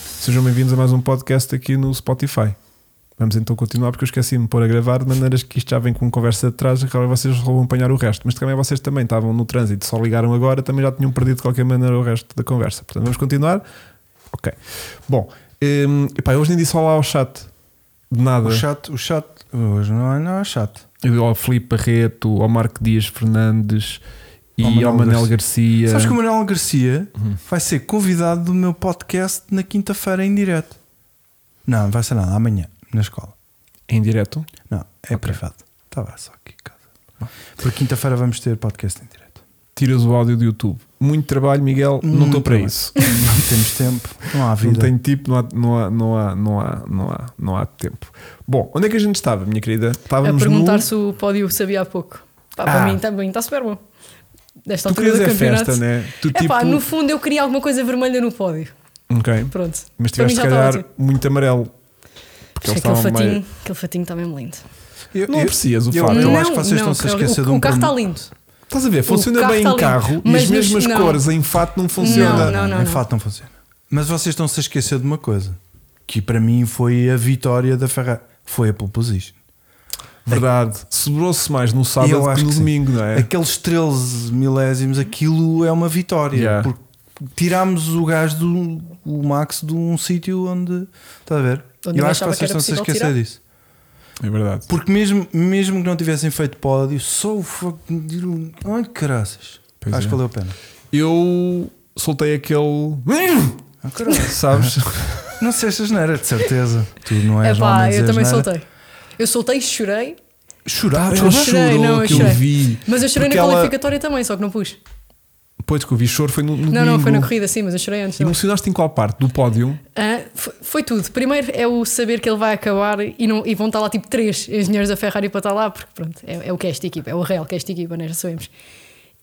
Sejam bem-vindos a mais um podcast aqui no Spotify. Vamos então continuar porque eu esqueci-me de pôr a gravar, de maneiras que isto já vem com conversa de trás, claro, vocês vão apanhar o resto. Mas também vocês também estavam no trânsito, só ligaram agora, também já tinham perdido de qualquer maneira o resto da conversa. Portanto, vamos continuar? Ok. Bom, hum, epá, eu hoje nem disse olá ao chat. De nada. O chat, o chat, hoje não há, não há chat. Eu dei ao Filipe Barreto, ao Marco Dias Fernandes e Ao ao Manuel Manel, Garcia. Sabes que o Manuel Garcia Uhum. vai ser convidado do meu podcast na quinta-feira em direto. Não, vai ser nada, amanhã, na escola. Em direto? Não, é privado. Estava só aqui em casa. Porque quinta-feira vamos ter podcast em direto. Tiras o áudio do YouTube. Muito trabalho, Miguel. não estou Muito para trabalho. isso. Não temos tempo, não há Não vida. tenho tipo, não há, não, há, não, há, não, há, não, há, não há tempo. Bom, onde é que a gente estava, minha querida? a Estávamos no. perguntar se o pódio sabia há pouco. Pá, Ah. Para mim também está super bom. Tu Desta altura querias do é campeonato. festa, né? Tu tipo. Epá, no fundo eu queria alguma coisa vermelha no pódio. Ok. Pronto. Mas Para tiveste, mim se já está calhar, ótimo. é muito amarelo. Porque Mas eles aquele estavam fatinho, meio. aquele fatinho está mesmo lindo. Eu, Não eu- aprecias o eu- fato. eu não, acho que vocês não, estão-se a cara, esquecer o, de um o carro está pormenor. lindo. Estás a ver? Funciona carro bem está em lindo. carro e Mas as nos- mesmas não. cores em fato não funciona. Não, não, em não. fato não funciona. Mas vocês estão-se a esquecer de uma coisa: que para mim foi a vitória da Ferrari. Foi a pole position. Verdade. Sobrou-se mais no Eu sábado que acho no que sim. domingo, não é? Aqueles 13 milésimos, aquilo é uma vitória. Yeah. Porque tirámos o gás do o Max de um sítio onde. Está a ver? Onde Eu eu acho que achava vocês que era estão-se a possível esquecer tirar. disso. É verdade. Porque mesmo, mesmo que não tivessem feito pódio, só o foco de. Ai, caraças. Pois é. acho que valeu a pena. Eu soltei aquele. Ah, caralho. Sabes? não sei se asneira, de certeza. Tu não é, és homem Epá, de eu dizer também asneira. soltei. Eu soltei, chorei, Chorar, Ela desculpa. chorei, chorou não, eu que eu chorei. vi. mas eu chorei Porque na ela- qualificatória também, só que não pus. Pois que eu vi choro foi no, no Não, não, foi na domingo. corrida, sim, mas eu chorei antes. também. Emocionaste em qual parte? Do pódio? Ah, foi, foi tudo. Primeiro é o saber que ele vai acabar e, não, e vão estar lá tipo três engenheiros da Ferrari para estar lá, porque pronto, é, é o que é esta equipa, é o real que é esta equipa, né? já sabemos.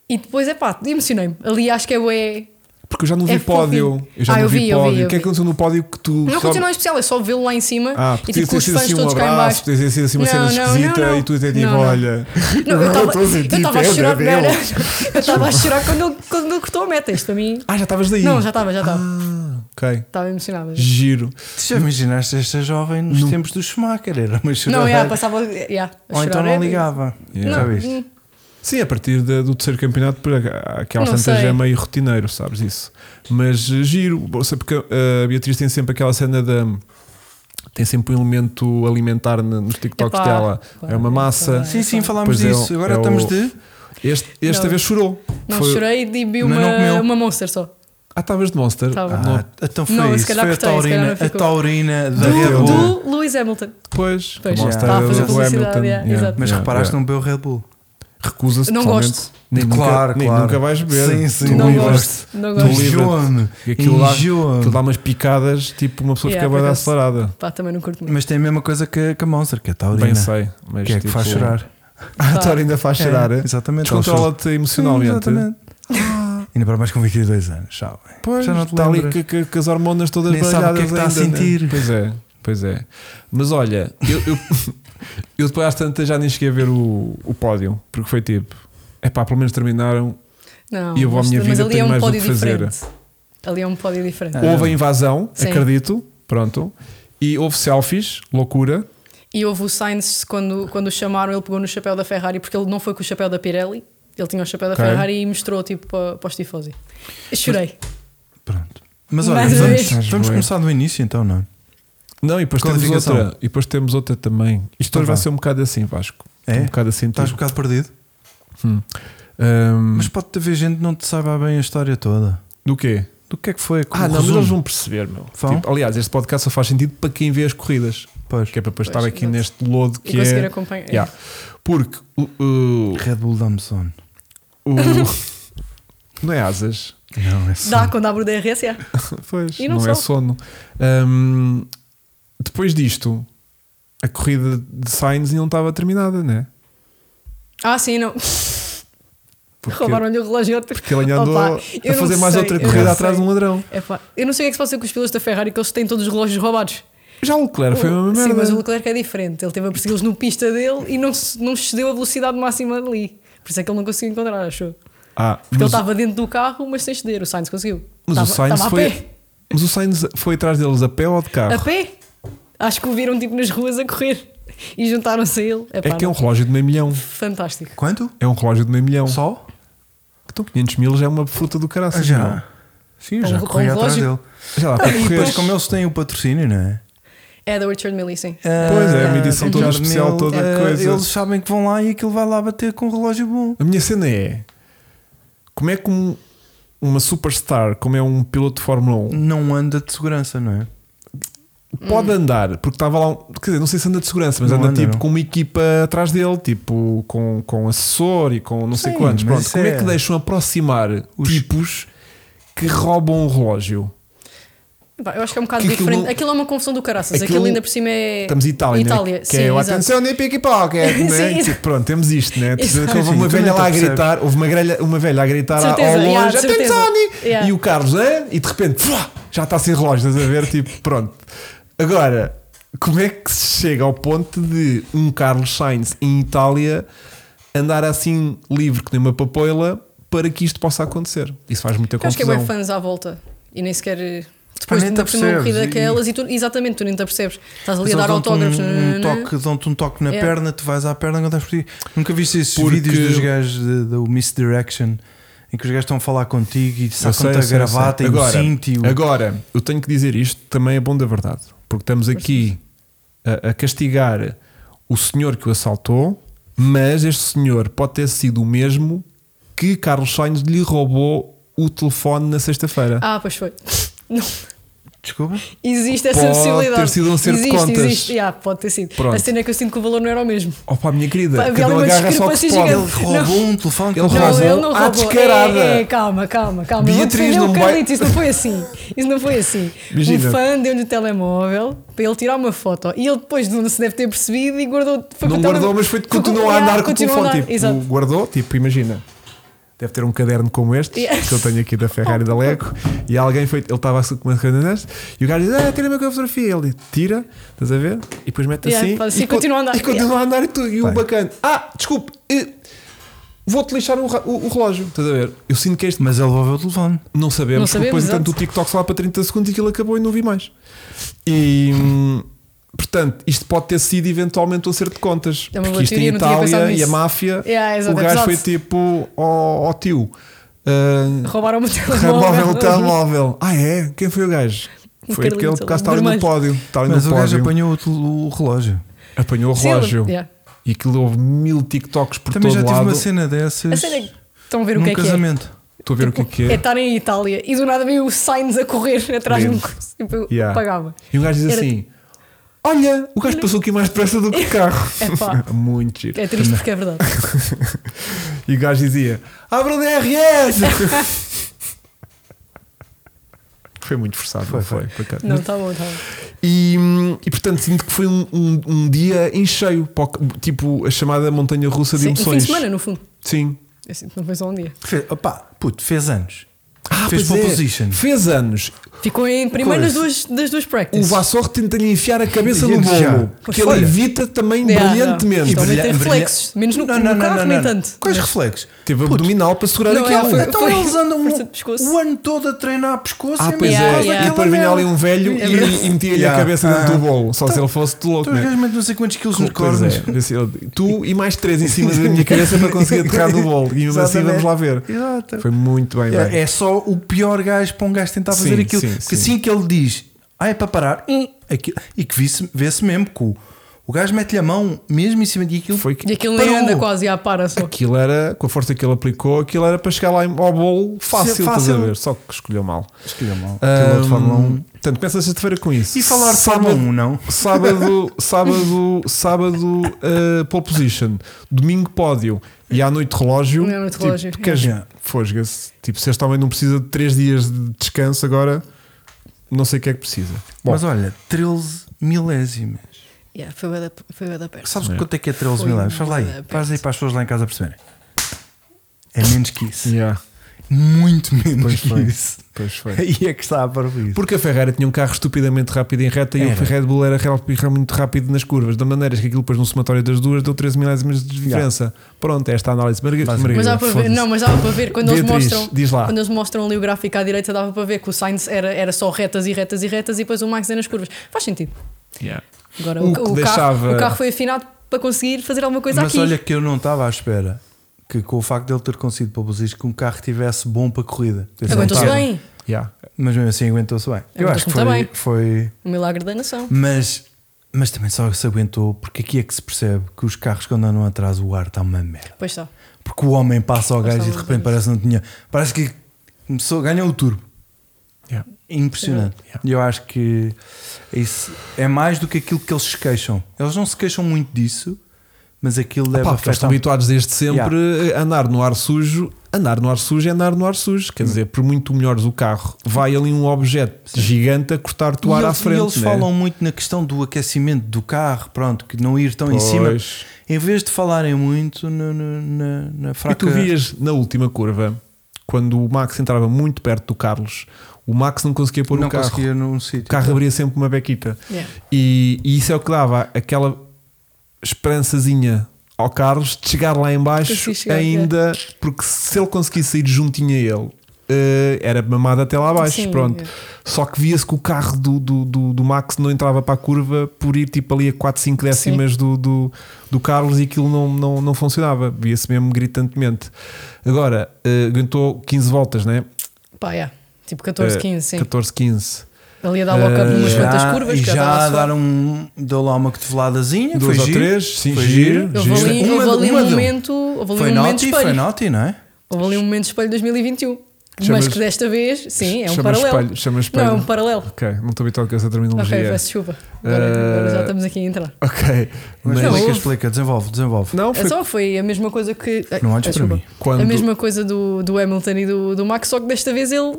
E depois é pá, emocionei-me. Ali acho que é o é. Porque eu já não vi É pódio. fofinho. Eu já Ah, não eu vi, vi, eu vi, pódio. o que é eu vi. que aconteceu no pódio que tu. Não só- aconteceu nada especial, é só vê-lo lá em cima Ah, e podia tipo com ter os sido fãs assim um todos cá em abraço, baixo. podia ter sido assim uma cena Não, não, esquisita não, não. e tu até digo, Não, não. olha. Não, eu não estava- estou a sentir eu estava a pedra chorar, não, não. dele. eu estava a chorar quando ele, quando ele cortou a meta. Isto para mim. Ah, já estavas daí? Não, já estava, já estava. Ah, ok. Estava emocionada. Giro. Tu já imaginaste esta jovem nos tempos do Schumacher? Era uma choradeira. Não, já, passava. já, a Ou chorar, então é- não ligava. Yeah. Já Não, viste? hum, Sim, a partir da- do terceiro campeonato, por aquela Não tantas sei. é meio rotineiro, sabes isso. Mas eh, giro, bom, sabe, porque a Beatriz tem sempre aquela cena da. Tem sempre um elemento alimentar na- nos TikToks Epá, dela. É uma massa. Sim, sim, falámos Pois é, disso. Agora é o- estamos de. Este, esta Não. vez chorou. Não Foi- chorei e bebi Mas não uma, comeu. uma monster só. Ah, estavas de Monster. Estava. Não, Ah, então foi Não, se isso. calhar Foi a cortei, se calhar taurina, não a ficou. taurina da Do- Red Eu- Bull. Do Lewis Hamilton. Pois, Pois, a Monster tá a era fazer do publicidade, Hamilton. é, exato. Mas yeah, yeah. reparaste, não bebeu Red Bull. Recusa-se Não totalmente. gosto. Nem nunca- Claro, nem claro. nunca vais beber. Sim, sim. Tu Não livras-te. gosto, não Tu gosto. livras-te. Enjoa-me. E aquilo dá- Enjoa-me. Aquilo dá umas picadas, tipo uma pessoa Yeah, fica bem por acaso. acelerada. Pá, também não curto muito. Mas tem a mesma coisa que, que a Monster, que é a taurina. Bem sei, mas que é que tipo, faz chorar. A Tora ainda faz É, chorar. exatamente. Descontrola-te Sim, emocionalmente. Exatamente. Ainda para mais com 22 anos, é. sabe? Pois, Já não te está ali lembras. que, que- que as hormonas todas Nem sabe o baralhadas que é que está a ainda, né? sentir. Pois é, pois é. Mas olha, eu, eu, eu depois às tantas já nem cheguei a ver o, o pódio, porque foi tipo, é pá, pelo menos terminaram, Não, E eu vou à mas, minha mas vida, ali tenho é um mais do pódio que fazer. diferente. Ali é um pódio diferente. Ah, houve a invasão, Sim. acredito, pronto, e houve selfies, loucura. E houve o Sainz, quando, quando o chamaram, ele pegou no chapéu da Ferrari, porque ele não foi com o chapéu da Pirelli. Ele tinha o chapéu da Ok. Ferrari e mostrou tipo para, para os tifosi. Eu Chorei. Pronto. Mas olha, Mais uma vamos, vez. vamos Estás bem. começar do início então, não? Não, e depois temos Qualificação. outra, e depois temos outra também. Isto Então hoje vai vá. ser um bocado assim, Vasco. É? Um bocado assim. Estás um tipo, bocado perdido. hum, Mas pode haver gente que não te saiba bem a história toda. do quê? Do que é que foi? Ah, não, mas resumo. eles vão perceber, meu. Vão? Tipo, aliás, este podcast só faz sentido para quem vê as corridas. Pois. Que é para depois Pois, estar aqui exato. neste lodo E que conseguir é. acompanhar. Yeah. Porque uh, o, o- Red Bull dá-me sono. o- Não é asas. Não, é sono. Dá quando abre o DRS, yeah. Pois, E não, não é só. sono. Hum, depois disto, a corrida de Sainz ainda não estava terminada, né? Ah, sim, não. Porque, Roubaram-lhe o relógio outro. porque ele ainda andou Opa, a eu não fazer mais sei, outra eu corrida não atrás de sei. um ladrão. Epá, eu não sei o que é que se passa com os pilotos da Ferrari, que eles têm todos os relógios roubados. Já o Leclerc foi uma merda. Sim, mas o Leclerc é diferente. Ele teve a persegui-los no pista dele e não, se- não cedeu a velocidade máxima ali. Por isso é que ele não conseguiu encontrar, achou? Ah, Porque ele mas o- estava dentro do carro, mas sem ceder. O Sainz conseguiu. Mas o Estava- Sainz estava a foi- Ah. pé. Mas o Sainz foi atrás deles a pé ou de carro? A pé? Acho que o viram tipo nas ruas a correr e juntaram-se a ele. É Epá, que é um não. relógio de meio milhão. Fantástico. Quanto? É um relógio de meio milhão. Só? Então 500 mil já Tá, é uma fruta do caralho. já. Sim, eu Com já o- corri com o atrás Tá um relógio? dele. Já lá, Ah, para e depois, correres. como eles têm o patrocínio, não é? É da Richard Millie, sim. Pois é, Ah, uma edição tem toda Jordan especial, Mill, toda ah, coisa. Eles sabem que vão lá e aquilo vai lá bater com um relógio bom. A minha cena é como é que um- uma superstar, como é um piloto de Fórmula 1, Não anda de segurança, não é? pode Hum. andar, porque estava lá, um, quer dizer, não sei se anda de segurança, mas Não anda, anda, tipo não. com uma equipa atrás dele, tipo com, com assessor e com não sei Sim, quantos. mas Pronto, isso como é... é- que deixam aproximar Os- tipos que roubam o relógio? Epá, eu acho que é um bocado Que aquilo- diferente. Aquilo... é uma confusão do caraças. Aquilo... Aquilo- ainda por cima é. Estamos em Itália, né? Itália, que sim, é o exato. atenção nem pickpocket, Sim, né? exato. Tipo, pronto, temos isto, né? Exato. Houve Sim, uma sim, tu velha nem lá a percebes. gritar, houve uma, grelha, uma velha a gritar De ao certeza, longe, yeah, de certeza. atenção! Yeah. E o Carlos, é? E de repente, fuá, já está sem relógio, estás a ver? Tipo, pronto. Agora, como é que se chega ao ponto de um Carlos Sainz em Itália andar assim livre que nem uma papoila para que isto possa acontecer? Isso faz muita Eu acho que é confusão. bem fãs à volta e nem sequer. eh, Depois nem de te uma de uma corrida apercebes, e- daquelas e tu, exatamente, tu nem te apercebes. Estás ali Eles a dar dão-te autógrafos. é? Um, um nananana. toque, dão-te um toque na Yeah. perna, tu vais à perna, andas por ti. Nunca viste esses Porque- vídeos dos gajos de- do Misdirection em que os gajos estão a falar contigo e Eu sei, sacam-te eu a sei, eu gravata sei. e um o cinto e o. Agora, eu tenho que dizer isto também é bom da verdade, porque estamos aqui a, a castigar o senhor que o assaltou, mas este senhor pode ter sido o mesmo que Carlos Sainz lhe roubou o telefone na sexta-feira. Ah, pois foi. Não. Desculpa? Existe essa Pode possibilidade. ter sido um acerto de existe, contas. Existe, Yeah, pode ter sido. Pronto. A cena é que eu sinto que o valor não era o mesmo. Opa, minha querida, Pá, havia cada um alguma agarra só o que discrepância pode. Ele gigante. roubou um telefone que Ele ele Não, roubou. ele não à roubou. descarada. É, é, calma, calma, calma. Beatriz não defendeu não o vai- Carlitos, isso não foi assim. Isso não foi assim. Imagina. Um fã deu-lhe o telemóvel para ele tirar uma foto e ele depois não se deve ter percebido e guardou. Foi com Não o tele- guardou, mas foi, com- continuou a andar com o continuou a telefone. andar, Tipo, Exato. guardou, tipo, imagina. Deve ter um caderno como este, Yeah. que eu tenho aqui da Ferrari e da Lego, e alguém foi. Ele estava assim com uma coisa desta, e o gajo diz: Ah, tira-me aqui a fotografia. Ele tira, estás a ver? E depois mete Yeah, assim. faz assim, e co- continua a andar. E continua a andar, e, tu, e o Bem. bacana: Ah, desculpe, eh, vou-te lixar o, ra- o- o relógio. Estás a ver? Eu sinto que é este. Mas ele roubou o telefone. Não sabemos, Não porque depois sabemos, entanto o TikTok só lá para 30 segundos e aquilo acabou e não vi mais. E hum, portanto, isto pode ter sido eventualmente um acerto de contas. É uma porque boa isto em teoria, não tinha Itália pensado e a nisso. máfia, Yeah, é o exato, gajo exato. foi tipo ó ó tio. ah, Roubaram o Um telemóvel. Remóvel o telemóvel. Ah, é? Quem foi o gajo? O foi aquele Carlitos, que estava ali no vermelho. pódio. Estava ali Mas no o gajo pódio. apanhou o, tel- o relógio. Apanhou o Sim, relógio. yeah. E aquilo houve mil TikToks por Também já todo tive lado. uma cena dessas. A cena é que estão a ver o num que é que é. casamento. Estou a ver o que é que É é. estar em Itália e do nada vem o Sainz a correr atrás de um Lindo. coisa. Tipo, eu Yeah. pagava. E o gajo diz Era- tipo, assim: Olha, o gajo passou aqui mais depressa do que o carro. Epá. Muito giro. É tipo- triste porque é verdade. E o gajo dizia: Abra o DRS! foi muito forçado, Foi, não foi? foi. por acaso. Não, está bom, está bom. E, hum, e, portanto sinto que foi um, um- um dia em cheio, para o- tipo a chamada montanha russa de Sim, um fim de emoções. semana, no fundo. Sim. Eu sinto que não foi só um dia. Fe- opá, puto, fez anos. Ah, fez pois pole é. position. Fez anos. Ficou em primeiro das Coisa. duas, das duas O practices. Vassour tenta-lhe enfiar a cabeça Digo no já. bolo, Pois que ele foi. evita também Yeah, não. brilhantemente. Então, Também brilha- tem brilha- reflexos, menos no- no carro, nem tanto. Quais reflexos? Teve Puto, abdominal para segurar Não, é, aquilo. foi- então eles andam força de pescoço. o ano todo a treinar pescoço Ah, e pois Yeah, é. yeah. E depois vinha ali um velho É e, verdade. e metia-lhe Yeah. a cabeça dentro Ah. do bolo. Só se ele fosse de louco, Então os né? gajos metem não sei quantos quilos nos Pois cornos. é. Assim, ele- Tu e mais três em cima da minha cabeça para conseguir aterrar do bolo. E mesmo assim Exatamente. vamos lá ver. Exato. Foi muito bem, É, bem. é só o pior gajo para um gajo tentar fazer Sim, aquilo. sim, sim. Porque assim que ele diz, ah, é para parar, hum, aquilo- e que vê-se vê mesmo que o, o gajo mete-lhe a mão mesmo em cima de aquilo. Foi E que aquilo nem Parou. anda quase à para só. aquilo era, com a força que ele aplicou, aquilo era para chegar lá ao bolo fácil, Sim, estás a fácil. ver? Só que escolheu mal. Escolheu Ahm, mal. é Aquilo de Fórmula 1. Portanto, começa sexta-feira com isso. Hum, E falar de Sábado- Fórmula 1, não? Sábado, sábado, sábado, uh, pole position. Domingo, pódio. E à noite, relógio. E à noite, relógio, Tipo, tu queres- yeah. Fosga-se. Tipo, se este homem não precisa de 3 dias de descanso agora, não sei o que é que precisa. Bom, Mas olha, 13 milésimas. Yeah, foi bué da- foi bué da perto. Sabes É. quanto é que é 13 Foi milésimas? Faz lá nada aí. perto. Faz aí para as pessoas lá em casa perceberem. É menos que isso. yeah. muito menos Pois que foi. isso. Pois foi. Aí é que está a parvoíce. Porque a Ferrari tinha um carro estupidamente rápido em reta e Era. o Red Bull era real- muito rápido nas curvas, de maneiras que aquilo depois no somatório das duas deu 13 milésimos de diferença. Pronto, esta análise. Marga- Basicamente. Margarida, Mas dava para ver, foda-se. não, mas dava para ver quando eles Beatriz, mostram. diz lá. Quando eles mostram ali o gráfico à direita, dava para ver que o Sainz era, era só retas e retas e retas e depois o Max é nas curvas. Faz sentido. Yeah. Agora O o, que o deixava- carro, o carro foi afinado para conseguir fazer alguma coisa Mas aqui. olha que eu não estava à espera que com o facto de ele ter conseguido para o que um carro tivesse bom para a corrida. Eu não Aguentou-se estava. bem. Yeah. Mas mesmo assim aguentou-se bem. Eu Aguentou-se acho que muito foi, bem. foi. O milagre da nação. Mas, mas também só se aguentou porque aqui é que se percebe que os carros quando andam atrás o ar está uma merda. Pois está. Porque o homem passa ao Pois gajo e está, de repente mas- parece que não tinha. Parece que começou, ganhou o turbo. Yeah. É Impressionante. Yeah. E eu acho que isso é mais do que aquilo que eles se queixam. Eles não se queixam muito disso, mas aquilo deve Pá, porque eles estão afetar. habituados desde sempre a andar no ar sujo. Andar no ar sujo é andar no ar sujo. Hum. Quer dizer, por muito melhores o carro, vai ali um objeto gigante a cortar-te E o ar eles, à frente. e eles né? falam muito na questão do aquecimento do carro, pronto, que não ir tão Pois. em cima. Em vez de falarem muito no- no- na, na E fraca. tu vias na última curva, quando o Max entrava muito perto do Carlos, o Max não conseguia pôr não o um carro. conseguia num O sítio. carro abria sempre uma bequita. Yeah. E, e isso é o que dava aquela esperançazinha ao Carlos de chegar lá em baixo Consegui chegar, ainda, porque se ele conseguisse sair juntinho a ele, eh, era mamado até lá abaixo, Sim, pronto. é. Só que via-se que o carro do, do, do, do Max não entrava para a curva por ir tipo ali a 4, 5 décimas do, do, do Carlos e aquilo não, não, não funcionava. Via-se mesmo gritantemente. Agora, eh, aguentou 15 voltas, né? Pá, é. Tipo 14, Eh, 15, sim. 14, 15. Ali a dar lock up Eh, umas Já- quantas curvas. e que estava já a suar. dar um, deu lá uma cotoveladazinha, Dois foi ou giro, três, sim, foi giro, Houve giro. ali, Uma- houve ali uma um deu. momento. Houve Foi ali um momento naughty, foi espelho. naughty, não é? Houve ali um momento espelho de 2021. Chamas- Mas que desta vez, sim, é um Chama paralelo. espelho, chama espelho. Não, é um paralelo. Ok, não estou habituado com essa terminologia. Ok, peço desculpa. Agora, Eh, agora já estamos aqui a entrar. Ok, mas Mas é não, explica, houve. explica, desenvolve, desenvolve. não É foi só foi a mesma coisa que. Ai, Não olhes peço para mim. desculpa. quando A mesma coisa do, do Hamilton e do, do Max, só que desta vez ele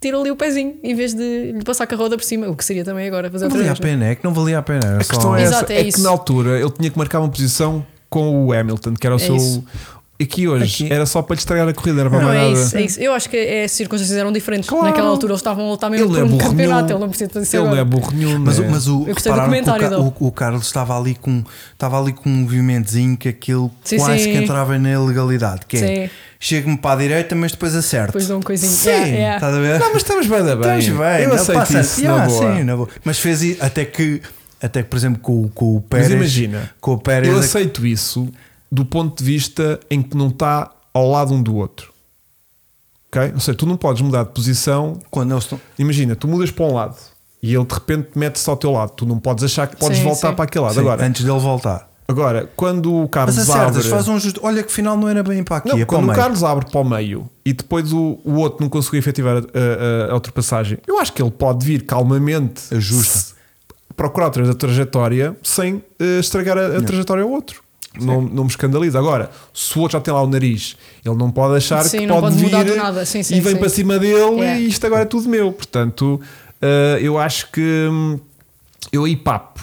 tira ali o pezinho em vez de lhe passar com a roda por cima, o que seria também agora fazer Não outra valia a vez. não é? pena, é que não valia a pena. Era a só- questão é, Exato, essa, é é, que isso. na altura ele tinha que marcar uma posição com o Hamilton, que era o É seu. isso. Aqui hoje Aqui. era só para lhe estragar a corrida, era para Não, mais é nada. isso, é isso. Eu acho que é, as circunstâncias eram diferentes. Claro. Naquela altura eles estavam a lutar mesmo Ele por não é um burro campeonato, nenhum. ele não precisa disso Ele não agora. é burro nenhum, Mas, o- né? mas o, Eu gostei do repararam que comentário o, Ca- o, o Carlos estava ali com estava ali com um movimentozinho que aquilo Sim, quase sim. que entrava na ilegalidade, que é Sim. chego-me para a direita, mas depois acerto. Depois dá um coisinho. Sim, Yeah, yeah. estás a ver? Não, mas estamos bem da bem. Estamos bem, eu não aceito passa- assim, isso Yeah, na boa. sim, na boa. Mas fez i- até que até que por exemplo com, o- com o Pérez, imagina, com o Pérez é Eu a- aceito isso do ponto de vista em que não está ao lado um do outro. Ok? Ou seja, tu não podes mudar de posição quando eles estão Imagina, tu mudas para um lado e ele de repente mete-se ao teu lado. Tu não podes achar que podes Sim, voltar sim. para aquele lado. Sim, agora, antes dele voltar. agora, quando o Carlos Mas acertas, abre. faz um justo. Olha que final não era bem para aqui, Não, é para o quando o meio. Carlos abre para o meio e depois o, o outro não conseguiu efetivar a, a- a ultrapassagem, eu acho que ele pode vir calmamente Ajusta. se- procurar outra trajetória sem eh, estragar a, a trajetória ao outro. Não, não me escandaliza. Agora, se o outro já tem lá o nariz, ele não pode achar Sim, que não pode, pode vir mudar do nada. Sim, sim, e vem sim. para cima dele É. e isto agora é tudo meu. Portanto, eh, eu acho que hum, eu aí papo.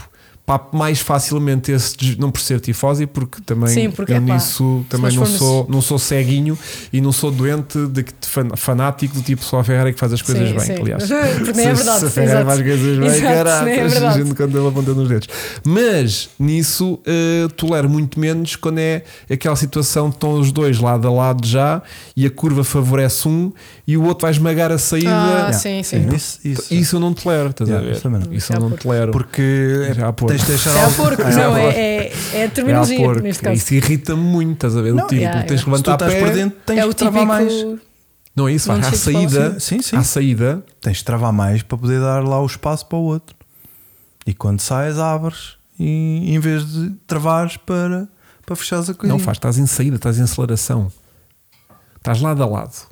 Papo mais facilmente esse, des- não por ser tifosi, porque também Sim, porque, eu epá, nisso se também nós não formos- sou não sou ceguinho e não sou doente de, que- de fan- fanático do tipo só a Ferrari que faz as coisas Sim, bem, sim. aliás. Porque nem é Se- Se verdade, a Ferrari exato. faz coisas bem, Exato, caralho, nem é verdade. quando ele aponta nos dedos. Mas nisso eh, tolero muito menos quando é aquela situação que estão os dois lado a lado já e a curva favorece um e o outro vai esmagar a saída. Ah, Yeah. sim, sim. É Isso, isso. Isso eu não tolero, estás Yeah, a ver? isso também não. Isso eu Já não por- tolero. Porque Já há é, porco. tens de deixar É a algo- porco, Ah, não, porco. é, é, é a É à terminologia porca. neste caso. Isso irrita-me muito, estás a ver? Não, o tipo, yeah, tens que yeah. Se tu levantar estás pé. por dentro, tens É de o travar típico. mais. Não é isso, Não vai à te chego a falar saída, assim. Sim, sim. à saída, Tens de travar mais para poder dar lá o espaço para o outro. E quando sais, abres e, em vez de travares para, para fechares a coisa. não faz, estás em saída, estás em aceleração, estás lado a lado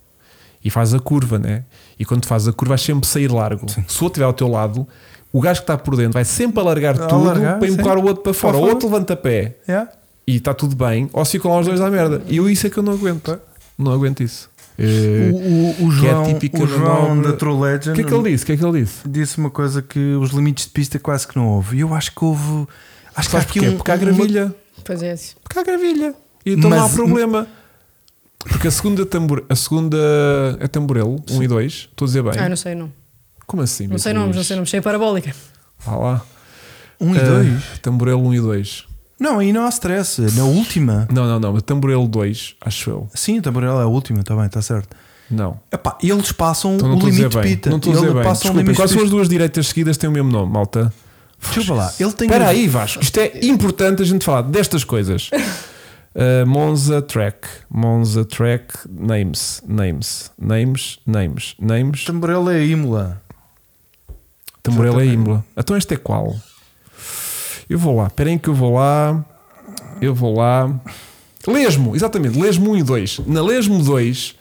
e faz a curva, né? E quando fazes a curva, vais sempre sair largo. Se o outro estiver ao teu lado, o gajo que está por dentro vai sempre alargar Alargar, tudo para sim. empurrar o outro para fora. Para O fora. outro levanta pé Yeah? e está tudo bem, ou se ficam lá os dois à merda. E eu, isso é que eu não aguento, não aguento isso. Eh, O, o, o que é João, típica o João manobra- da True Legend O que é que ele disse? O que é que ele disse? disse uma coisa que os limites de pista quase que não houve. E eu acho que houve. Acho que há Sabes aqui porquê? um. Porque há uma- gravilha. Pois é, isso. Porque há gravilha. E então não há Mas- problema. Porque a segunda, tambor, a segunda é tamborelo, 1 e 2. Estou a dizer bem. Ah, não sei, não. Como assim? Não sei Beatriz? nomes, não sei nomes. Sei parabólica. Vá lá. Um e Ah, dois? Tamborelo 1 e 2. Não, aí não há stress. é Na última. Não, não, não. mas Tamborelo 2, acho eu. Sim, a tamborela é a última, está bem, está certo. Não. Epá, eles passam Então não o estou a dizer limite bem. pita. Não estou a dizer Eles bem. passam o Desculpem, limite quais são as pita. duas direitas seguidas que têm o mesmo nome, malta? Desculpa lá, ele tem. Espera aí, Vasco. Isto é importante a gente falar destas coisas. Uh, Monza Track. Monza Track. Names. Names. Names. Names. Names. Tamborela é a Imola. Tamborela é Exatamente. Imola. Então este é qual? Eu vou lá. Esperem que eu vou lá. Eu vou lá. Lesmo. Exatamente. Lesmo 1 e 2. Na Lesmo 2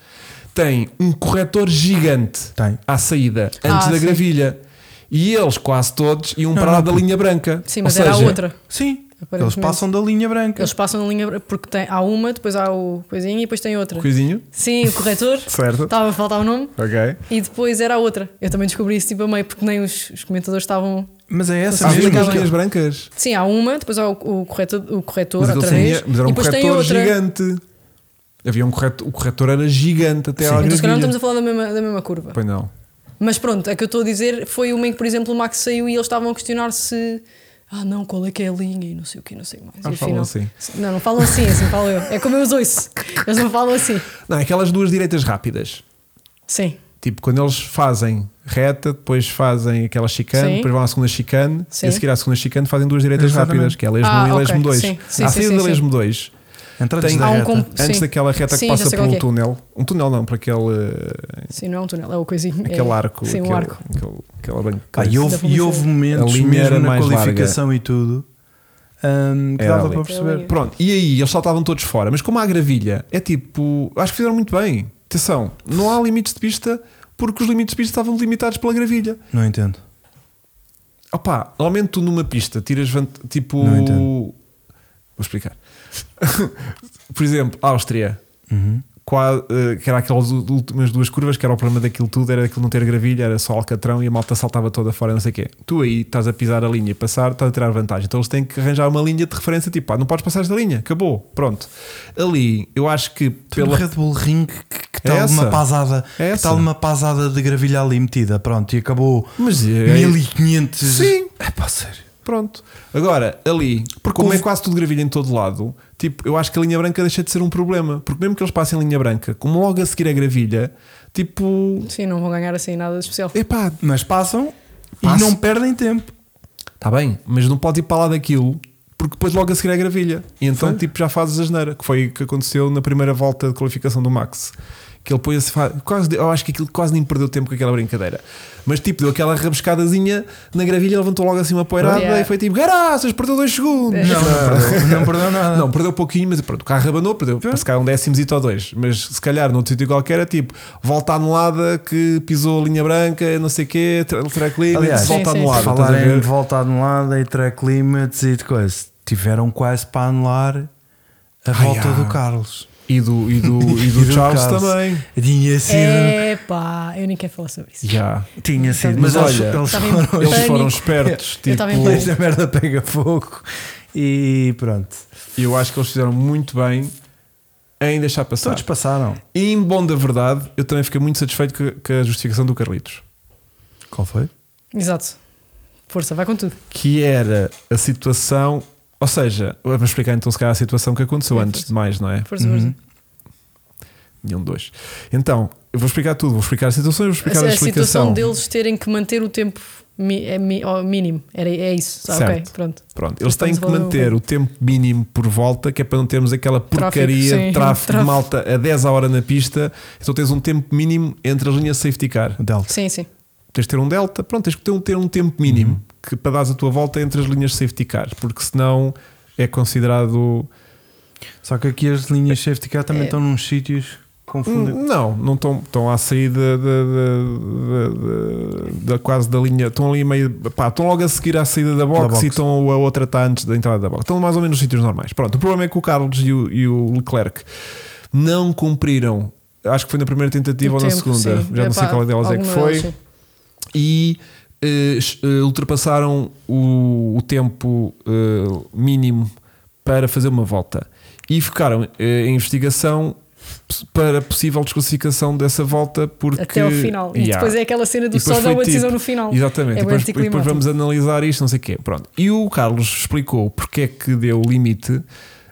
tem um corretor gigante Tem. à saída, antes Ah, da sim. gravilha. E eles, quase todos, iam Não, para lá não, da porque- linha branca. Sim, mas Ou era seja, a outra. Sim, eles Aparentemente. passam da linha branca. Eles passam na linha porque tem, há uma, depois há o coisinho e depois tem outra. um Coisinho. Sim, o corretor. Certo. Estava faltava o nome. Ok. E depois era a outra. Eu também descobri isso tipo a meio, porque nem os, os comentadores estavam. Mas é essa Há Sabes Ah, mesmo mesmo. aquela- as linhas brancas. Sim, há uma, depois há o, o corretor, o corretor Mas, outra ele vez. tinha- mas era e um depois tem corretor outra. gigante. Havia um corretor, o corretor era gigante até à Então, se calhar não estamos gravilha. a falar da mesma, da mesma curva. Pois não. Mas pronto, a que eu estou a dizer foi uma em que, por exemplo, o Max saiu e eles estavam a questionar se. Ah, não, qual é que é a linha e não sei o que, não sei o que mais. Ah, E falam afinal- assim. Não, não falam assim, assim falo eu. É como eu os ouço. Eles não falam assim. Não, aquelas duas direitas rápidas. Sim, Tipo, quando eles fazem reta, depois fazem aquela chicane, Sim. depois vão à segunda chicane, Sim. e a seguir à segunda chicane fazem duas direitas Exatamente. rápidas, que é a Lesmo Ah, 1 e a ok. Lesmo 2. Sim, sim, à sim, saída sim, da sim. Lesmo 2, Entra antes Tem- da Há um reta. comp- antes Sim. daquela reta que Sim, já passa sei por qual um que é. túnel, um túnel não, para aquele, sim, não é um túnel, é o coisinho. aquele é- arco, Sim, aquele, o arco. Aquele, aquela branca. Pá, Ah, e, houve, e houve A momentos linha era mesmo na mais qualificação e tudo hum, que Era dava ali. para perceber. Ali. Pronto, e aí eles saltavam todos fora, mas como há gravilha, é tipo, acho que fizeram muito bem. Atenção, não há limites de pista porque os limites de pista estavam limitados pela gravilha. Não entendo. Opa, normalmente tu numa pista tiras van- tipo. Não entendo. Vou explicar. Por exemplo, Áustria, Uhum. qua- eh, que era aquelas u- últimas duas curvas, que era o problema daquilo tudo, era aquilo não ter gravilha, era só Alcatrão e a malta saltava toda fora, não sei o quê. Tu aí estás a pisar a linha e passar, estás a tirar vantagem. Então eles têm que arranjar uma linha de referência, tipo, pá, não podes passar esta linha, acabou, pronto. Ali, eu acho que pela. Pela... Tipo, Red Bull Ring que- que É está essa? uma pasada, É que essa? tal uma pasada de gravilha ali metida, pronto, e acabou Mas é- 1500. Sim. É pá, sério. Pronto. Agora, ali, porque como houve- é quase tudo gravilha em todo lado, tipo, eu acho que a linha branca deixa de ser um problema. Porque mesmo que eles passem a linha branca, como logo a seguir a gravilha, tipo, Sim, não vão ganhar assim nada de especial. epá, Mas passam e Passam. não perdem tempo. está Tá bem, mas não pode ir para lá daquilo, porque depois logo a seguir é a gravilha. E então, Foi. tipo, já fazes a geneira, que foi o que aconteceu na primeira volta de qualificação do Max. Que ele põe se quase, eu acho que aquilo quase nem perdeu tempo com aquela brincadeira. Mas tipo, deu aquela rabiscadazinha na gravilha, levantou logo assim uma poeirada Yeah. e foi tipo, garaças, perdeu dois segundos. Não, não perdeu, não perdeu nada. Não, perdeu pouquinho, mas pronto, o carro abanou, perdeu para se calhar um décimo ou dois. Mas se calhar num sítio qualquer é tipo, volta anulada que pisou a linha branca, não sei o quê, tra- track limits, Aliás, volta Sim, sim, anulada. sim. estás a falar em ver? volta anulada e track limits e de coisa. Tiveram quase para anular a Ai, volta ah. do Carlos. E do, e do, e do Charles Carlos. também. Tinha sido. É. Epá, eu nem quero falar sobre isso. Já. Tá Tinha sido. Mas Mas, eles- olha, eles Estava em foram. Eles pânico. foram espertos. Eu Tipo, estava em Esta merda pega fogo e pronto. eu acho que eles fizeram muito bem em deixar passar. Todos passaram. E em bom da verdade, eu também fiquei muito satisfeito com com a justificação do Carlitos. Qual foi? Exato. Força, vai com tudo. que era a situação. Ou seja, vamos explicar então se calhar a situação que aconteceu Sim, antes força. de mais, não é? Força, Uhum. força. E um, dois. Então, eu vou explicar tudo, vou explicar a situação e vou explicar a, é a, a explicação. situação deles terem que manter o tempo mi- é mi- ó, mínimo. Era, é isso. Ah, ok, Certo. pronto. Pronto, eles têm Estamos que a falar do- manter o tempo mínimo por volta, que é para não termos aquela porcaria sim, de tráfego, de tráfego. malta a 10 a hora na pista. Então tens um tempo mínimo entre as linhas de safety car. O Delta. Sim, sim. Tens de ter um delta, pronto, tens que ter um, ter um tempo mínimo que para dares a tua volta entre as linhas de safety car, porque senão é considerado. Só que aqui as linhas safety car também É. Uh, estão num sítios confundidos. Hum, Não, não estão, estão à saída da- da- da- da- da- quase da linha, estão ali meio, pá, estão logo a seguir à saída da box, Da box. e estão, a outra está antes da entrada da box. Estão mais ou menos nos sítios normais. Pronto, o problema é que o Carlos e o, e o Leclerc não cumpriram, acho que foi na primeira tentativa O ou Tipo, na tempo, segunda, Tipo, sim. já não sei Epá, qual delas é que alguma foi delas, sim. e eh, ch- eh, ultrapassaram o, o tempo eh, mínimo para fazer uma volta e ficaram eh, em investigação p- para possível desclassificação dessa volta porque até ao final. E Yeah. depois é aquela cena E do depois só dar foi uma decisão tipo- no final. Exatamente, É e bem depois, e depois anticlimático. vamos analisar isto, não sei o quê. Pronto. E o Carlos explicou porque é que deu o limite,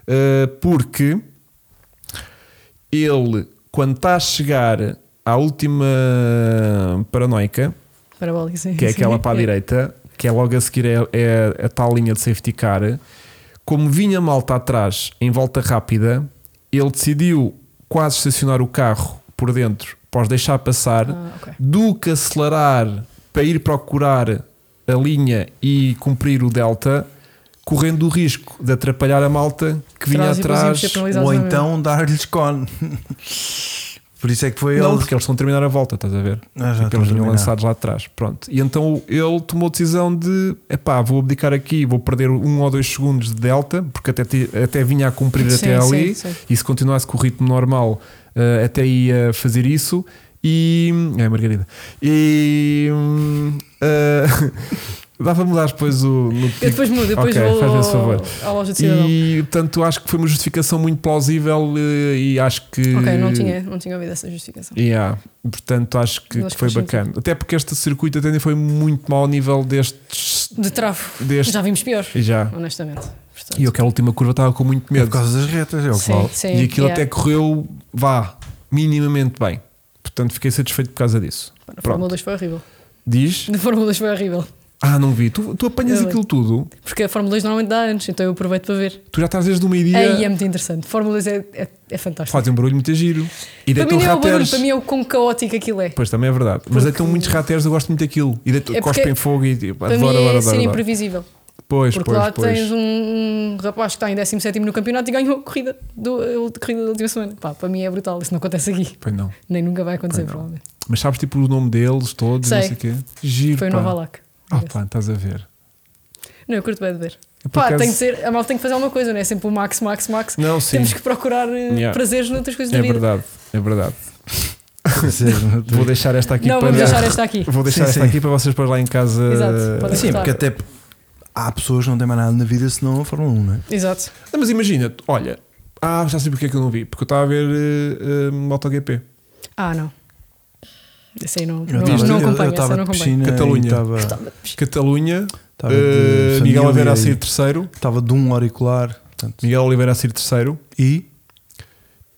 eh, porque ele, quando está a chegar à última paranoica, Parabólica, sim. que é sim. aquela para a direita, que é logo a seguir é, é a tal linha de safety car. Como vinha malta atrás em volta rápida, ele decidiu quase estacionar o carro por dentro para os deixar passar, Ah, ok. do que acelerar para ir procurar a linha e cumprir o delta, correndo o risco de atrapalhar a malta que vinha Atrás e depois íamos atrás. ser penalizados Ou na mesma. então dar-lhes cone. Por isso é que foi Não, ele. porque eles estão a terminar a volta, estás a ver? Tipo, Ah, já estou a eles vinham terminar. lançados lá atrás. Pronto. E então ele tomou a decisão de epá, vou abdicar aqui, vou perder um ou dois segundos de delta, porque até, ti- até vinha a cumprir Sim, até sim, ali, sim. e se continuasse com o ritmo normal, eh, até ia fazer isso. E. É, Margarida. E. hum, eh, dá para mudar depois o. No Eu depois mudo, depois Ok, vou faz-me ao, esse favor. à loja de cidadão. E portanto acho que foi uma justificação muito plausível eh, e acho que. Ok, não tinha, não tinha ouvido essa justificação. Yeah. Portanto, acho que, Eu acho que foi que faz bacana. Até porque este circuito até nem foi muito mau ao nível destes. De travo, deste já vimos pior, e já. honestamente. Portanto, E aquela última curva estava com muito É por medo. causa das retas, é o Sim. qual. e aquilo yeah. até correu, vá, minimamente bem. Portanto, fiquei satisfeito por causa disso. Na Pronto. Fórmula 2 foi horrível. Diz. Na Fórmula 2 foi horrível. Ah, não vi. Tu, tu apanhas Eu- aquilo tudo. Porque a Fórmula 2 normalmente dá anos, então eu aproveito para ver. Tu já estás desde o Aí é meio-dia. muito interessante. Fórmula 2 é, é, é fantástico. Fazem um barulho muito giro. E para mim deitam não é o barulho, rateres. para mim é o quão caótico aquilo é. Pois também é verdade. Mas deitam muitos rateres, eu gosto muito daquilo. E deitam, É porque- cospem fogo e tipo, Para adoro, mim é adoro, ser adoro. adoro. imprevisível. Pois, Porque pois, lá pois. tens um, um rapaz que está em 17 no campeonato e ganhou a corrida, do, a corrida da última semana. Pá, para mim é brutal, isso não acontece aqui. Pois não. Nem nunca vai acontecer, Pois não. provavelmente. Mas sabes tipo o nome deles todos, não Sei. sei o quê. Giro. Foi o pá. Nova Lac. Ah, pá, estás a ver. Não, eu curto bem de ver. Eu, por Pá, acaso- tem que ser, a malta tem que fazer alguma coisa, não é? Sempre o max, max, max. Não, sim. Temos que procurar eh, Yeah. prazeres noutras coisas É da vida. verdade, é verdade. Vou Vou deixar- deixar esta aqui Não, para. vamos deixar esta aqui. Vou deixar Sim, esta sim. aqui para vocês depois lá em casa. Exato, podem Sim, porque até há pessoas que não têm mais nada na vida senão a Fórmula 1, não é? Exato. Ah, Mas imagina, olha. Ah, já sei porque é que eu não vi. Porque eu estava a ver eh, eh, MotoGP. Ah, não. Isso aí não, Eu tava- não, não eu- acompanho, eu essa estava não de acompanho. piscina Catalunha. e estava Catalunha, estava eh, de Miguel família Oliveira a e sair terceiro. Estava de um auricular. portanto. Miguel Oliveira a sair terceiro. E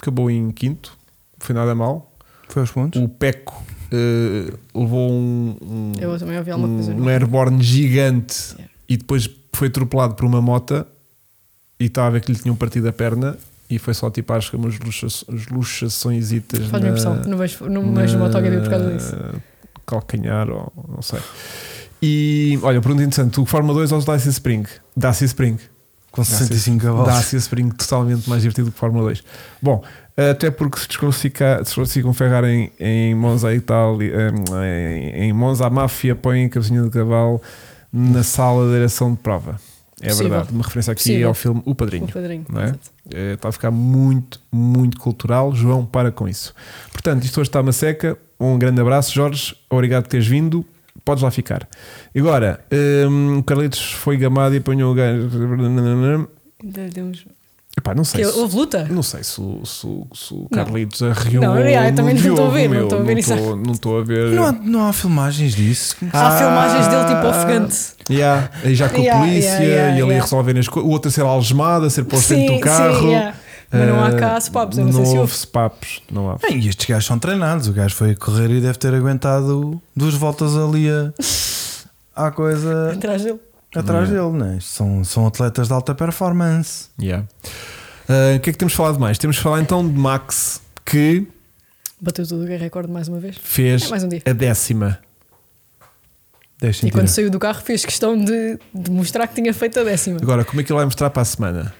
Acabou em quinto. Foi nada mal. foi aos pontos. O Peco eh, levou um- um, Eu também ouvi alguma coisa. um, não. um airborne gigante Yeah. e depois foi atropelado por uma mota e estava a ver que lhe tinham partido a perna e foi só tipo acho que umas luxa- as luxações Faz-me impressão, não vejo, não vejo uma MotoGP por causa disso. calcanhar ou não sei e olha pergunta interessante o Fórmula 2 ou o Dacia Spring Dacia Spring Com 65 cavalos. Dacia Spring totalmente mais divertido que Fórmula 2 bom até porque se desclassifica- se desclassificam Ferrari em, em Monza Itália em, em Monza a máfia põe a cabecinha de cavalo na sala de direção de prova é Possível. verdade uma referência aqui Possível. ao filme O O Padrinho padrinho. não é? exato. Eh, está a ficar muito muito cultural João para com isso portanto isto hoje está uma seca um grande abraço Jorge obrigado por teres vindo podes lá ficar agora hum, o Carlitos foi gamado e apanhou o gajo Deu-lhe um uns- Epá, não sei Que é, se- houve luta? não sei se, o- se o- se o Carlitos arriou. Não, eu também não viu, estou a ver, não meu, estou a ver isso. estou- Não estou a ver. Não há, não há filmagens disso. Há Ah. filmagens dele tipo ofegante. Yeah, aí já com Yeah, a polícia yeah, yeah, e ele a yeah. resolver as coisas. O outro a ser algemado, a ser posto dentro do carro. sim, yeah. Mas não há Ah, cá papos, eu não, sei se houve houve. papos, não há. Bem, e estes gajos são treinados. O gajo foi a correr e deve ter aguentado duas voltas ali a, à coisa Atrás dele. atrás dele, né? Isto São, são atletas de alta performance. Yeah. Ah, o que é que temos falado mais? Temos falado então de Max que Bateu tudo o é recorde mais uma vez. fez É mais um dia. a décima. Deixa E quando saiu do carro fez questão de, de mostrar que tinha feito a décima. Agora, como é que ele vai mostrar para a semana?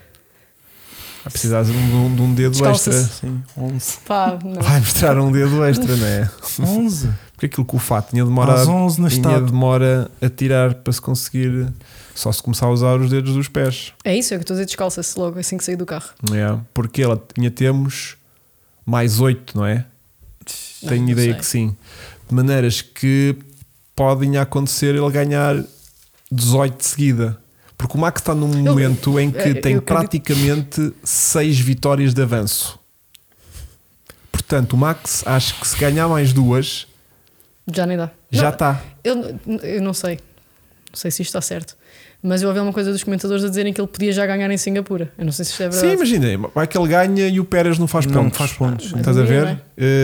Vai precisar de um, de um dedo Descalça-se. extra. Sim, 11. Pá, não. Vai mostrar um dedo extra, não é? 11? Porque aquilo que o Fá tinha demora, Às 11 na tinha estátua. demora a tirar para se conseguir. Só se começar a usar os dedos dos pés. É isso, é o que estou a dizer, descalça-se logo assim que saiu do carro. Não é? Porque ela tinha temos mais 8, não é? Tenho não ideia sei. que sim. De maneiras que podem acontecer ele ganhar 18 de seguida. Porque o Max está num momento em que eh, eu tem acredito- praticamente 6 vitórias de avanço. Portanto, o Max, acho que se ganhar mais duas, Já nem dá. já tá. Não, está. Eu, eu não sei. Não sei se isto está certo. Mas eu ouvi uma coisa dos comentadores a dizerem que ele podia já ganhar em Singapura. Eu não sei se isto é verdade. Sim, imagina, vai que ele ganha e o Pérez não faz Não pontos. faz pontos. Estás a ver? Não é?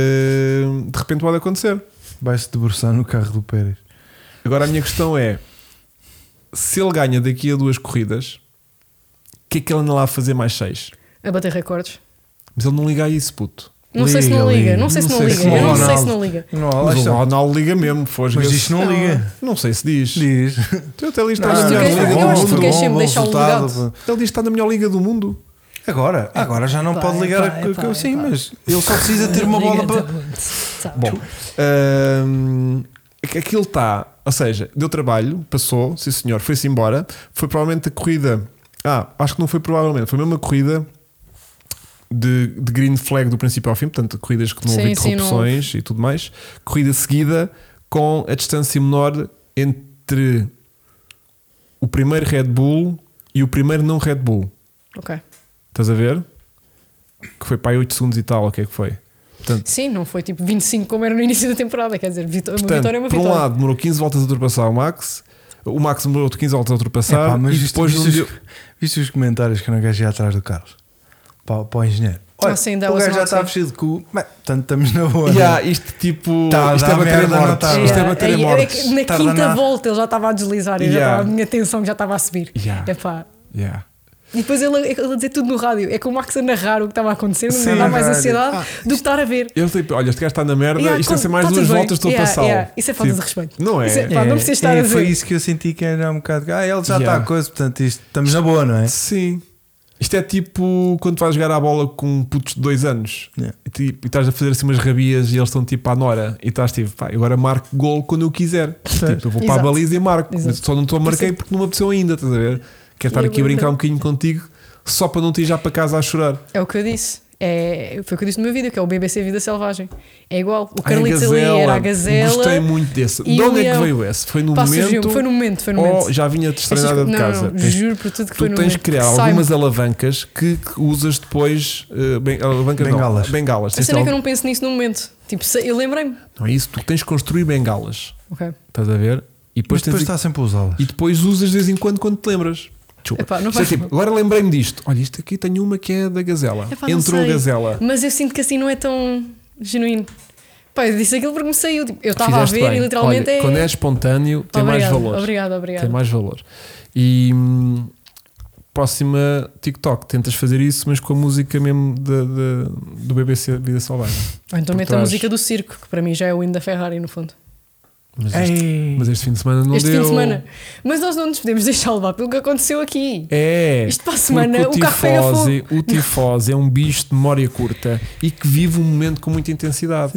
Eh, de repente pode acontecer. Vai-se debruçar no carro do Pérez. Agora a minha questão é: se ele ganha daqui a duas corridas, o que é que ele anda lá a fazer mais seis? A bater recordes. Mas ele não liga a isso, puto. Não sei se Liga, não liga. liga. Não sei se Não não sei liga. se Eu não, não sei Ronaldo. se não liga. Não, lá Mas o está. Ronaldo liga mesmo, fosga. Mas isto não Não. Ah, liga. Não sei se diz. assim. Diz. Então, até ali está Mas na tu melhor queres- liga do eu acho que tu mundo. queres sempre deixar um legado. Ele diz que está na melhor liga do mundo. Agora, agora já não Epá, pode ligar epá, a que- epá, que- Sim, epá. mas ele só precisa ter uma bola para. Bom, Ahm, é que aquilo está, ou seja, deu trabalho, passou, sim senhor, foi-se embora. Foi provavelmente a corrida. Ah, acho que não foi provavelmente, foi mesmo a corrida de, de green flag do princípio ao fim, portanto, corridas que não Sim, houve sim, não interrupções e tudo mais. Corrida seguida com a distância menor entre o primeiro Red Bull e o primeiro não Red Bull. ok. Estás a ver? Que foi para aí 8 segundos e tal, o que é que foi? Sim, não foi tipo 25 como era no início da temporada. Quer dizer, vitó- uma Portanto, vitória é uma por vitória. um lado demorou 15 voltas a ultrapassar o Max, o Max demorou 15 voltas a ultrapassar Epá, mas e viste, depois viste não deu- os, viste os comentários que eu não gajo ia atrás do Carlos para, para o engenheiro. Olha, Ah, sim, dá o o gajo já sinal, está sim. vestido de cu. Mas, tanto estamos na boa. é? Yeah, isto tipo, Tá, isto dá é bater em merda, não mortes, tá. isto é Yeah. bater em Aí, é mortes. que na Tarda quinta na- volta ele já estava a deslizar, eu já Yeah. estava- a minha tensão já estava a subir. Yeah. Epá. Yeah. E depois ele, ele a dizer tudo no rádio. É que o Max a narrar o que estava a acontecer, não Sim, me dá mais rádio. ansiedade do que estar a ver. Eu tipo, olha, este gajo está na merda, Yeah, Ah, isto tem com- ser mais tá duas tudo bem. voltas estou a Yeah, passar. yeah. Isso é falta de respeito. Não é? Isso é- Pá, não precisas estar foi a dizer. isso que eu senti que era um bocado. Ah, ele já Yeah. está a coisa, portanto isto, estamos na boa, não é? Sim. Isto é tipo quando tu vais jogar à bola com putos de dois anos É. Yeah. e, tipo, e estás a fazer assim umas rabias e eles estão tipo à Nora e estás tipo, pá, eu agora marco gol quando eu quiser. Tipo, eu vou para a Exato. baliza e marco, mas Exato. é só não estou a marquei Sim. porque não me apeteceu ainda, estás a ver? Quero estar E aqui a agora? brincar um bocadinho contigo só para não te ir já para casa a chorar. É o que eu disse. É, foi o que eu disse no meu vídeo, que é o BBC Vida Selvagem. É igual. O Ai, Carlitos ali gazela. era a gazela. Gostei muito desse. e De onde é que eu- veio esse? Foi no Pá, surgiu, momento. foi no momento, foi no Ou momento. já vinha Estas destreinada de co- não, casa. não, Tens- juro por tudo que um foi tu no tens momento. que criar Sai-me. algumas alavancas que, que usas depois. eh, ben- alavancas Bengalas. Não, bengalas. A Tens cena é al- que eu não penso nisso no momento. Tipo, se- eu lembrei-me. Não é isso, tu tens que construir bengalas. Ok. Estás a ver? E Mas depois, depois tá- tens está sempre a usá-las. E depois usas de vez em quando quando te lembras. Desculpa. Epá, não Isto é faz- tipo, agora lembrei-me disto. Olha, isto aqui tenho uma que é da gazela. Epá, não Entrou a sei. gazela. Mas eu sinto que assim não é tão genuíno. Pá, eu disse aquilo porque me saiu. Tipo, eu estava a Fizeste ver bem. e literalmente Olha, é. Quando é espontâneo, tem mais Obrigada, valor. Obrigado, obrigado. Tem mais valor. E hum, próxima TikTok, tentas fazer isso, mas com a música mesmo da- da- do BBC Vida Selvagem. Ou então por mete a trás. música do circo, que para mim já é o hino da Ferrari no fundo. Mas este, mas este fim de semana não este deu. fim de semana. Mas nós não nos podemos deixar levar pelo que aconteceu aqui. É. Isto para a semana, porque o carro pega tifose- O tifose é um bicho de memória curta e que vive um momento com muita intensidade.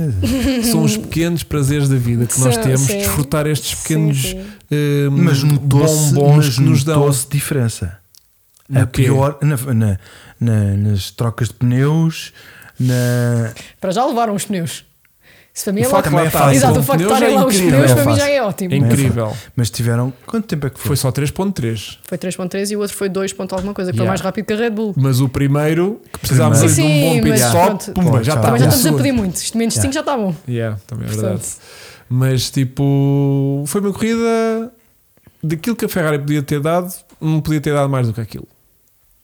São os pequenos prazeres da vida que nós São, temos, sim. desfrutar estes Sim, pequenos sim. hum, Mas notou-se bombons mas que nos dão. notou-se diferença. No A quê? pior na- na- na- nas trocas de pneus, na, Para já levaram os pneus. Isso para mim O é facto logo. de lá Também é estarem Exato, com o facto de pneus estarem é lá os incrível. pneus para mim Fácil. já é ótimo. É incrível. mas tiveram. Quanto tempo é que Foi foi? só 3.3. Foi 3.3 e o outro foi 2. ponto alguma coisa, que foi Yeah. mais rápido que a Red Bull. Mas o primeiro, que precisávamos Sim, de um sim, bom pit mas stop, pronto. pumba, já Pronto, está. Também já tá. um estamos a segundo. pedir muito. Isto menos 5 já está bom. Yeah, também é verdade. Portanto, Mas tipo, foi uma corrida daquilo que a Ferrari podia ter dado, não podia ter dado mais do que aquilo.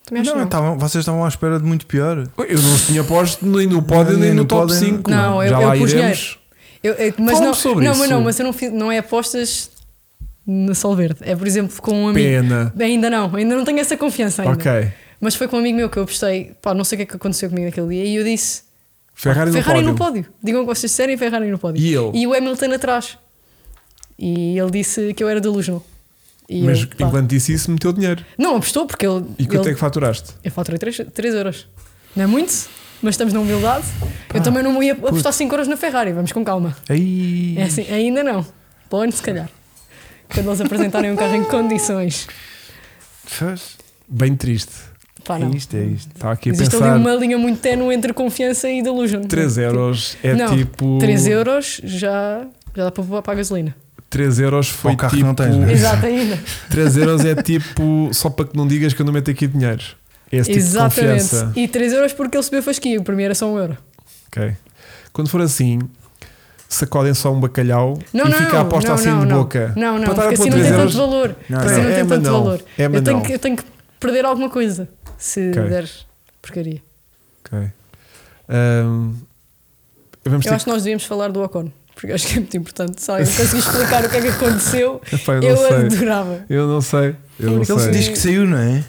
também acho Não, que não. estavam- vocês estavam à espera de muito pior. Eu não os tinha posto nem no pódio, Nem nem, no no top pódio, 5. não. Não, eu- já eu lá pus iremos. Eu- eu- mas Fala-me não, sobre não, isso. mas não, mas eu não, fiz, não é apostas no Sol Verde. É, por exemplo, com um amigo. Pena. Ainda não, ainda não tenho essa confiança ainda. Ok. Mas foi com um amigo meu que eu apostei, pá, não sei o que é que aconteceu comigo naquele dia, e eu disse: Ferrari, Ferrari no no pódio. pódio. Digam que vocês disserem Ferrari no pódio. E ele? o Hamilton atrás. E ele disse que eu era delusional. E Mas eu, pá, enquanto disse isso, meteu dinheiro. Não, apostou porque ele. E quanto ele- é que faturaste? Eu faturei 3, euros. Não é muito, mas estamos na humildade. Ah, eu também não ia apostar 5 euros na Ferrari, vamos com calma. Aí. É assim, ainda não. Para onde se calhar. Quando eles apresentarem um carro em condições. Faz. Bem triste. Pá, É Ah, não. isto, é isto. Estava aqui a Existe pensar. ali é uma linha muito tenue entre confiança e delusion. 3 euros é Não, tipo. 3 euros já, já dá para poupar para a gasolina. 3 euros foi Para o carro que tipo. não tens, né? Exato, ainda. 3 euros é tipo. Só para que não digas que eu não meto aqui dinheiro. É Esse tipo de Exatamente. confiança. é um e 3 euros porque ele subiu a fasquia. O primeiro era só 1 euro. Ok. Quando for assim, sacodem só um bacalhau Não, e não, fica a aposta não, assim não, de não. boca. Não, não, Para estar a porque assim pôr não tem três tanto euros. valor. Não, assim não. não É, tem mas tanto não. valor. É, mas eu, tenho não. que, eu tenho que perder alguma coisa se Ok. der porcaria. Ok. Ahm, vamos Eu ter acho que nós devíamos falar do Ocon, porque acho que é muito importante. Se alguém conseguir explicar o que é que aconteceu, que- Epá, eu não eu sei. adorava. Eu não sei. Eu não Porque Ele sei. se diz é que saiu, não é?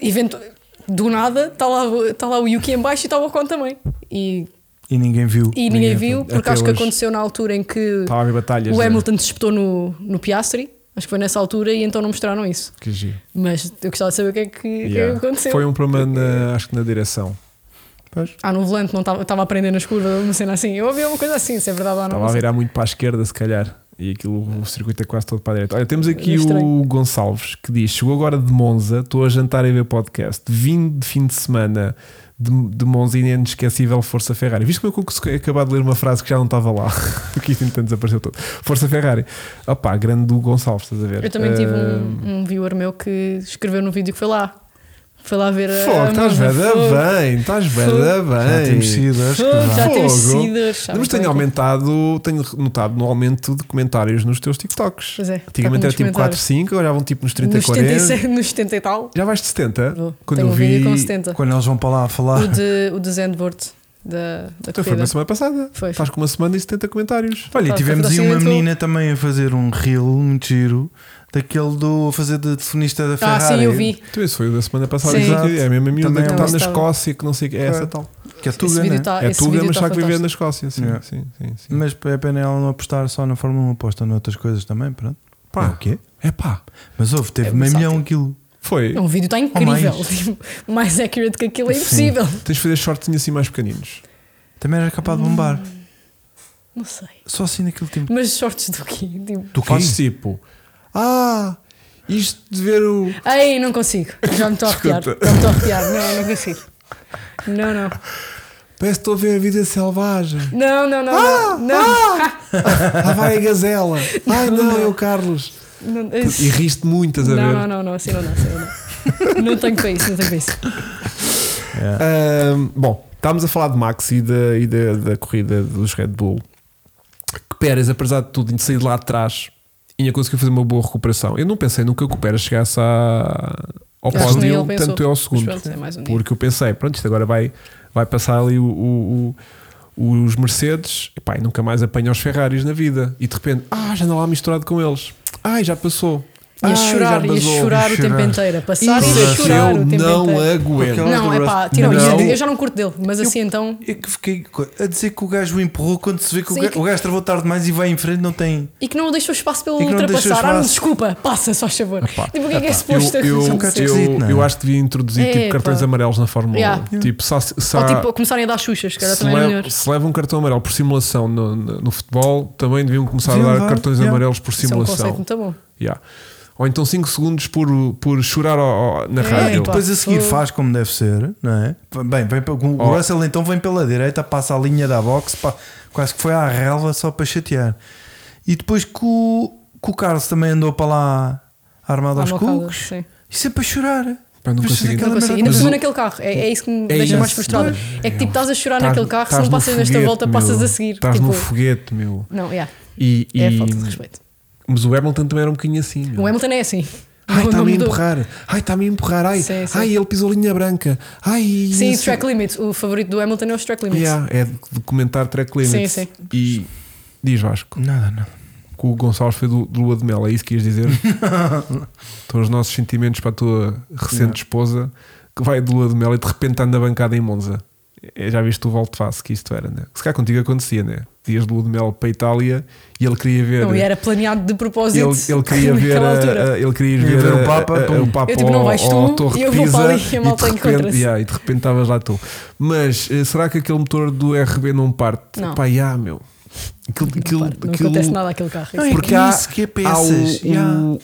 Evento, do nada, está lá, tá lá o Yuki em baixo e está o Ocon também. E, E ninguém viu. e ninguém viu, Até porque acho que hoje. aconteceu na altura em que Estava a haver batalhas. o né? Hamilton se espetou no, no Piastri. Acho que foi nessa altura e então não mostraram isso. Que giro. Mas eu gostava de saber o que é que, o que é que Yeah. aconteceu. Foi um problema, na- acho que na direção. Ah, no volante não estava a aprender nas curvas, uma cena assim. Eu ouvi uma coisa assim, se é verdade ou não. Estava não a sei. virar muito para a esquerda, se calhar. E aquilo, o circuito é quase todo para a direita. Olha, temos aqui É estranho. o Gonçalves que diz: Chegou agora de Monza, estou a jantar e ver podcast. Vim de fim de semana de, de Monza e nem inesquecível Força Ferrari. Viste como eu consegui acabar de ler uma frase que já não estava lá? que isto então desapareceu todo. Força Ferrari. Opá, grande do Gonçalves, estás a ver? Eu também tive Ah, um, um viewer meu que escreveu no vídeo que foi lá. Foi lá ver a. Fogo, a estás Monza. veda Fogo. bem, estás veda Fogo. Tá bem. Já temos sido, acho que Fogo, vá. Já temos Fogo. sido. sabe, Mas foi tenho aquilo. aumentado, tenho notado no aumento de comentários nos teus TikToks. Pois é, Antigamente era tipo está com 4, muitos comentários. 5, agora já vão tipo nos 30, nos 40. 76, nos 70 e tal. Já vais de 70? Vou. Quando Tenho eu um vi. vídeo com 70. Quando eles vão para lá falar. O de, o de Zandvoort, da, da Então foi na corrida. semana passada. Foi. Estás com uma semana e 70 comentários. Olha, e Tá, tivemos aí uma patrocinador. menina também a fazer um reel muito giro daquele do a fazer de telefonista da Ah, Ferrari. sim, eu vi. Então isso foi da semana passada. Sim. Exato. É a mesma miúda Também que é está uma na estava. Escócia, que não sei o que. É essa tal. Que é Esse Tuga, vídeo né? está. é esse Tuga, vídeo mas tá já que vive fantástico. na Escócia. Sim, Yeah. sim, sim. sim. Mas é pena ela não apostar só na Fórmula 1, aposta noutras coisas também, pronto. Pá. É o quê? É pá. Mas houve, teve É meio versátil. milhão aquilo. Foi. O É um vídeo está incrível. mais. Tipo, mais accurate que aquilo é Sim. impossível. Tens de fazer shortinhos assim mais pequeninos. Também era capaz de bombar. Não sei. Só assim naquele tempo. Mas shorts do quê? Tipo, Do Fazes tipo. Ah, isto de ver o. Ei, não consigo. Já me estou a arrepiar. Já Escuta. me estou a arrepiar. Não, não consigo. Não, não. Parece que estou a ver a vida selvagem. Não, não, não. Ah, não. não, Lá vai a gazela. Ai não, é o Carlos. não, E riste muito, estás a não, ver? não, não, não, assim não dá, assim não dá. Não tenho para isso, não tenho para isso. É. Ahm, bom, estávamos a falar de Max e da, e da, da corrida dos Red Bull. Que Pérez, apesar de tudo, de sair de lá atrás, ainda conseguiu fazer uma boa recuperação. Eu não pensei nunca que o Pérez chegasse à- ao Acho que nem pódio, ele pensou. tanto eu ao Mas segundo. pronto, é mais um dia. porque eu pensei, pronto, isto agora vai, vai passar ali o- o- o- os Mercedes, epá, e nunca mais apanha os Ferraris na vida. E de repente, ah, já anda lá misturado com eles. Ai, já passou. Ia Ai, já chorar, ia basou. chorar o chorar. tempo inteiro. a Passar Isso e é que eu chorar o tempo não inteiro. aguento. Aquela- Não, é pá, tiram Não. isso. Eu já não curto dele, mas assim então. É que fiquei co- a dizer que o gajo o empurrou quando se vê que o Sim, gajo, que- o gajo travou tarde demais e vai em frente, não tem. E que não deixou espaço pelo E que não deixou ultrapassar. Ah, não, espaço. desculpa, passa, só favor. Tipo, o que é que é Eu, suposto eu, acontecer? eu- esquisito, não é? eu acho que devia introduzir É, tipo, cartões pá. amarelos na Fórmula Yeah. 1. Tipo, se, há- se Ou há- tipo, começarem a dar xuxas, se calhar se também é melhor. leva, se leva um cartão amarelo por simulação no, no- no futebol, também deviam começar Deviam a dar dar, cartões yeah. amarelos por Isso é um conceito simulação. muito bom. Yeah. Ou então 5 segundos por, por chorar ao- ao- na É, rádio. pá. Depois a seguir Fogo. faz como deve ser, não é? Bem, vem pelo- Oh. o Russell então vem pela direita, passa a linha da box, pá, quase que foi à relva só para chatear. E depois que o, que o Carlos também andou para lá armado À aos mocada, cucos, sim. isso é para chorar. Pá, não Depois consigo entender. fazer Não aquela consigo. merda Ainda por Mas cima o- naquele carro. É, é isso que me É deixa mais isso, frustrada. É que tipo, estás a chorar Estás- naquele carro, se estás não no passas desta foguete, volta, meu. passas a seguir. Estás tipo, num foguete, meu. Não, yeah. E, é e- falta de respeito. Mas o Hamilton também era um bocadinho assim. meu. O Hamilton é assim. Ai, tá Não- está-me a não mudou. empurrar. Ai, está-me a empurrar. Ai, Sim, sim. ai, ele pisou linha branca. Ai, Sim, isso. é track limits. O favorito do Hamilton é os track limits. Yeah, é de comentar track limits. Sim, E diz Vasco, Nada, nada. que o Gonçalves foi do, de lua de mel, é isso que ias dizer? Estão os nossos sentimentos para a tua recente Yeah. esposa que vai de lua de mel e de repente está na bancada em Monza. É, já viste o volte face que isto era, né? Se cá contigo acontecia, né? Dias de lua de mel para a Itália e ele queria ver. Não, e era planeado de ele, propósito. ele queria ver, naquela a- altura. a- ele queria ir Queria ver, ver o a- Papa, a- pum. o Papa Eu tipo, não ao- vais tu, ao Torre e eu vou Pisa para ali, a e malta de repente, encontra-se. yeah, e de repente estavas lá tu. Mas eh, será que aquele motor do RB não parte? Não. Pá, yeah, meu. Aquilo, aquilo, Repare, não aquilo- acontece nada àquele carro. Não, é Porque que há- isso que é há o, peças. o- yeah. o-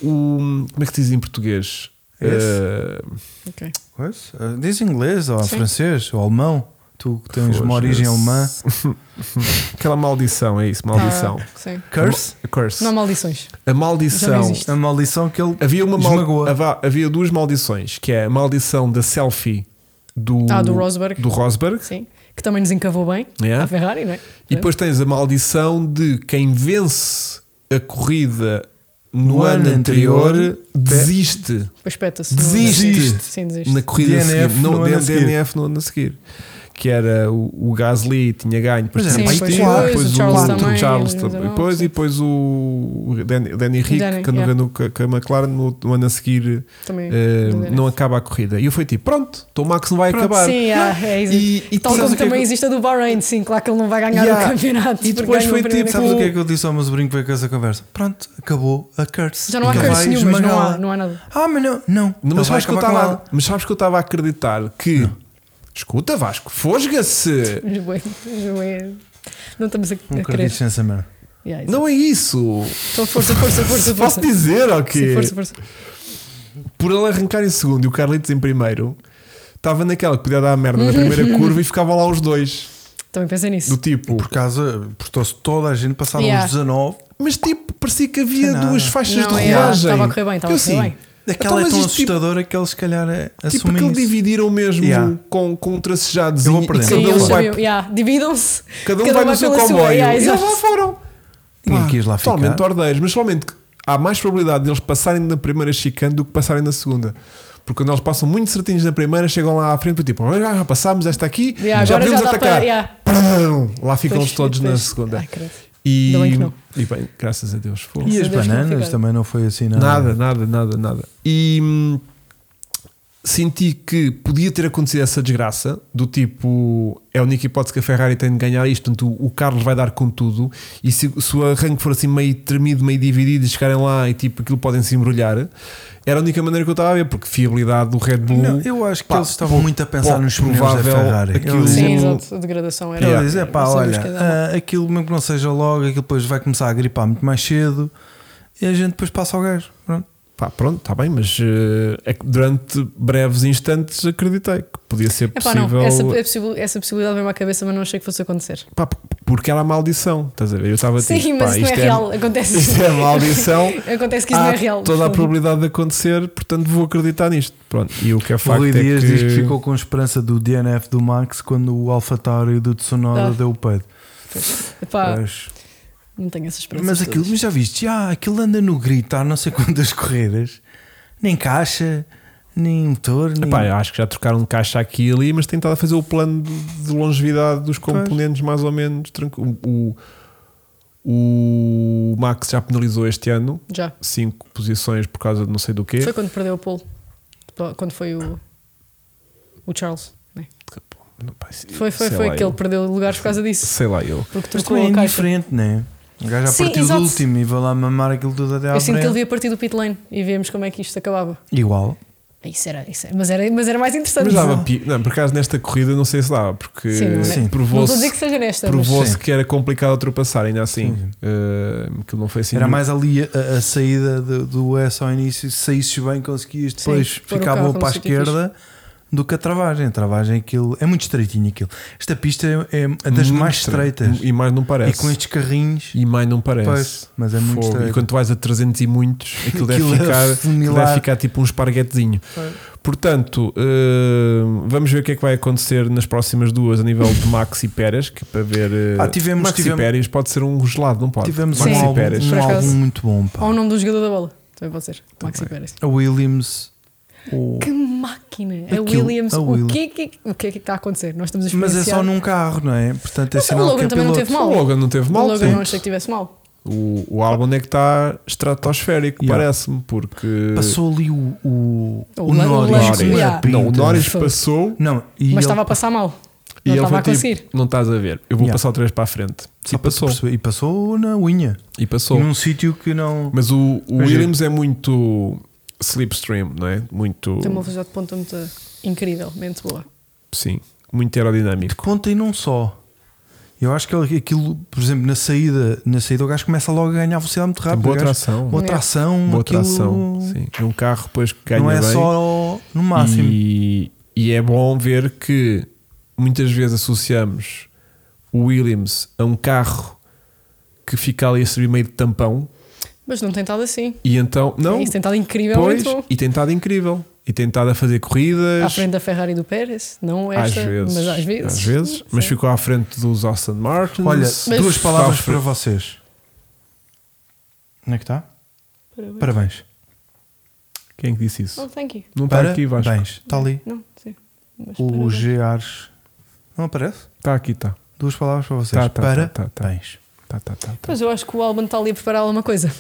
Como é que se diz em português? Esse? Eh, Ok. Pois, eh, Diz inglês, ou Sim. francês, ou alemão. Tu que tens uma Pois, origem esse- alemã. aquela maldição, é isso, maldição. Ah, sim. Curse? A curse. Não há maldições. A Já não maldição. existe. A maldição É que ele Havia, uma mal, Esmagou-a. hava- havia duas maldições, que é a maldição da selfie do, Ah, do Rosberg. do Rosberg, Sim. que também nos encavou bem Yeah. à Ferrari, não é? E depois tens a maldição de quem vence a corrida no, No ano, ano anterior, anterior, desiste Depois peta-se. Desiste. Sim, é? desiste. na corrida a DNF seguir, no, no ano a seguir. DNF no ano a seguir. Que era o, o Gasly tinha ganho, depois Mas tinha era um para Piquet, quatro, depois o o Charles também, Charles mas também, não, depois, sim. e depois o Danny, Danny Rick, Danny, que andou yeah. ganhou com a- com a McLaren no, no ano a seguir, Também. é eh, Mas era. não acaba a corrida. E eu fui tipo: pronto, então o Max não vai Pronto, acabar. Sim, yeah, é isso. E, e Tal sabes como o que é também que- existe a do Bahrein, sim, claro que ele não vai ganhar Yeah. o campeonato. E porque depois ganha foi o primeiro tipo, Sabes o Tipo- que é que eu disse ao meu sobrinho que veio com essa conversa? Pronto, acabou a curse. Já não há Ele curse vai nenhuma, mas não há, esmagá-la. não há nada. Ah, mas não, não. Não, Ele mas, vai sabes que eu acabar com tava- ela. Hum. mas sabes que eu estava a acreditar que. Escuta, Vasco, fosga-se! Mas bem, Não, é- não estamos a, Não a querer. acredito nessa merda. Yeah, exato. Não é isso! Então força, força, força, Posso força. dizer, Sim, ok? força, força. Por ele arrancar em segundo e o Carlitos em primeiro, estava naquela que podia dar a merda na Uhum. primeira curva e ficavam lá os dois. Também pensei nisso. Do tipo. Por causa, portou-se toda a gente, passaram Yeah. os 19. Mas tipo, parecia que havia Sei nada. duas faixas Não, de é, rolagem. estava a correr bem, estava Eu a correr assim, bem. Aquela mas é tão isto, tipo- assustadora que eles, se calhar, é- Tipo, assumem aquele isso. dividiram mesmo Yeah. com, com um tracejadozinho. Eu vou e perdendo. Cada Sim, eles um vai, sabiam. Yeah, Dividam-se. cada um Cada vai um no vai seu pela sua, comboio. yeah, e eles exato. lá foram. Ninguém Pá, quis lá ficar. Totalmente ordeiros, mas somente há mais probabilidade de eles passarem na primeira chicane do que passarem na segunda. Porque quando eles passam muito certinhos na primeira, chegam lá à frente e tipo, "Ah, já passámos esta aqui, Yeah, já agora podemos já dá atacar. para. yeah. Prum! Lá ficam Pois, eles todos na pois. segunda. Ai, credo. e, Ainda bem que não. e bem, graças a Deus. Foi. E Graças as a Deus que não bananas ficaram. também não foi assim, nada. Nada, nada, nada, nada. E hum, senti que podia ter acontecido essa desgraça do tipo é a única hipótese que a Ferrari tem de ganhar isto, portanto o Carlos vai dar com tudo e se, se o arranque for assim meio tremido, meio dividido e chegarem lá e tipo aquilo podem se embrulhar, era a única maneira que eu estava a ver, porque fiabilidade do Red Bull Não, eu acho que Pá, eles estavam muito a pensar pouco nos pneus da provável Ferrari. aquilo- Eles- Sim, Hum. exato. A degradação era. Ele Yeah. diz: é pá, Não sabemos olha, que era ah, aquilo mesmo que não seja logo, aquilo depois vai começar a gripar muito mais cedo e a gente depois passa ao gajo. Pronto. pá, pronto, está bem, mas eh, é que durante breves instantes acreditei que podia ser Epá, possível não, essa, é possi- essa possibilidade veio-me à cabeça, mas não achei que fosse acontecer. Pá, porque era a maldição, estás a ver? Eu estava Sim, tipo, mas pá, isso não é isto real. Acontece. Isto é uma audição. Acontece que isso não é Há real. Toda a probabilidade de acontecer, portanto vou acreditar nisto. Pronto. E o que é O facto Rui é Dias que... diz que ficou com esperança do DNF do Max quando o AlphaTauri do Tsunoda Ah. deu o peito. Epá, É. Mas, não tenho essa esperança. mas aquilo, mas já viste, já, aquilo anda no grito há não sei quantas corridas, nem caixa, nem motor, nem. Epá, eu acho que já trocaram de caixa aqui e ali, mas tentaram fazer o plano de de longevidade dos componentes mais ou menos tranquilo. O, o Max já penalizou este ano Já. cinco posições por causa de não sei do quê. Foi quando perdeu o pole. Tipo, Quando foi o. O Charles. né? Não, pá, sei- Foi, foi, sei foi lá que eu. ele perdeu lugares por causa disso. Sei lá eu. Porque mas trocou também é a caixa. indiferente, né? O gajo já Sim, partiu exato. do último e vai lá mamar aquilo tudo até à Eu sinto que ele frente. devia partir do pit lane e vemos como é que isto acabava. Igual. Isso era, isso era- mas, era, mas era mais interessante. Mas dava não pi... Não, por acaso nesta corrida não sei se dava, porque Sim, não é? Sim. estou a provou-se dizer que seja nesta. mas- provou-se Sim. que era complicado ultrapassar, ainda assim. Sim. Eh, que não foi assim. Era muito- mais ali a, a saída do, do S ao início, se saísses bem, conseguias depois Sim, pôr o ficar carro boa no para a sítio fixe. esquerda do que a travagem. A travagem aquilo é muito estreitinho aquilo. Esta pista é, é das Muito mais estreito. estreitas. E mais não E parece. com estes carrinhos, E mais não parece. Pois, mas é muito Fogo. estreito. E quando tu vais a 300 e muitos, aquilo deve, Aquilo é ficar, aquilo similar. deve ficar tipo um esparguetezinho. Portanto, eh, vamos ver o que é que vai acontecer nas próximas duas a nível de Max e Pérez, que é para ver. eh, Ah, tivemos- Max tivemos- e Pérez pode ser um gelado, não pode? tivemos Max Sim. um e álbum, Pérez. um Por acaso. álbum muito bom. Ou Pá. o nome do jogador da bola. Também pode ser. Maxi Pérez. A Williams, o- Que máquina! A Aquilo, Williams, a o Williams. que, é que- o que é que está a acontecer? Nós estamos a mas é experienciar. só num carro, não é? Portanto, é Mas o sinal que Logan é também não piloto. teve mal. O Logan não teve mal. Logo sim. não achei que estivesse mal. O, o álbum é que está estratosférico, Yeah. parece-me, porque. Passou ali o, o, O o Lan- o Norris. Norris. com uma Yeah. pinta. Não, o Norris Foi. passou Não, e Mas ele- estava a passar mal. e ele Não estava foi a conseguir. tipo: Não estás a ver, eu vou Yeah. passar outra vez para a frente. só E para tu passou. perceber, e passou na unha. E passou. Num sítio que não. Mas o, o Mas é- Williams é muito slipstream, não é? Muito. Tem uma velocidade de ponta muito incrivelmente boa. Sim, muito aerodinâmico. Conta e não só. Eu acho que ele- aquilo, por exemplo, na saída, na saída o gajo começa logo a ganhar velocidade muito Tem rápido. boa o gajo- tração. Boa É. tração. Boa aquilo tração. Sim. É um carro depois que ganha Não é bem. só no máximo. E, e é bom ver que muitas vezes associamos o Williams a um carro que fica ali a servir meio de tampão Mas não tem estado assim. e então. Não, É isso, tem estado pois, incrivelmente bom. e tem estado incrível. e tem estado a fazer à corridas. frente da Ferrari e do Pérez, não esta, Às vezes, mas às vezes. às vezes, mas Sim. ficou à frente dos Austin Martins. Olha, Mas- duas palavras Está para ao fre- vocês. Onde é que está? Parabéns. Parabéns. Quem é que disse isso? Não, thank you. Não está Para aqui, Vasco. Parabéns. Está ali. Não, sim. Mas O parabéns. Gears. Não aparece? Está aqui, está. Duas palavras para vocês. Tá, tá, para. tá, tá, tá. Parabéns. Tá, tá, tá, tá. Mas eu acho que o Alban está ali a preparar alguma coisa.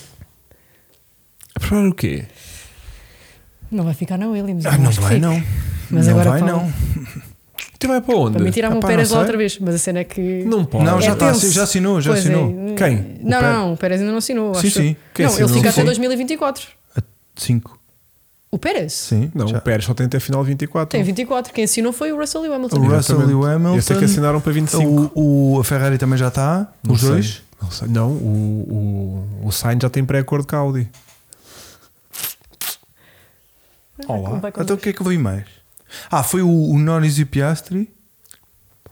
A preparar o quê? Não vai ficar na Williams. eu Ah, não acho que vai, fica. não. Mas não agora vai, fala. não. Tu Então vai para onde? Para um mim tirar-me o Epá, Pérez não lá sei. outra vez, mas a cena é que. Não pode. Não, É já, está, tenso. já assinou, já Pois é, assinou. Quem? O Não, Pérez? não, não, o Pérez ainda não assinou. Sim, acho sim. eu. Não, ele assinou? fica Sim, até sim. 2024. Cinco. O Pérez Sim. Não, já. o Pérez só tem até final 24. tem 24. Quem assinou foi o Russell e o Hamilton. O Russell Exatamente. e o Hamilton. Eu sei que assinaram para 25. Então, O, o- a Ferrari também já está. Não Os sei. dois. Não, sei. Não, o, o, o Sainz já tem pré-acordo com a Audi. Vai com- Olá. Ah, vai com Então o dois. que é que eu vi mais? Ah, foi o, o Norris e o Piastri.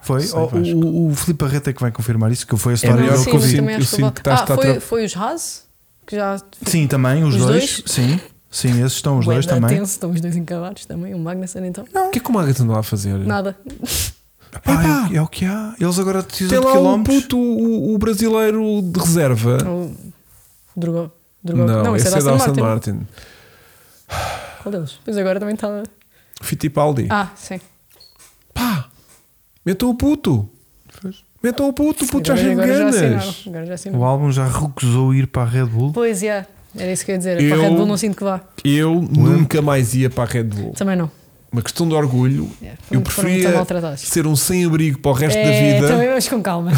Foi? Sei, Ou Vasco. o, o Filipe Arreta é que vai confirmar isso, que foi a história melhor não, dele eu sim, que eu mas consigo. Eu vi. também acho que sinto vou- que estás- Ah, está a foi, tra- foi os Haas que já. Sim, também, os, Os dois. dois? Sim, sim, esses estão os Bué dois da também. Tenso, estão os dois encavados também. O Magnussen então. O que é que o Magnussen andou a fazer? Nada. Pá, Epá, é o que- é, o que há. Eles agora Tem precisam de lá um um o quilómetros. puto, o, o brasileiro de reserva. O Drogo. Drogo. Não, esse esse é da Aston Aston Martin. Qual deles? Pois agora também está. Fittipaldi. Ah, sim. Pá! Metam o puto! Metam o puto, o puto já chega agora já ganas. assinaram. Agora já assinaram. O álbum já recusou ir para a Red Bull. Pois é, era isso que eu ia dizer. Para Eu- a Red Bull não sinto que vá. Eu nunca mais ia para a Red Bull. Também não. Uma questão de orgulho. É, foram- Eu foram muito preferia maltratados. ser um sem-abrigo para o resto É, da Também vida. vamos com calma.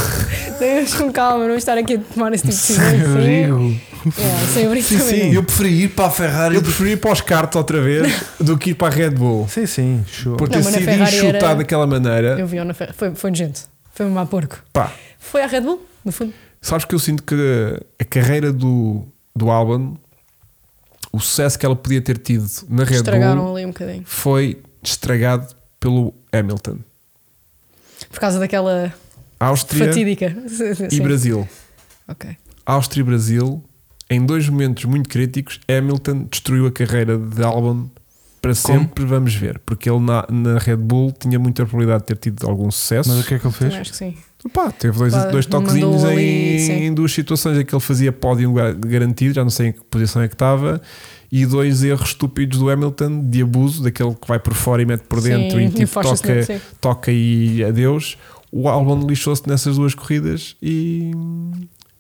também vamos com calma, não vamos estar aqui a tomar esse tipo de decisão. É, sem abrigo Sim, também. sim, não. Eu preferi ir para a Ferrari. Eu preferia ir para os karts outra vez do que ir para a Red Bull. Sim, sim, show. Porque Não, eu mas na decidi Ferrari chutar era- daquela maneira. Eu vi na Ferrari. Foi, foi nojento. Foi um má porco. Pá, Foi à Red Bull, no fundo. sabes que eu sinto que a carreira do, do Albon, o sucesso que ela podia ter tido na Red Estragaram Bull, ali um bocadinho. foi estragado pelo Hamilton. Por causa daquela Áustria fatídica. e Sim. Brasil. Ok. Áustria e Brasil, em dois momentos muito críticos, Hamilton destruiu a carreira de Albon para Como? sempre. Vamos ver, porque ele na, na Red Bull tinha muita probabilidade de ter tido algum sucesso. Mas o que é que ele Também fez? acho que sim. Pá, teve dois, Pá, dois toquezinhos mandou em, ali, sim. em duas situações em que ele fazia pódio gar- garantido, já não sei em que posição é que estava, e dois erros estúpidos do Hamilton de abuso, daquele que vai por fora e mete por dentro Sim, e tipo, faz-se toca, assim, sim. toca e adeus. O Albon lixou-se nessas duas corridas e.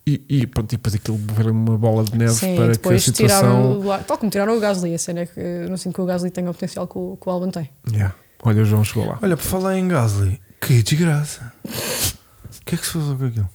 E, e pronto, e depois aquilo foi uma bola de neve Sim, para que a depois situação. tiraram o, tal como tiraram o Gasly, a cena é que eh, não sinto que o Gasly tenha o potencial que o, que o Albon tem. Yeah. Olha, o João chegou lá. Olha, por falar em Gasly, que desgraça. O que é que se fez com aquilo?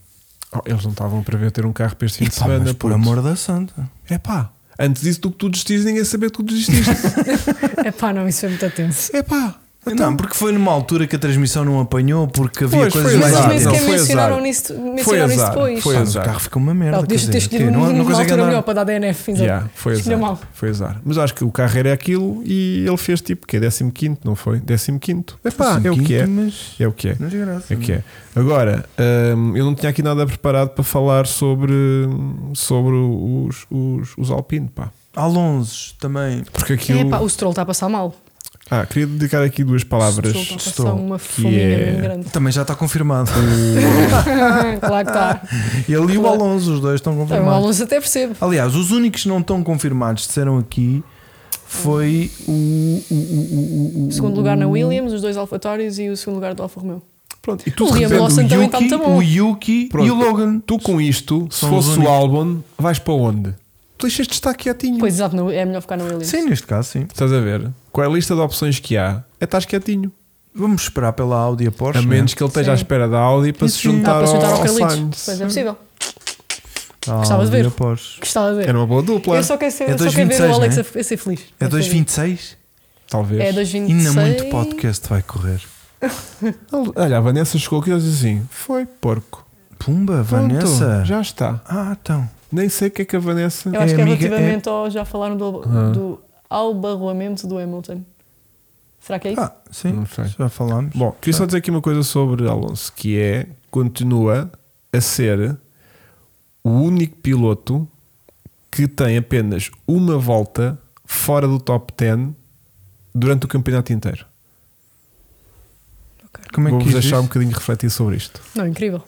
Oh, eles não estavam para ver ter um carro para este fim de Epá, semana. mas por puto. amor da santa. É pá. Antes disso do que tu desististe, ninguém sabia que tu desististe. É pá, não, isso foi muito tenso. é pá. não, porque foi numa altura que a transmissão não apanhou, porque havia Pois, coisas foi mais Mas eles azar, nem não, sequer foi mencionaram azar. nisso, mencionaram isso azar, depois. foi Pá, azar. mas o carro ficou É uma merda. Não, quer devias dizer, ter escolhido um quê? não, não numa consegue altura andar. melhor para dar DNF. exato. é Yeah, foi Escolheu azar. mal. Foi azar. Mas acho que o carro era aquilo e ele fez tipo que é 15, não foi? 15. Epá, é o que é. Mas É o que é. não desgraça. É o que é. Agora, hum, eu não tinha aqui nada preparado para falar sobre, sobre os, os, os Alpine, pá. Alonso também. Porque aquilo. É pá, o Stroll está a passar mal. Ah, queria dedicar aqui duas O palavras. Stroll está a passar Stroll, uma fominha é- mesmo grande. Ah, Também já está confirmado. claro que está. Ele e o Claro. Alonso, os dois estão Então, o confirmados. Alonso até percebe. Aliás, os únicos que não estão confirmados disseram aqui foi o, o, o, o, o Segundo lugar na Williams, os dois Alfatórios e o segundo lugar do Alfa Romeo. Pronto, e tu, O de Liam repente, Lawson também está Yuki, muito bom. o Yuki e Pronto. o Logan. tu com isto, se São os fosse o únicos. álbum, vais para onde? Tu deixas de estar quietinho. Pois exato, no- é melhor ficar na Williams. Hum. Sim, neste caso, sim. Estás a ver? Com a lista de opções que há, é estás quietinho. Vamos esperar pela Audi a Porsche. A menos né? que ele esteja à Sim. espera da Audi para Sim, se sim. Ah, juntar, para juntar ao, ao ao Carlitos. Pois é Sainz. possível. A Gostava de Audi ver. a Porsche. Gostava de ver. Era É uma boa dupla, Eu só quero, ser, É eu só 2,26, quero ver o Alex né? a, a ser feliz. É A ser- 2,26? talvez. É 2,26. Ainda muito podcast vai correr. Ele- Olha, a Vanessa chegou aqui e disse assim: Foi porco. Pumba, Pronto, Vanessa. Já está. Ah, então. Nem sei o que é que a Vanessa. Eu acho É que é amiga- relativamente ao. Já falaram do, Ah. do albarroamento do Hamilton. Será que é isso? Ah, sim. Não sei. Já falámos. Bom, queria só dizer aqui uma coisa sobre Alonso: que é, continua a ser o único piloto que tem apenas uma volta fora do top 10 durante o campeonato inteiro. Como é que Vou-vos isto deixar um diz? bocadinho refletir sobre isto. Não, incrível.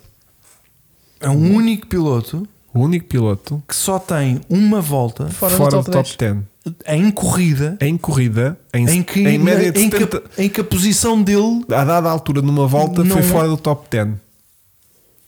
É um único piloto O único piloto que só tem uma volta Fora, fora do do top, 10. top 10 em corrida em corrida, em, em que, em média de em que- 70, em que a posição dele a dada altura, numa volta, Não foi é. fora do top 10.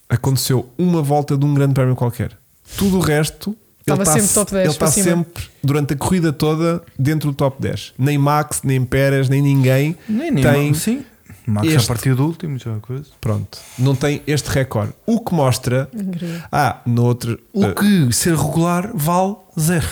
Aconteceu uma volta de um grande prémio qualquer. Tudo o resto, ele Estava está sempre top 10 ele está para cima. sempre, durante a corrida toda, dentro do top 10. Nem Max, nem Pérez, nem ninguém nem, tem. nem, sim, Max este- a partir do último, já é uma coisa. Pronto, não tem este recorde. O que mostra. Incrível. Ah, no outro. O eh, que ser regular vale zero.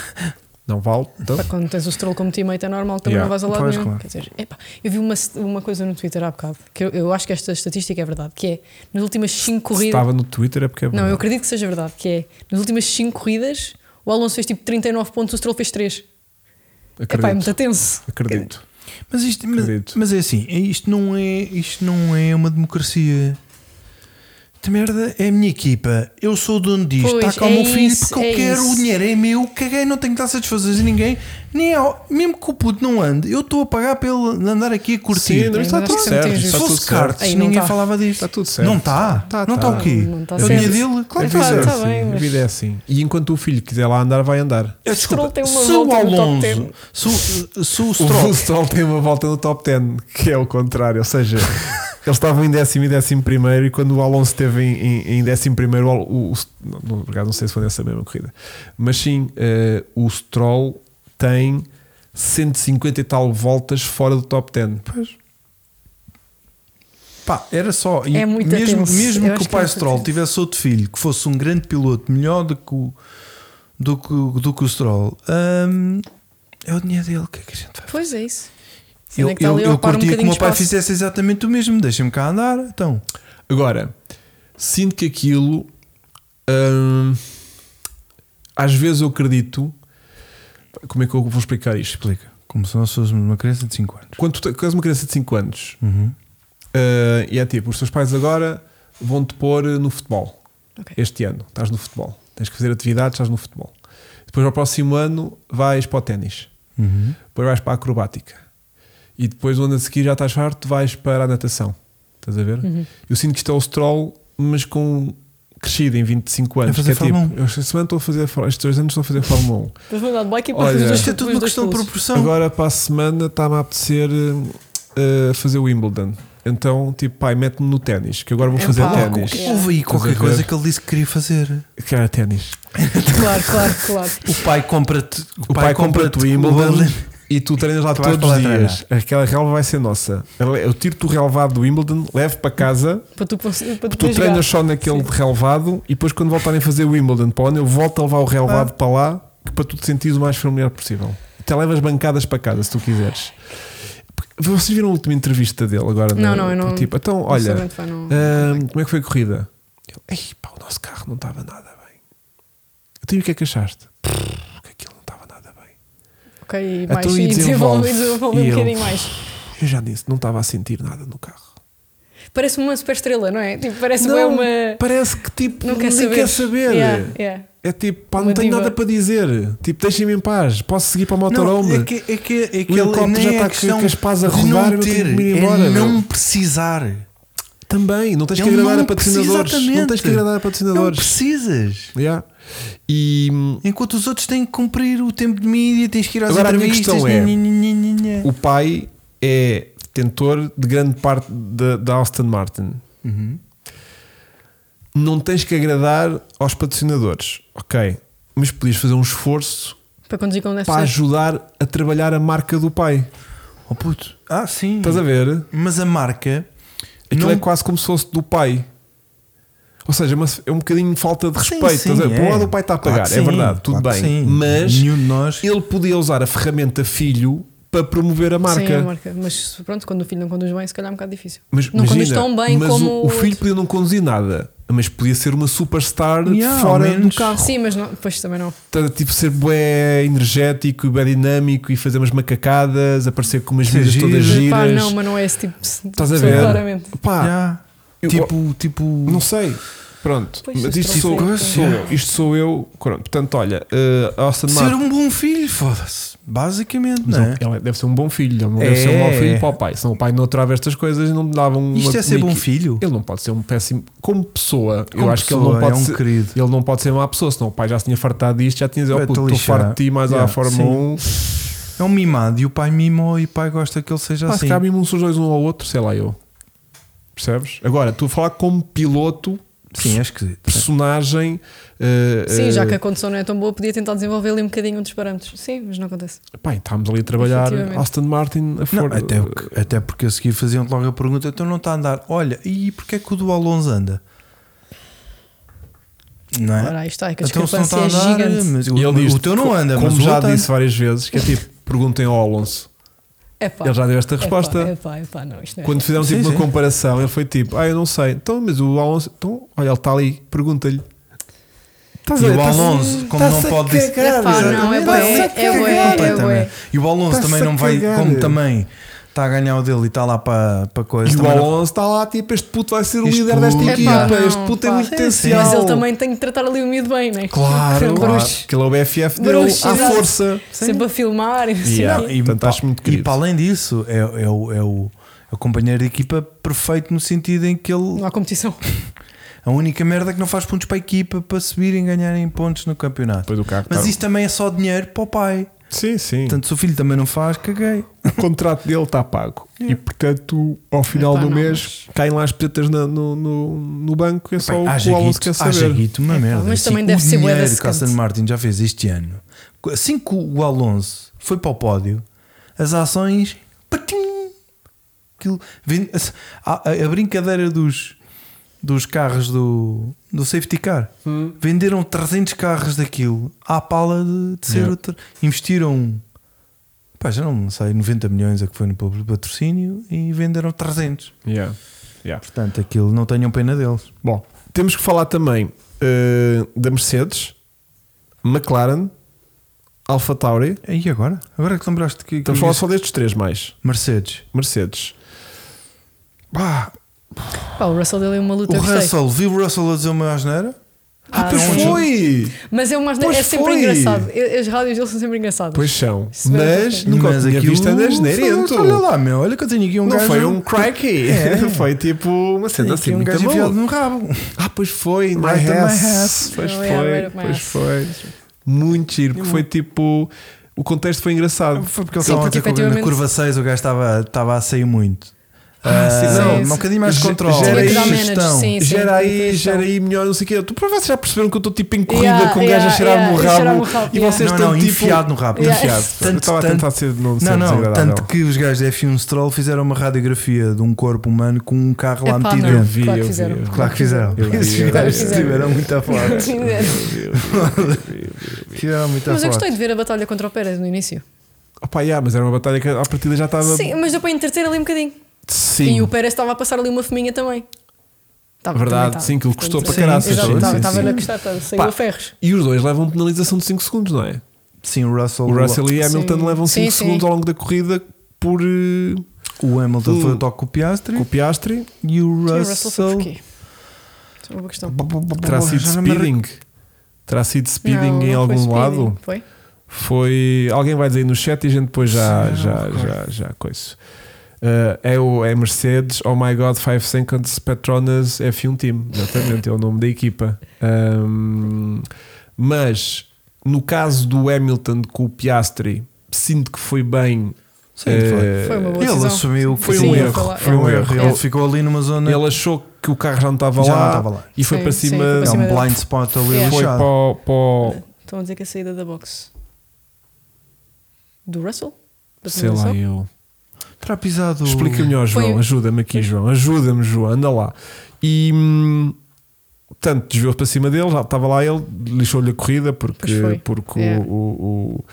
não vale. Então, Pá, quando tens o Stroll como teammate é normal que também Yeah, não vais a lado pois, nenhum. claro. Quer dizer, epá, eu vi uma, uma coisa no Twitter há bocado, que eu, eu acho que esta estatística é verdade, que é nas últimas 5 se corridas. estava no Twitter é porque é Não, eu verdade. acredito que seja verdade, que é nas últimas 5 corridas o Alonso fez tipo 39 pontos, o Stroll fez 3. Epá, é acredito. muito É. tenso. acredito. Mas isto, mas, Acredito. mas é assim, é- isto não é, isto não é uma democracia. Esta merda é a minha equipa. Eu sou o dono disto. Pois, Está cá é o meu filho isso, porque eu é quero. isso. O dinheiro é meu. Caguei, não tenho que estar a satisfazer a ninguém. Nem ao- mesmo que o puto não ande, eu estou a pagar para ele andar aqui a curtir. Sim, não, Mas está acho tudo que sempre certo. tem Se Está justo. tudo fosse certo. cartas, Aí não ninguém tá. falava disto. Está tudo certo. Não está. Tá, não está tá. o quê? Não tá é o dinheiro certo. dele? Claro A que está vida, claro, certo. tá bem, a mas- vida é assim. E enquanto o filho quiser lá andar, vai andar. Eu, desculpa, Stroll tem uma se o volta no top Alonso, 10. se, o- se o O Stroll Stroll tem uma volta no top 10, que é o contrário. Ou seja, eles estavam em décimo e décimo primeiro, e quando o Alonso esteve em, em, em décimo primeiro, o, o, o- não, não, por acaso não sei se foi nessa mesma corrida, mas sim, eh, o Stroll tem 150 e tal voltas fora do top 10. Pá, era só. E É muito mesmo tenso. mesmo Eu que acho o que é pai muito Stroll tenso. tivesse outro filho que fosse um grande piloto, melhor do que o, do que, o- do que o Stroll, hum, é o dinheiro dele. O que é que a gente vai fazer? Pois é isso. Eu, Onde é que tá eu, ali a eu ocupar um curtia que o bocadinho meu de pai espaço? fizesse exatamente o mesmo. Deixa-me cá andar. Então, Agora, sinto que aquilo hum, às vezes eu acredito. Como é que eu vou explicar isto? Explica. como se nós fôssemos uma criança de 5 anos. Quando tu te- quando és uma criança de 5 anos Uhum. Uh, e é tipo, os teus pais agora vão-te pôr no futebol. Ok. Este ano estás no futebol. Tens que fazer atividades, estás no futebol. Depois, ao próximo ano, vais para o ténis. Uhum. Depois, vais para a acrobática. E depois, no ano a seguir, já estás farto, vais para a natação. Estás a ver? Eu sinto que isto é o stroll, mas com crescido em 25 anos. É fazer que é tipo, Fórmula eu esta semana estou a fazer, Fó- estes dois anos estou a fazer Fórmula 1. Mas vou andar de bike e Olha, depois os dois- Isto é tudo os uma dois questão de pulsos. proporção. Agora para a semana está-me a apetecer uh, uh, fazer Wimbledon. Então, tipo, pai, mete-me no ténis, que agora É vou fazer Epá, ténis. Houve aí Estás a qualquer ver? coisa que ele disse que queria fazer. Que era ténis. Claro, claro, claro. O pai compra-te. O pai, compra-te o Wimbledon e tu treinas lá Tu vais todos os para lá dias. Aquela relva vai ser nossa. Eu tiro-te o relevado do Wimbledon, levo para casa, Para tu, cons- tu para tu poderes treinas só jogar. naquele relevado e depois quando voltarem a fazer o Wimbledon para onde eu volto a levar o relevado para lá que para tu te sentires o mais familiar possível. Até levas bancadas para casa se tu quiseres. Porque- Vocês viram a última entrevista dele agora? Não, na- não, eu não- Tipo, então, Não sei olha, bem de fã, não- eh, Ahm, como é que foi a corrida? Ele, Ei, pá, o nosso carro não estava nada bem. Eu tenho o que é que achaste? Porque aquilo não estava nada bem. Ok, e mais. Então, e e desenvolve. desenvolve, desenvolve E um ele- bocadinho mais. Eu já disse, não estava a sentir nada no carro. Parece uma super estrela, não é? Tipo, parece Não, bem uma. Parece que tipo, Não nem quer saber. quer saber. Yeah, yeah. É tipo, pá, não Uma tenho diva. nada para dizer. Tipo, deixem-me em paz. Posso seguir para o Não, motorhome. é que, é que, é que O ele helicóptero nem já é está a questão com as pás a de rodar, não eu tenho ter, que me ir é embora, não meu. precisar. Também, não tens que Ele agradar não a patrocinadores. precisa, Não tens que exatamente. agradar a Não patrocinadores. precisas. Yeah. E hum, Enquanto os outros têm que cumprir o tempo de mídia, tens que ir às Agora, a minha entrevistas. questão é- nhe, nhe, nhe, nhe, nhe. o pai é detentor de grande parte da da Aston Martin. Uhum. Não tens que agradar aos patrocinadores, ok? Mas podias fazer um esforço Para conduzir como deve para ser. ajudar a trabalhar a marca do pai. Oh, puto. Ah, sim. Estás a ver? Mas a marca Aquilo não é quase como se fosse do pai. Ou seja, é uma- é um bocadinho de falta de Sim, respeito. sim, estás a ver? Por um é. lado, o pai está a Claro pagar, que é sim, verdade, tudo claro que bem. sim. Mas Nenhum de nós- ele podia usar a ferramenta filho para promover a marca. é Sim, a marca. Mas pronto, quando o filho não conduz bem, se calhar é um bocado difícil. Mas não conduz imagina, tão bem mas como. o, o filho outro. podia não conduzir nada, mas podia ser uma superstar Yeah, fora ao do menos. carro. Ah, Sim, mas não, pois também não. Tá, Tipo, ser bué energético e bué dinâmico e fazer umas macacadas, aparecer com umas Ser vidas todas é giro. giras. Pá, não, mas não é esse tipo. de Estás a pessoa, ver? Claramente. Pá, já, Ah, eu- tipo, tipo não sei. Pronto, Pois, é mas eu isto sou, estou a ver. sou eu. Isto sou eu. Pronto, portanto, olha, uh, Austin Ser Martin. um bom filho, foda-se. Basicamente, Mas não é? ele- ele deve ser um bom filho, ele não É. deve ser um mau filho para o pai. Senão o pai não trava estas coisas e não lhe dava um. Isto é ser bom filho. Ele não pode ser um péssimo. Como pessoa, eu Como acho que ele pessoa, não pode é um ser. querido. Ele não pode ser má pessoa, senão o pai já se tinha fartado disto, já tinha Vai-te dito, oh, estou lixar." farto de ti, mais à Yeah, Fórmula sim. 1. É um mimado e o pai mimou e o pai gosta que ele seja Pá, se assim. cabe um os dois um ao outro, sei lá eu. Percebes? Agora, tu a falar como piloto, Sim, é esquisito. personagem. eh, Sim, eh, já que a condição não é tão boa, podia tentar desenvolver ali um bocadinho dos parâmetros. Sim, mas não acontece. Pá, estávamos ali a trabalhar Efetivamente. Aston Martin a Não, Ford. até, o que- até porque a seguir faziam logo a pergunta: então não está a andar? Olha, e porquê é que o do Alonso anda? Não é? Ah, Ora, aí está, é que a então se não discrepância está a é andar, gigante. mas o, E ele diz, o teu não anda, como mas o já outro disse várias vezes, que é tipo, perguntem ao Alonso. Epá, Ele já deu esta epá, resposta. epá, epá, não, isto não é Quando fizemos Sim, tipo, uma sim. comparação, ele foi tipo, ah, eu não sei. Então, mas o Alonso, então, olha, ele está ali, pergunta-lhe. Estás E a ver? o Estás a- Alonso, como estás não a pode dizer- cagar, Epá, não, exatamente. é bué, Estás a é cagar. bué, é bué. Completamente. E o Alonso Está-se também a não vai, cagar. como também está a ganhar o dele e está lá para, para coisa. E o também não- Alonso está lá, tipo, este puto vai ser o Este líder puto. desta Epá, equipa. não, este puto tem pá. muito Sim, potencial. Mas ele também tem que tratar ali o miúdo bem, não é? Claro, Aquele claro. bruxo, Aquele é o BFF dele Bruxo, à exato. força. Sempre a filmar e assim. não sei Yeah. o quê. E, Portanto, acho muito e querido. para além disso, é, é o, é, o, é o companheiro de equipa perfeito no sentido em que ele Não há competição. A única merda é que não faz pontos para a equipa para subirem e ganharem pontos no campeonato. Depois do carro. Mas tá- isto também é só dinheiro para o pai. Sim, sim. Portanto, se o filho também não faz, caguei. o contrato dele está pago. E portanto, ao final Epá, do não, mês, caem lá as pesetas na- no, no, no banco. É só Bem, o que haja o Alonso guito, quer haja saber. guito, uma Epá, merda. mas Assim, também o deve ser bué da dinheiro que o secante. Aston Martin já fez este ano. Assim que o Alonso foi para o pódio, as ações. Patim, aquilo, vem- a, a- a brincadeira dos, dos carros do, do safety car. Hum. Venderam 300 carros daquilo à pala de, de ser Yeah. outra. Investiram. Pá, já não sei, 90 milhões é que foi no patrocínio e venderam 300. Yeah. Yeah. Portanto, aquilo não tenham pena deles. Bom, temos que falar também eh, da Mercedes, McLaren, Alfa Tauri. E É agora? Agora que lembraste que. Estamos a falar só destes três mais. Mercedes. Mercedes. Pá, o Russell dele é uma luta, O eu gostei. Russell, viu o Russell a dizer uma asneira? Ah, pois onde- foi! Mas é, uma, Pois é sempre foi. engraçado. E- As rádios dele são sempre engraçasas. Pois são. Se bem Mas que- nunca o tinha aquilo visto a foi- um Olha Nesnerento. lá, meu, olha que eu tenho aqui então. um Não gajo. foi um cracky. É. foi tipo uma Tenho cena aqui assim um muito gajo boa. enfiado no rabo. Ah, pois foi, my Right up my ass. ass. Pois Oh, foi, yeah, right up my pois ass. foi. Muito giro, Hum. porque foi tipo. O contexto foi engraçado. Foi porque ele Sim, estava porque até com na efetivamente- curva 6, o gajo estava, estava a sair muito. Ah, sim, Ah, não, um sim. bocadinho mais de Ge- controle. é gera Tinha que aí dar managers, gestão. sim. gera aí, sim, gera sim. aí melhor, não sei o quê. Tu, para vocês já perceberam que eu estou tipo em corrida Yeah, com o gajo yeah, a cheirar-me o yeah, a rabo cheirar-me o rabo, e yeah. vocês Não, estão não, tipo. enfiado no rabo. Yeah. Enfiado. eu Tanto- estava a tentar ser, não, ser Não, não, desagradável. tanto que os gajos da F1 Stroll fizeram uma radiografia de um corpo humano com um carro lá Epá, metido não. Eu dentro. vi, Claro que eu vi. fizeram. eu vi. Claro que fizeram. Eu vi, Esses eu vi, gajos eu vi. tiveram muita forte. Tiveram muita Mas forte. eu gostei de ver a batalha contra o Pérez no início. Opa, yeah, mas era uma batalha que à partida já estava. Sim, mas deu para entreter ali um bocadinho. Sim. E o Pérez estava a passar ali uma fominha também. Estava, Verdade, sim, que ele Portanto, custou para sim, caralho. exato, sim, Estava sim, estava sim. na custar, estava- saiu Pá, a ferros. E os dois levam penalização de 5 segundos, não é? Sim, o Russell. O Russell e Hamilton Sim. levam 5 Sim, segundos sim. ao longo da corrida por eh, O Hamilton Hum. foi ao toque com o Piastri com o Piastri. e o Sim, o Russell. Russell foi porquê? Isso é uma boa questão. Terá sido Já não me speeding. Terá sido speeding Não, em não foi algum speeding, lado. Foi? Foi. Alguém vai dizer aí no chat e a gente depois já, Sim, já, não me já, já coisa. Eh, é o é Mercedes, Oh My God, 5 Seconds, Petronas F1 Team. Exatamente, é o nome da equipa. Ahm, mas no caso do Hamilton com o Piastri, sinto que foi bem. Sim, foi. eh, Foi uma boa É, Ele decisão. assumiu que Foi um Sim, eu ia erro, falar. foi um Ele- erro. Ele ficou ali numa zona. né? Ele achou que o carro já não estava já não lá, estava lá. e foi Sim, para sim, cima. foi para É cima um dele. blind spot ali Sim. foi lixado. para, o- para o- Estão a dizer que a saída da box do Russell? Da sei lá penalização? eu. Terá pisado. Explica melhor, Foi- João. Ajuda-me aqui, João. Ajuda-me, João. Anda lá. E hum, tanto desviou-se para cima dele, já estava lá ele, lixou-lhe a corrida Pois porque, foi. porque É. o, o, o,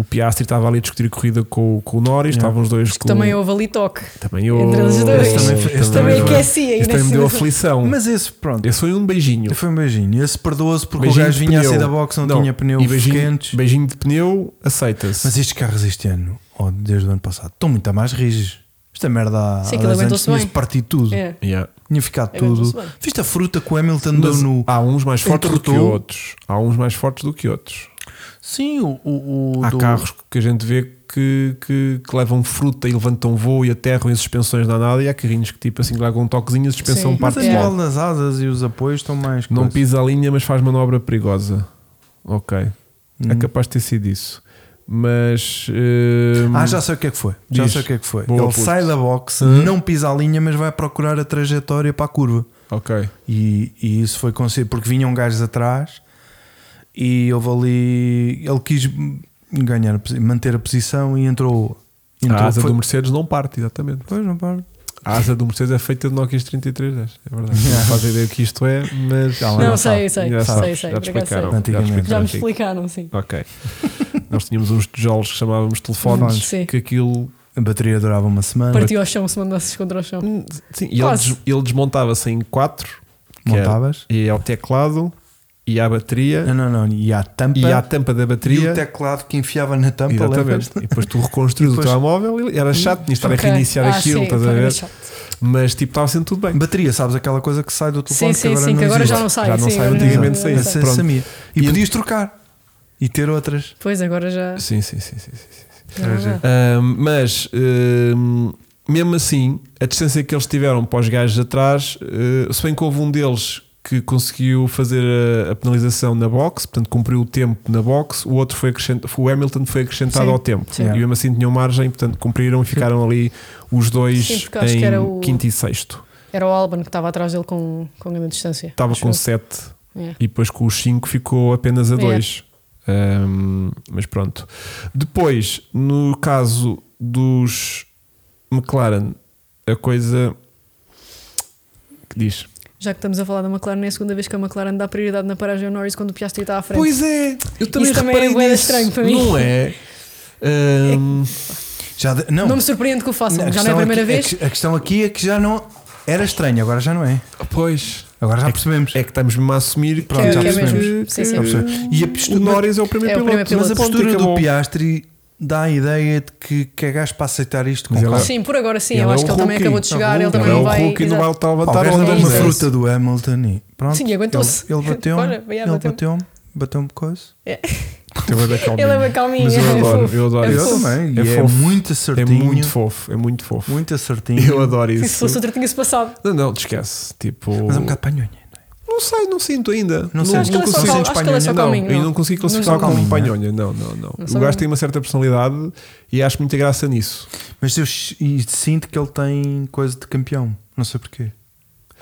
o Piastri estava ali a discutir a corrida com, com o Norris, É. estavam os dois Acho que com também houve ali toque. também houve- entre eles dois. Esse também- Esse esse também também- aquecia, assim e esse também me deu nesse- aflição. Mas esse, pronto. Esse foi um beijinho. Foi um beijinho. Esse perdoa-se porque Beijinho o gajo de vinha a pneu. sair da box, não, tinha pneus e beijinho, quentes. Beijinho de pneu, aceita-se. Mas estes carros este ano, ou desde o ano passado, estão muito a mais rígidos. Esta merda há Sim, há aquilo 10 anos aguentou-se tinha-se bem. partido tudo. É. Yeah. Tinha ficado Aguentou-se tudo. bem. Viste a fruta que o Hamilton deu Mas no. há uns mais fortes do que entortou. outros. Há uns mais fortes do que outros. Sim, o. o, o Há do- carros que a gente vê que, que, que levam fruta e levantam voo e aterram em suspensões danadas e há carrinhos que tipo assim que largam um toquezinho e a suspensão Sim. Mas parte a logo. nível das asas e os apoios estão mais. Não coisa. pisa a linha, mas faz manobra perigosa. Ok. É Hum. capaz de ter sido isso. Mas. hum, Ah, já sei o que é que foi. Já Diz. sei o que é que foi. Boa, Ele puto. sai da box, Hum. não pisa a linha, mas vai procurar a trajetória para a curva. Ok. E, e isso foi conseguido porque vinham gajos atrás e houve ali. Ele quis ganhar, a posi- manter a posição e entrou. entrou a asa foi- do Mercedes não parte, exatamente. Pois não para. A asa do Mercedes é feita de Nokia 3310. É verdade. Não fazem ideia o que isto é, mas. Já lá Não, não sei, sei, já sei, sabes, sei, Já por te acaso explicaram. sei. já te Antigamente. Já me explicaram. explicaram, sim. Ok. Nós tínhamos uns tijolos que chamávamos telefones Sim. que aquilo. A bateria durava uma semana. Partiu ao chão se mandasses contra o chão. Hum, Sim, e ele, Quase. des- ele desmontava-se em quatro que era- Montavas? e ao teclado e à bateria Não, não, não. E a tampa. e à tampa da bateria. e o teclado que enfiava na tampa. Exatamente. E depois tu reconstruís E depois- o telemóvel e era chato, tinhas de estar a Ok. reiniciar Ah, aquilo, sim, estás a foi ver? chato. Mas tipo, estava sendo tudo bem. Bateria, sabes aquela coisa que sai do telefone Sim, que sim, agora sim, não que agora existe. já não sai. Já não sim, sai, agora já antigamente não saía. Essa- sai. Pronto. essa minha. E, E- podias trocar e ter outras. Pois, agora já. Sim, sim, sim. sim, sim, sim. já não dá. Ahm, mas ahm, mesmo assim, a distância que eles tiveram para os gajos atrás, eh, se bem que houve um deles que conseguiu fazer a, a penalização na box, portanto cumpriu o tempo na box, o outro foi acrescentado, o Hamilton foi acrescentado Sim, ao tempo sim. e mesmo assim tinham margem, portanto cumpriram e ficaram ali os dois Sim, porque acho que em era o- quinto e sexto. Era o Alban que estava atrás dele com, com grande distância. Estava acho com eu. 7 É. E depois com os 5 ficou apenas a É. 2. mas pronto. Depois, no caso dos McLaren, a coisa que diz. Já que estamos a falar da McLaren, é a segunda vez que a McLaren dá prioridade na paragem ao Norris quando o Piastri está à frente. Pois é, eu também Isso também reparei é bué nisso. estranho para mim. É Não é? Ahm, Já de- não. me surpreende que o A façam, já não é questão a primeira aqui- vez. que- a questão aqui é que já não. Era estranho, agora já não é. pois. Agora já percebemos. É que estamos mesmo a assumir Pronto, é já que, percebemos. que- Sim, sim. que- Já percebemos. E a postura- o Norris é o primeiro É o piloto. primeiro Mas a piloto. Ponto, postura do acabou. Piastri dá a ideia de que, que é gajo para aceitar isto com Mas ele- calma. Sim, por agora sim. Ele Eu é acho o que ele também rookie. acabou de chegar, ele também é não o vai. Hulk e não vai Exato. estar a Pá, o levantar gajo ondas, deu uma é não é? isso. fruta do Hamilton e pronto. Sim, e aguentou-se. Ele, ele bateu-me, Bora, ele yeah, bateu-me. bateu-me, bateu-me coisa. Tem uma da Ele é calminha. bem calminho. Mas eu é adoro, fofo. eu adoro É isso. fofo. também. É e é fofo. muito É acertinho. muito fofo, é muito fofo. Muito acertinho. Eu adoro Se isso. isso fosse outro, tinha-se passado. Não, não, te esquece. Tipo, Mas é um bocado panhonha. não sei, não sinto ainda. Não sei, acho que ele é só consigo- cal- acho que ele é só não, calminho, eu não. não consigo Não classificar sou como calminho, panhonha. Não, não, não. Não o sou gajo calminho. tem uma certa personalidade e acho muita graça nisso. Mas eu s- e sinto que ele tem coisa de campeão. Não sei porquê.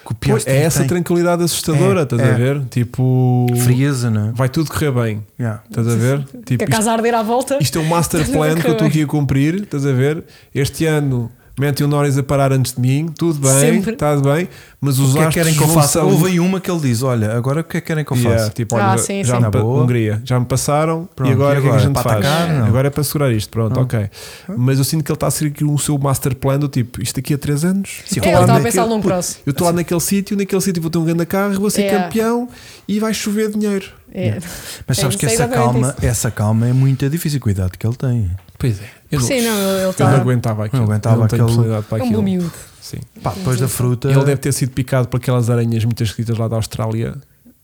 Que o Pois, Piastri é essa tem. tranquilidade assustadora, É, estás é. a ver? Tipo, frieza, não é? vai tudo correr bem, Yeah. estás a ver? Que Tipo, a casa a arder à volta. Isto é um master plan que eu é? estou aqui a cumprir, estás a ver? Este ano metem o Norris a parar antes de mim, tudo bem, Sempre. está bem, mas os O que é que astros querem que eu não faça? são- Houve aí uma que ele diz: Olha, agora o que é que querem que eu faça? Yeah, tipo, olha, Ah, já- sim, já sim. me Na pa- boa. Hungria, já me passaram Pronto, e agora e o que é que a agora? gente Para faz? atacar, não? Agora é para segurar isto, pronto, Ah. ok. Mas eu sinto que ele está a seguir aqui um seu master plan do tipo, isto daqui a 3 anos, Sim, eu estou É, ele lá estava a naquele- pensar a longo prazo. eu estou lá naquele sítio, naquele sítio vou ter um grande carro, vou ser Yeah. campeão e vai chover dinheiro. É. Mas sabes É, que sei essa exatamente calma, essa calma é muito difícil. Cuidado que ele tem. Pois é. Eu não, Sim, não, ele- ele eu não está. aguentava aquilo. Não aguentava eu não tenho aquele- personalidade para É um aquilo. bom miúdo. Sim. Pá, depois da fruta. Tá. Ele deve ter sido picado por aquelas aranhas muito escritas lá da Austrália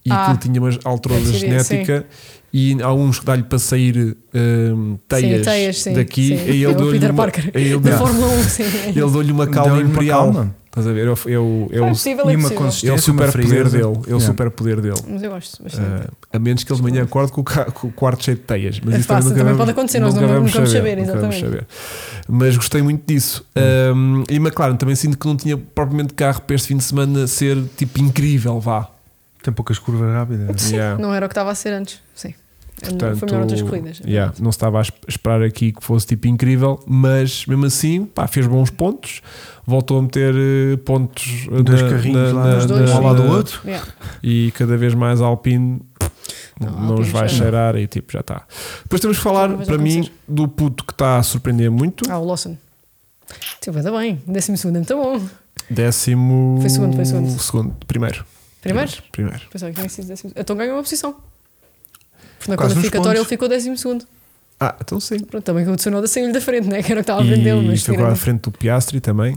e Ah, aquilo tinha uma alteração deve ser isso, genética. E há uns que dá-lhe para sair hum, teias, sim, teias, sim. daqui sim. e É ele o deu-lhe Peter uma, Parker. ele Da deu- Fórmula 1, sim. ele deu-lhe uma calma Deu-lhe uma imperial. calma. Estás a ver? É o, é o, é o, É possível, E é uma possível. consistência. é o uma superpoder frieza. dele. É o Yeah. superpoder dele. Mas eu gosto bastante. Ah, a menos que eles de manhã acordem com, o ca- com o quarto cheio de teias. Mas É isso fácil, também vamos- pode acontecer, nós não- nunca vamos saber, nunca vamos exatamente. saber. Mas gostei muito disso. Um, e McLaren também sinto que não tinha propriamente carro para este fim de semana ser tipo incrível, vá. Tem poucas curvas rápidas. É, Yeah. Não era o que estava a ser antes. Sim. Foi Portanto, melhor outras corridas. yeah, não se estava a es- esperar aqui que fosse tipo incrível, mas mesmo assim pá, fez bons pontos, voltou a meter eh, pontos eh, Dois na- carrinhos na- lá, na- Os dois, na- um ao lado do na- outro. Yeah. e cada vez mais a Alpine Não, não, a Alpine os vai cheira. cheirar e tipo já está. Depois temos que falar Não vai para mim acontecer. do puto que está a surpreender muito. Ah, o Lawson. Sim, vai dar bem. Décimo segundo é muito bom. Décimo Foi segundo, foi segundo. primeiro. Primeiro? Primeiro. Pensava que tinha sido décimo. Então ganhou uma posição. Porque na Quase uns qualificatória pontos. ele ficou décimo segundo. Ah, então sim. Pronto, também que o Tsunoda saiu-lhe da frente, né? que era o que estava a frente dele. E Mas ficou à tirando- frente do Piastri também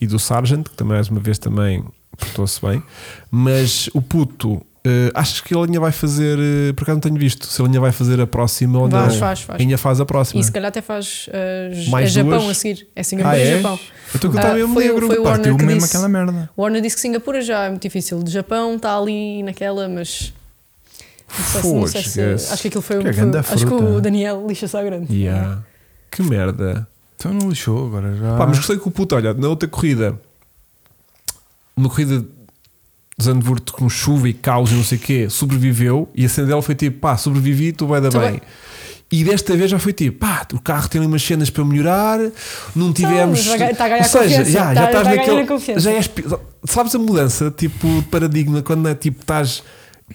e do Sargent, que também mais uma vez também portou-se bem. Mas o puto, eh, acho que ele ainda vai fazer, eh, por acaso não tenho visto, se ele ainda vai fazer a próxima ou Faz, não. faz, faz. Ainda faz a próxima. e se calhar até faz uh, Mais a Japão duas? a seguir. É Singapura ah, e é? Japão. Então que eu Ah, também me foi o- lembro. foi o pá. Warner Partiu que mesmo disse- aquela merda. O Warner disse que Singapura já é muito difícil. De Japão está ali naquela, mas. Não sei se, não sei se- Fosgas. acho que aquilo foi, Que um- grande foi Acho que fruta. o Daniel lixa-se à grande. é Yeah. Que merda. Então não lixou agora já. Ah. Pá, mas gostei que o puto, olha, na outra corrida, uma corrida de Zandvoort com chuva e caos e não sei o quê, sobreviveu e a cena dela foi tipo, pá, sobrevivi, tu vai dar Tu bem. vai- E desta vez já foi tipo, pá, o carro tem ali umas cenas para melhorar, não tivemos. Então, mas vai ganhar- está a ganhar Ou seja, já, confiança, está- já está estás a ganhar naquele. a confiança. Já és, pi- sabes a mudança, tipo, de paradigma, quando é tipo, estás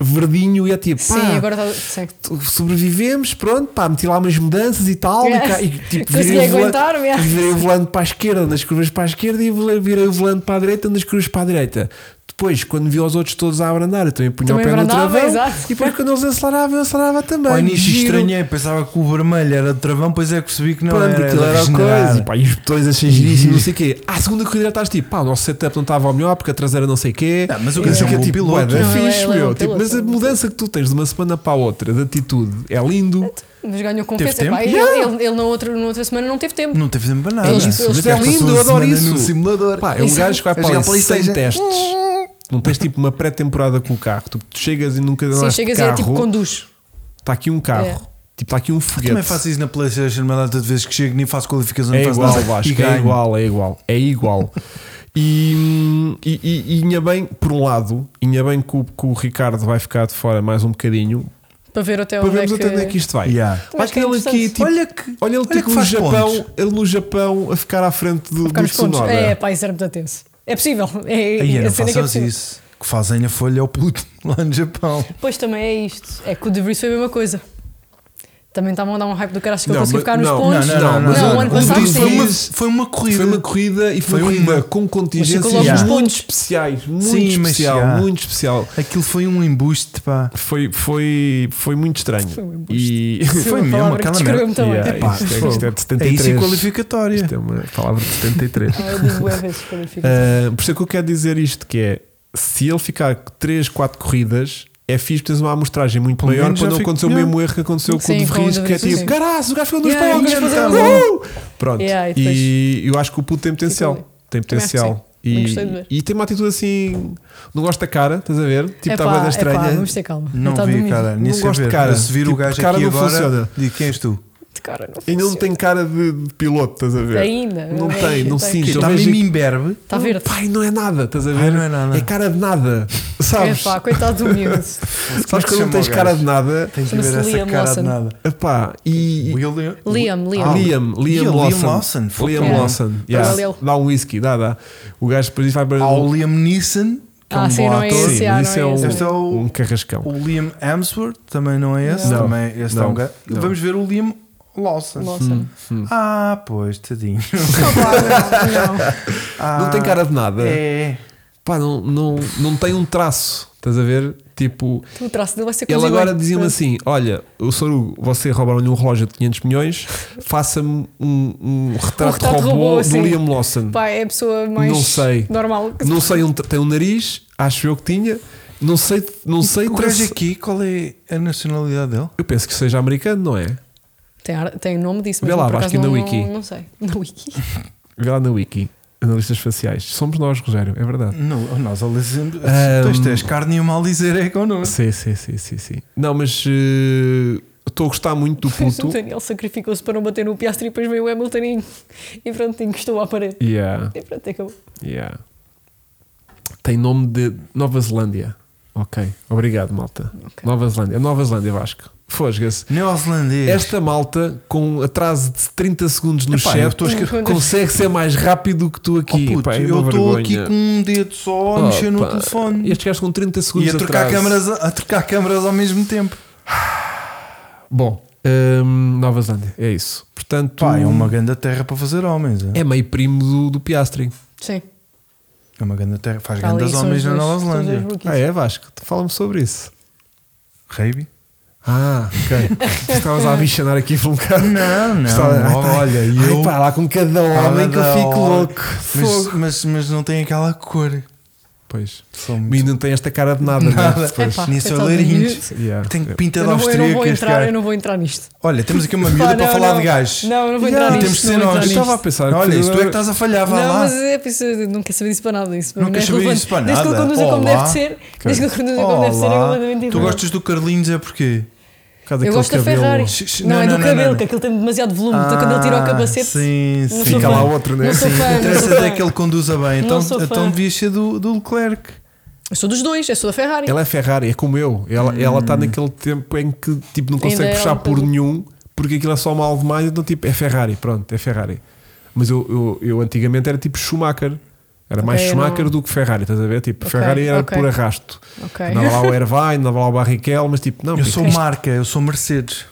verdinho e é tipo, pá, Sim, agora tá está. Sim. sobrevivemos, pronto, pá, meti lá umas mudanças e tal, e Yeah. ca- e, tipo, Consegui virei o, volante, aguentar, yeah. virei o volante para a esquerda, nas curvas para a esquerda, e vole- virei o volante para a direita, nas curvas para a direita. Depois, quando vi os outros todos a abrandar, eu também punha Também o pé no abrandava, travão, exato. e depois quando eles aceleravam, eu acelerava também. Ao início Giro. estranhei, pensava que o vermelho era de travão, pois é que percebi que não Pronto, era. aquilo era a regenerado. coisa. E, pá, e os botões achei giríssimo, não sei o quê. À segunda corrida já estás tipo, pá, o nosso setup não estava ao melhor porque a traseira não sei o quê. Não, mas o E gajo sei é um quê, bom tipo, piloto. bué da Não, ele é- fixe, ele é um meu. bom Tipo, piloto, mas a ele é um mudança que tu tens de uma semana para a outra de atitude é lindo. Mas ganhou confiança. tempo? Epá, ele, Yeah. ele, ele na, outra, na outra semana não teve tempo. Não teve tempo para nada. Eles- Mas eles- gastou-se é lindo, uma eu adoro semana isso. num simulador. Pá, é um Isso. gajo que vai É para jogar ali sem PlayStation. testes. Não tens tipo uma pré-temporada com o carro. Tu chegas e nunca Sim, andaste de chegas e é carro. tipo conduz. Está aqui um carro. É. Tipo, está aqui um foguete. Então Também faço isso na PlayStation, uma data de vezes que chego, nem faço qualificação, É não faço igual, nada. E Vasco, é ganho. igual, é igual, é igual. E, hum, e, e, e ainda bem, por um lado, ainda bem que o, que o Ricardo vai ficar de fora mais um bocadinho Para ver até para onde é vermos até onde é que. que isto vai. Yeah. Vai Acho que é ele aqui, interessante. tipo, olha, Olha que. ele olha tipo que no faz Japão, pontos. ele no Japão a ficar à frente do, Ficar do nos pontos. Tsunoda. É, pá, isso era muito atenso. É possível. É, Aí a não cena que é faças possível. isso. O Que fazem a folha ao puto lá no Japão. Pois também é isto. É que o De Vries foi a mesma coisa. Também estavam a dar um hype do caralho que ele Não, conseguiu mas- ficar nos não, pontos. não, não, não, não, o ano não. passado Isso foi, sim. uma, sim. foi uma corrida. Foi uma corrida e foi, Foi uma uma. com Mas contingências ficou logo nos muito pontos. especiais, muito Sim, mas especial, já. muito especial. Aquilo foi um embuste, pá. Foi, foi, foi muito estranho. Foi um embuste. e Foi Foi uma mesmo, palavra que aquela descreveu-me Yeah, também. Epá, isto, é, fogo. isto é de É isso e 73. qualificatória. Isto é uma palavra de 73. Ah, eu digo bué vezes quando fico. assim. Ah, por isso é que eu quero dizer isto: que é se ele ficar 3, 4 corridas, é fixe tens uma amostragem muito Pelo maior menos para já não fica- acontecer o Yeah. mesmo erro que aconteceu com Sim, o de com o Vries, de que é Vries, sim. tipo, caralho, o gajo foi um dos Yeah, palcos, e depois tá ele- bom." Pronto, Yeah, e depois- e eu acho que o puto tem Fica potencial. ali. Tem Também acho que potencial. sim. Também E, gostei de ver. e tem uma atitude assim, não gosto da cara, estás a ver? Tipo, Epá, está bem estranha. epá, vamos ter calma. Não Ele tá vi, dormindo. cara. é Não Nem sei gosto de ver. cara. Se vir o Tipo, gajo cara aqui não agora, funciona. digo quem és tu? De cara, não Ainda não tem funciona. cara de, de piloto, estás a ver? Ainda. Não É, tem, não tem. sinto. Está Eu vejo mesmo que- imberbe. Está verde. Pai, não é nada, estás a ver? Ai, não é nada. É cara de nada. Sabes? Epá, coitado do miúdo. Sabes é que quando se não chama tens o cara gajo? de nada? Tens de Chama-se ver essa Liam cara de Lawson. nada. Epá, e. William- Liam, Ah, Liam. Liam, Liam, Liam Lawson. Lawson, fuck. Liam Yeah. Lawson. Yeah. Yeah. Dá um whisky, dá, dá. O gajo depois vai para. um Há o Liam Neeson, que é Ah, um sim, bom não é ator. esse, Sim, ah, mas não isso é é um, Este é o- um carrascão. O Liam Hemsworth também não é esse. Não. Também, esse Não. é um gajo. Não. Vamos ver o Liam Lawson. Lawson. Hum. Ah, pois, tadinho. Opa, não, não. Não tem cara de nada. É. Pá, não, não, não tem um traço. Estás a ver? Tipo, O traço dele vai ser ele quase agora igual. dizia-me assim: Olha, o Soru, você roubaram-lhe um relógio de 500 milhões, faça-me um, um retrato, retrato robô, robô, do assim. Liam Lawson. Pá, é a pessoa mais Não sei. normal. que- Não sei, um, tem um nariz, acho eu que tinha. Não sei, não sei. O traço- gajo aqui, qual é a nacionalidade dele? Eu penso que seja americano, não é? Tem, ar- tem nome disso, mas Vê lá, por acaso Vasco, não, na Wiki. Não, não sei. Na Wiki. Vê lá na Wiki, analistas faciais. Somos nós, Rogério, é verdade. Não, nós alisamos. Ahm. Tens tens carne e o mal dizer é connosco. Sim, sim, sim, sim, sim. Não, mas eh, estou a gostar muito do O puto. Daniel sacrificou-se para não bater no Piastri e depois veio o Hamilton e- e pronto, encostou à parede. Yeah, E pronto, acabou. yeah. Tem nome de Nova Zelândia. Ok, obrigado, malta. Nova Zelândia, Nova Zelândia, Vasco. Fosga-se. Neozelandês. Esta malta, com atraso de 30 segundos no Epá, eu chat, estou a escrever- consegue ser mais rápido que tu Oh, aqui. puto, Pá, é eu uma estou vergonha. aqui com um dedo só a Oh, mexer no pá, telefone Estes gajos com 30 segundos e a trocar, atraso. câmaras, a trocar câmaras ao mesmo tempo. Bom, hum, Nova Zelândia, é isso. Portanto, Pá, é uma grande terra para fazer homens. É, é meio primo do, do Piastri. Sim. é uma grande terra. Faz Tá Ali grandes são homens os na dois- é, Nova são os dois Zelândia. rookies. Ah, é Vasco, fala-me sobre isso. Raby? Ah, ok. Estavas a bichanar aqui por um bocado. Não, não. Estava- olha, e Ai, eu. pá, lá com cada Cada homem que eu fico hora. louco. mas, Fogo. mas, mas não tem aquela cor. Pois. São muito- E não tem esta cara de nada, Nada. né? Depois. Epá, Nem são é tão leirinhos. Yeah. Tem pinta Eu de não, vou, eu não vou austríaco. este entrar, gajo. eu não vou entrar nisto. Olha, temos aqui uma miúda Pá, para não, falar não. de gajos. Não, eu não vou Yeah, entrar nisto. temos que ser não vou nós. Eu entrar estava a nisto. pensar. Olha, que- isso tu é que estás a falhar, vá Não, lá. mas é por isso, eu não quer saber disso para nada. Isso para Não mim não é quer saber relevante. disso para Desde que ele nada. conduza como Olá. deve ser, desde que ele conduza como deve ser, é Olá. completamente Tu diferente. gostas do Carlinhos é porquê? por causa Eu daquele gosto da cabelo. Ferrari. Sh- sh- Não, não, é do não, não, cabelo, não. que aquilo tem demasiado volume. Então quando ele tira o capacete. Ah, Sim, não sim. sou Fica lá fã. outro, né? Não sou Sim, fã, não sou Interessa fã. é que ele conduza bem. Então, Não sou fã. então devias ser do, do Leclerc. Eu sou dos dois, eu sou da Ferrari. Ela é Ferrari, é como eu. Ela ela está naquele tempo em que tipo, não consegue Hum. Ainda é puxar um por bocadinho. nenhum, porque aquilo é só mal demais, então tipo, é Ferrari, pronto, é Ferrari. Mas eu, eu, eu antigamente era tipo Schumacher. Era mais Ok, eu Schumacher não- do que Ferrari, estás a ver? Tipo, Ok, Ferrari era ok. por arrasto. Ok. Andava lá o Irvine, andava lá o Barrichello, mas tipo, não, eu pá, sou marca, eu sou Mercedes.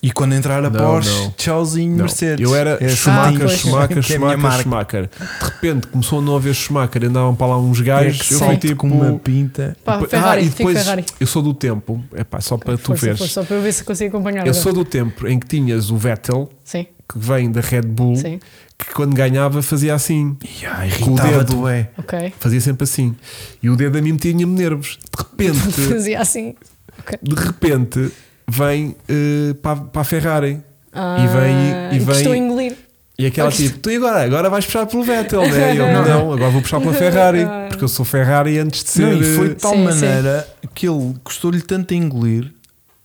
E quando entrar a Não, Porsche, não. tchauzinho, Não, Mercedes. Eu era É Schumacher, pois. Schumacher, Que é a minha Schumacher, marca. Schumacher. De repente começou a não haver Schumacher, andavam para lá uns É gajos. que eu fui salto tipo. com uma pinta. Pá, depois- Ferrari, ah, e fico depois Ferrari. eu sou do tempo, é pá, só para tu Força, veres. força, só para eu ver se consigo acompanhar. Eu agora. sou do tempo em que tinhas o Vettel, Sim, que vem da Red Bull, sim. que quando ganhava fazia assim. E, ah, Com o Irritava-te, dedo. ué. Ok. Fazia sempre assim. E o dedo a mim metia-me nervos. De repente, Fazia assim. Ok. de repente, vem eh, para, para a Ferrari. Ah, vem- e que vem- estou a engolir. E aquela Ok. tipo, tu e agora? Agora vais puxar pelo Vettel, né? E eu, não, não, agora vou puxar pela Ferrari, porque eu sou Ferrari antes de ser. Não, e foi de eh, tal Sim, maneira que ele custou-lhe tanto a engolir,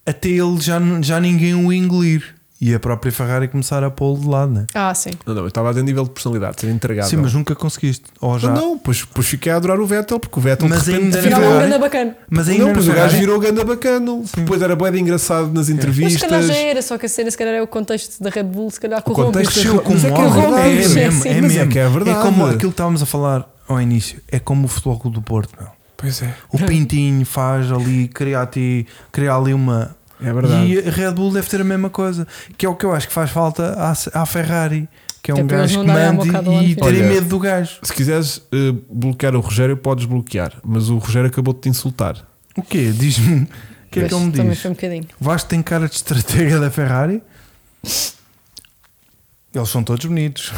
até ele já, n- já ninguém o engolir. E a própria Ferrari começar a pô-lo de lado, né? Ah, sim. Não, não, eu estava a dizer nível de personalidade, de ser entregado. Sim, mas nunca conseguiste. Ou já. não, não, pois, pois fiquei a adorar o Vettel, porque o Vettel Mas de repente ainda Afinal, é Ferrari. um grande bacana. Mas ainda Não, na pois o Ferrari- gajo virou ganda bacano. Depois era bué de engraçado nas Mas se calhar entrevistas. já era, só que a cena, se calhar, é o contexto da Red Bull, se calhar O corrompe. contexto cresceu Mas como é que é homem. verdade, É, sim, mesmo, sim. é Mas é mesmo. que é verdade. como aquilo que estávamos a falar ao início. É como o futebol Clube do Porto, meu. Pois é, O Pintinho faz ali, cria, a ti, cria ali uma. é verdade. E a Red Bull deve ter a mesma coisa. Que é o que eu acho que faz falta à, à Ferrari. Que é Que é um para gajo eles que não darem a mande bocada lá no e final. terem Olha, medo do gajo. Se quiseres eh, bloquear o Rogério, podes bloquear. Mas o Rogério acabou de te insultar. O quê? Diz-me. O que é que ele me Também diz? foi um bocadinho. O Vasco tem cara de estratega da Ferrari. Eles são todos bonitos.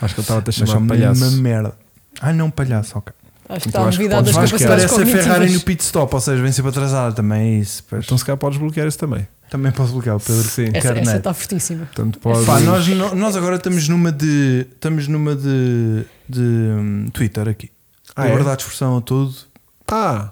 Acho que ele estava a te Mas chamar são de uma palhaço. merda. Ah, não, palhaço, ok. Acho que Então, está acho que duvidado podes- das Vasco acho que capacidades parece a Ferrari no cognitivas. pit stop, ou seja, vem sempre atrasada também, é isso. pois. Então se calhar podes bloquear esse também. também posso bloquear o Pedro Sim. Essa- Essa Carneiro. está fortíssima. Portanto, podes... Pá, nós, no- nós agora estamos numa de. Estamos numa de. de hum, Twitter aqui. Ah, é? Liberdade de expressão a tudo, Ah,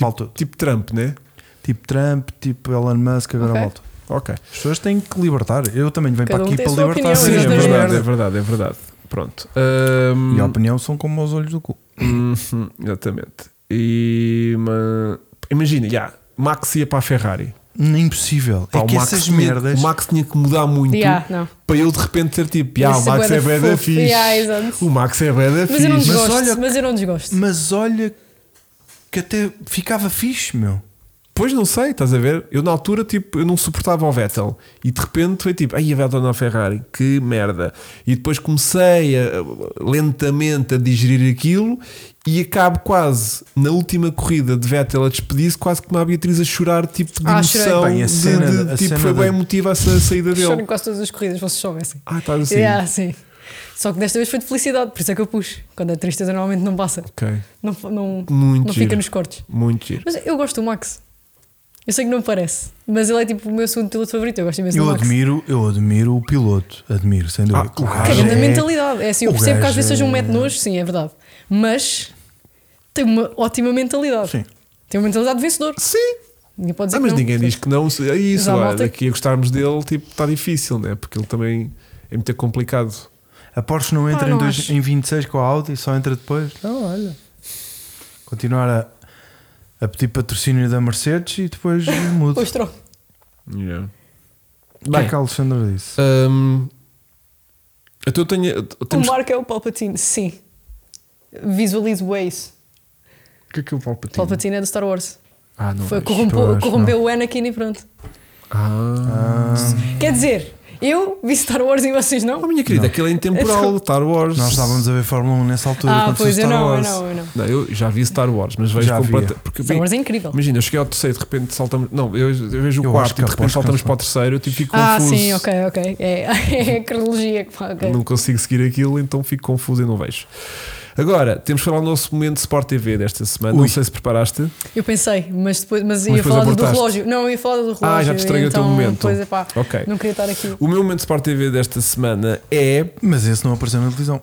vale tudo. tipo Trump, né? Tipo Trump, tipo Elon Musk, agora Ok. vale tudo. Ok. As pessoas têm que libertar. Eu também venho Cada para um aqui tem para a sua libertar. opinião, Sim, é seja exatamente. verdade, é merda. verdade, é verdade. Pronto. E a Ahm, opinião são como os olhos do cu. Uhum, exatamente. E ma- imagina, já, Max ia para a Ferrari. Impossível. Pá, é que essas tinha, merdas. o Max tinha que mudar muito Yeah, não. para eu de repente ter tipo, "Ya, o Esse Max bué é da bué da fofo." fixe. Yeah, exato. O Max é bué da Mas eu não fixe. desgosto. olha- Mas eu não desgosto. Mas olha que até ficava fixe, meu. Pois não sei, estás a ver? Eu na altura tipo, eu não suportava o Vettel e de repente foi tipo, ai a Vettel na Ferrari, que merda. E depois comecei a- lentamente a digerir aquilo e acabo quase na última corrida de Vettel a despedir-se, quase como a Beatriz a chorar, tipo de Ah, emoção. chorei. Bem, a de- cena de- da- a tipo, cena foi da- bem emotiva essa saída Choro em dele. quase todas as corridas, vocês soubessem. Ah, estás assim. Yeah, sim. Só que desta vez foi de felicidade, por isso é que eu puxo. Quando é tristeza, normalmente não passa. Ok, Não, não, Muito não giro. fica nos cortes. muito giro. Mas eu gosto do Max. Eu sei que não parece, mas ele é tipo o meu segundo piloto favorito. Eu gosto imenso Eu do Max. admiro, eu admiro o piloto, admiro, sem dúvida. Ah, o Que é gajo grande é- mentalidade. É assim, eu o percebo que gajo às vezes seja um é- método nojo, sim, é verdade. Mas tem uma ótima mentalidade. Sim. Tem uma mentalidade de vencedor. Sim, Ninguém pode dizer ah, mas que não. ninguém diz que não. se- É isso, Mas há olha, malta que- daqui a gostarmos dele, tipo, está difícil, né? Porque ele também é muito complicado. A Porsche não entra Ah, não em, dois, acho. em 26 com a Audi, só entra depois. Não, olha. Continuar a, a pedir patrocínio da Mercedes e depois muda. Pois troca. Yeah. O que é Bem. que a Alexandra disse? Hum, então eu tenho. O Temos, Marco é o Palpatine, sim. Visualizo é isso. o que é que é o Palpatine? Palpatine é do Star Wars. Ah, não. Foi, é. corrompeu, pois, corrompeu o Anakin e pronto. Ah, Ah, Quer dizer, Eu vi Star Wars e vocês não. Oh, minha querida, aquilo é intemporal, Star Wars. Nós estávamos a ver Fórmula 1 nessa altura. Ah, quando pois saiu eu Star não, eu Wars. não, eu não. Não, eu já vi Star Wars, mas vejo Já vi. completamente. Porque Star vi- Wars é incrível. Imagina, eu cheguei ao terceiro, de repente saltamos. Não, eu, eu vejo o Eu quarto acho que e é de repente aposto que saltamos eles para o terceiro, eu tipo, fico ah, confuso. sim, ok, ok. É, é a cronologia que fala, ok. Não consigo seguir aquilo, então fico confuso e não vejo. Agora, temos que falar do nosso momento de Sport TV desta semana. Não Ui. sei se preparaste. Eu pensei, mas depois mas ia depois falar do- do abortaste. relógio. Não, eu ia falar do relógio. Ah, já te estraguei o teu então, momento. Pois é, pá. Ok. Não queria estar aqui. O meu momento de Sport TV desta semana é. Mas esse não apareceu na televisão.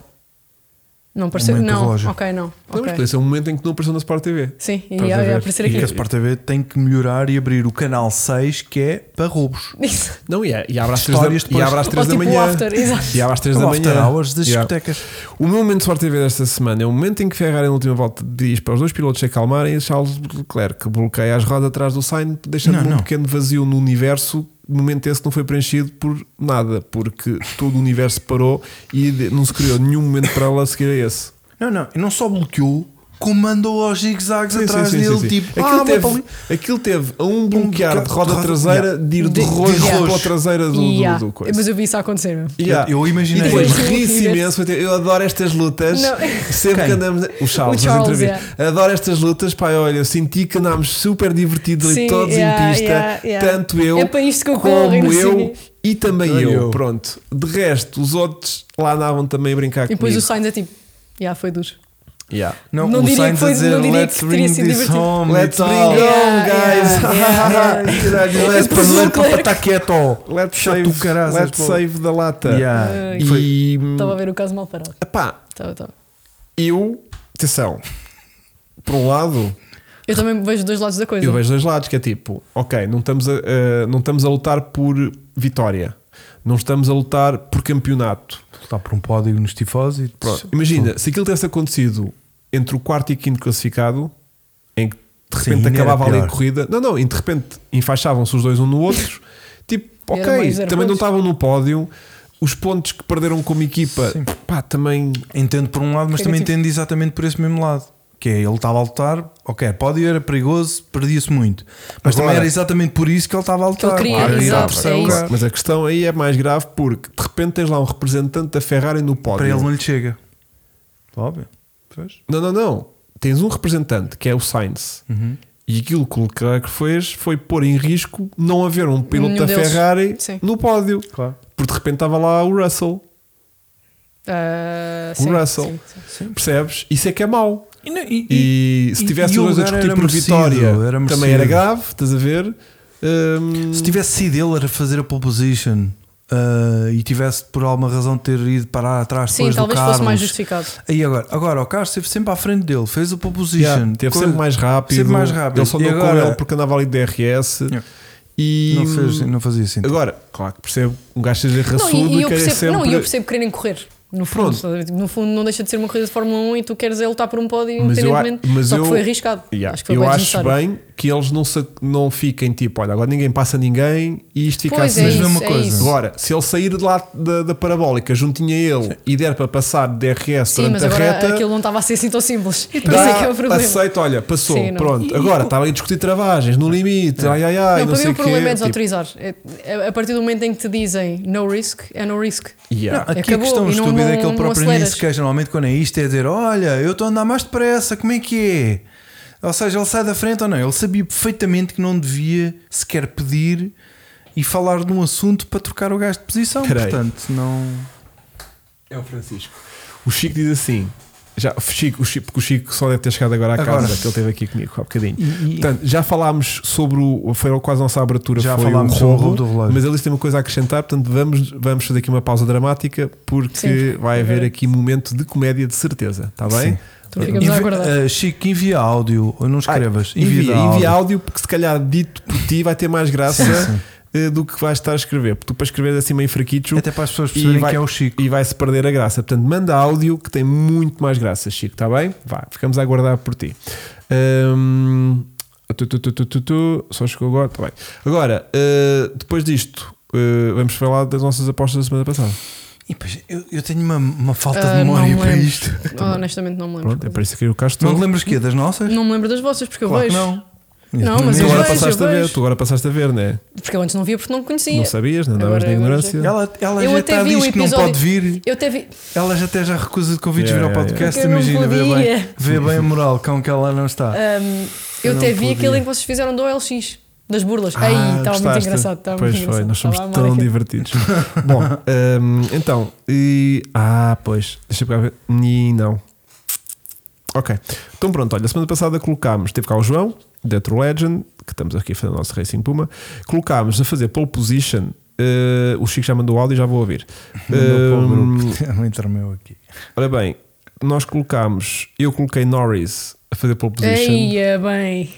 Não pareceu. momento do Não, relógio. ok, não. Não, mas ok. podia ser um momento em que não apareceu na Sport TV. Sim, Estás a ia, ia ver? aparecer E é Porque a aqui. Sport TV tem que melhorar e abrir o canal 6, que é para roubos. Isso. Não, e, é, e abre às 3 Histórias da, depois- e abre às Ou três da tipo o manhã. after, exato. E abre às 3 Ou da after manhã. hours das Yeah. discotecas. O meu momento de Sport TV desta semana é o momento em que Ferrari, na última volta, diz para os dois pilotos se acalmarem e Charles Leclerc bloqueia as rodas atrás do Sainz, deixando Não, um não. pequeno vazio no universo. Momento esse que não foi preenchido por nada, porque todo o universo parou e de- não se criou nenhum momento para ela seguir a esse. Não, não, e não só bloqueou, como mandou aos zigzags Sim, atrás sim, sim, dele, sim, sim. tipo, aquilo, ah, vou para ali. teve, aquilo teve a um bloquear de roda de roda- traseira de ir de De- de rojo rojo. para a traseira do, do- Yeah. do coisa. Mas eu vi isso acontecer. meu. Yeah. Eu- eu imaginei. E depois Eu imaginei ri-se que tivesse- imenso. foi ter- Eu adoro estas lutas. Não. Sempre Quem? que andamos. O Charles, O Charles, é. nas entrevistas. Adoro estas lutas. Pá, olha, eu senti que andámos super divertidos ali Sim, todos em yeah, pista. yeah, yeah. Tanto eu. É para isto que eu corro e como não sei eu quê. e também Olha eu. eu. Pronto. De resto, os outros lá andavam também a brincar E depois o comigo. Sainz é tipo. Já, foi duro. Yeah. Não, Não o diria Sainz que a foi- dizer, não diria let's que teria bring sido this divertido." home. Let's e bring tal. on, Yeah, guys! yeah, yeah. Caralho, let's- Depois o é Leclerc. tá estar quieto. Let's Chato save, do caraças, let's pô. save da lata. Yeah. Ai. E Foi- Estava Hum. a ver o caso mal parado. epá, Estava, estava. eu, atenção, por um lado, Eu também vejo os dois lados da coisa. eu vejo dois lados, que é tipo, ok, não estamos a, eh, não estamos a lutar por vitória, não estamos a lutar por campeonato. Está por um pódio nos tifós e Pronto, imagina, se aquilo tivesse acontecido entre o quarto e quinto classificado, em que de Sim, repente ainda era acabava ali a pior. corrida, não, não, e de repente enfaixavam-se os dois um no outro, tipo, Era ok, mais zero também não pontos. estavam no pódio, os pontos que perderam como equipa, Sim. pá, também Entendo por um lado, mas Fica também tipo- entendo exatamente por esse mesmo lado. Que é, ele estava a lutar, ok, pódio era perigoso, perdia-se muito. Agora- Mas também era exatamente por isso que ele estava a lutar. ele queria, para ir ao exato, terceiro é isso. lugar. Mas a questão aí é mais grave porque de repente tens lá um representante da Ferrari no pódio. Para ele não lhe chega. Óbvio. Pois. Não, não, não. Tens um representante que é o Sainz. Uhum. E aquilo que o Leclerc fez foi pôr em risco não haver um piloto Nenhum da deles. Ferrari Sim. no pódio. Claro. Porque de repente estava lá o Russell. Ah, O sim, Russell. sim, sim. Percebes? Isso é que é mau. E, não- e- E, se e- tivesse e o os dois a lugar discutir era por merecido, vitória, era merecido. também era grave, estás a ver? Hum, Se tivesse sido ele a fazer a pole position ah, e tivesse por alguma razão ter ido parar atrás Sim, depois talvez do fosse mais Carlos. justificado. Aí agora, agora o Carlos esteve sempre à frente dele, fez a pole position, yeah, teve coisa- sempre mais rápido. sempre mais rápido. Ele só E deu com agora- ele porque andava ali de DRS. Yeah. E hum, não, fez, não fazia sentido. Agora, claro que percebo, um gajo seja Então, Não, raçudo e, e e eu querer percebo, sempre. não, e eu percebo quererem correr. No fundo, Pronto. estás a ver? no fundo, não deixa de ser uma corrida de Fórmula 1 e tu queres é lutar por um pódio Mas eu a- independentemente. mas Só eu- que foi arriscado. Yeah, Acho que foi eu bem acho desnecessário. bem que eles não, se, não fiquem tipo, olha, agora ninguém passa ninguém e isto fica Pois assim. é, Mas vê isso, uma é coisa. isso. Agora, se ele sair de lá da, da parabólica juntinho a ele e der para passar de DRS Sim, mas durante a agora reta, aquilo não estava a ser assim tão simples. Isso dá, é que é o problema. aceito, olha, passou, Sim, não. pronto. agora, está ali a discutir travagens, no É. limite, ai ai ai, Não, não, para mim sei o problema quê, é tipo, desautorizar. É- é- a partir do momento em que te dizem no risk, é no risk. tipo, yeah. Não, aqui Acabou, a questão e não- estúpida é não- que ele não próprio nem aceleras. se queixa. Normalmente, quando é isto, é dizer: Olha, eu estou a andar mais depressa, como é que é? Ou seja, ele sai da frente ou não? Ele sabia perfeitamente que não devia sequer pedir e falar de um assunto para trocar o gajo de posição. Peraí. Portanto, não. É o Francisco. O Chico diz assim. Já, o Chico, o Chico, porque o Chico só deve ter chegado agora à Agora. casa, que ele esteve aqui comigo há bocadinho. E- e- Portanto, já falámos sobre o. Foi quase a nossa abertura, Já foi falámos o sobre o roubo, roubo do relógio. Mas ele disse que tem uma coisa a acrescentar, portanto vamos, vamos fazer aqui uma pausa dramática, porque Sim. vai haver aqui momento de comédia de certeza, está bem? Sim. Então ficamos a Envi- aguardar. eh, Chico, envia áudio. Não escrevas. Ah, envia, envia áudio. áudio. porque se calhar dito por ti vai ter mais graça eh, do que vais estar a escrever. Porque tu para escrever assim meio fraquicho. Até para as pessoas E perceberem vai- que é o Chico. e vai-se perder a graça. Portanto, manda áudio que tem muito mais graça, Chico, está bem? Vá, ficamos a aguardar por ti. Hum, tu, tu, tu, tu, tu, tu, só chegou agora, está bem. Agora, uh, depois disto, uh, vamos falar das nossas apostas da semana passada. E, pois, eu, eu tenho uma, uma falta Ah, de não memória me para lembro. isto. Honestamente, não me lembro. Pronto, é para isso que eu cá estou. Não te lembras que é das nossas? Não me lembro das vossas, porque eu Claro que vejo. não. Não, mas tu eu agora vejo, passaste eu a ver, vejo. tu agora passaste a ver, né? Porque eu antes não via porque não conhecia. Não sabias, não andavas Agora na eu ignorância. vejo. Ela, ela Eu já até está vi diz o que não episódio- pode vir. Eu até vi. Ela já até já recusa de convites Yeah, vir ao yeah, podcast. yeah. Porque eu não Imagina, vê bem, podia. vê bem a moral com que ela não Eh, está. hum, Eu eu não até vi podia. aquele em que vocês fizeram do OLX, das burlas. Ah, Aí, estava muito gostaste? engraçado. Estava pois muito foi, engraçado. nós somos Estava a amar tão aquilo. divertidos. Bom, hum, então, e. Ah, pois, deixa eu pegar. a ver. E não. Ok, então pronto, olha, semana passada colocámos, teve cá o João, da True Legend, que estamos aqui a fazer o nosso Racing Puma, colocámos a fazer pole position. eh, o Chico já mandou o áudio e já vou ouvir. Hum, Mandou para o grupo. Intermeu aqui. Ora bem, nós colocámos, eu coloquei Norris a fazer pole position. Eia, é bem.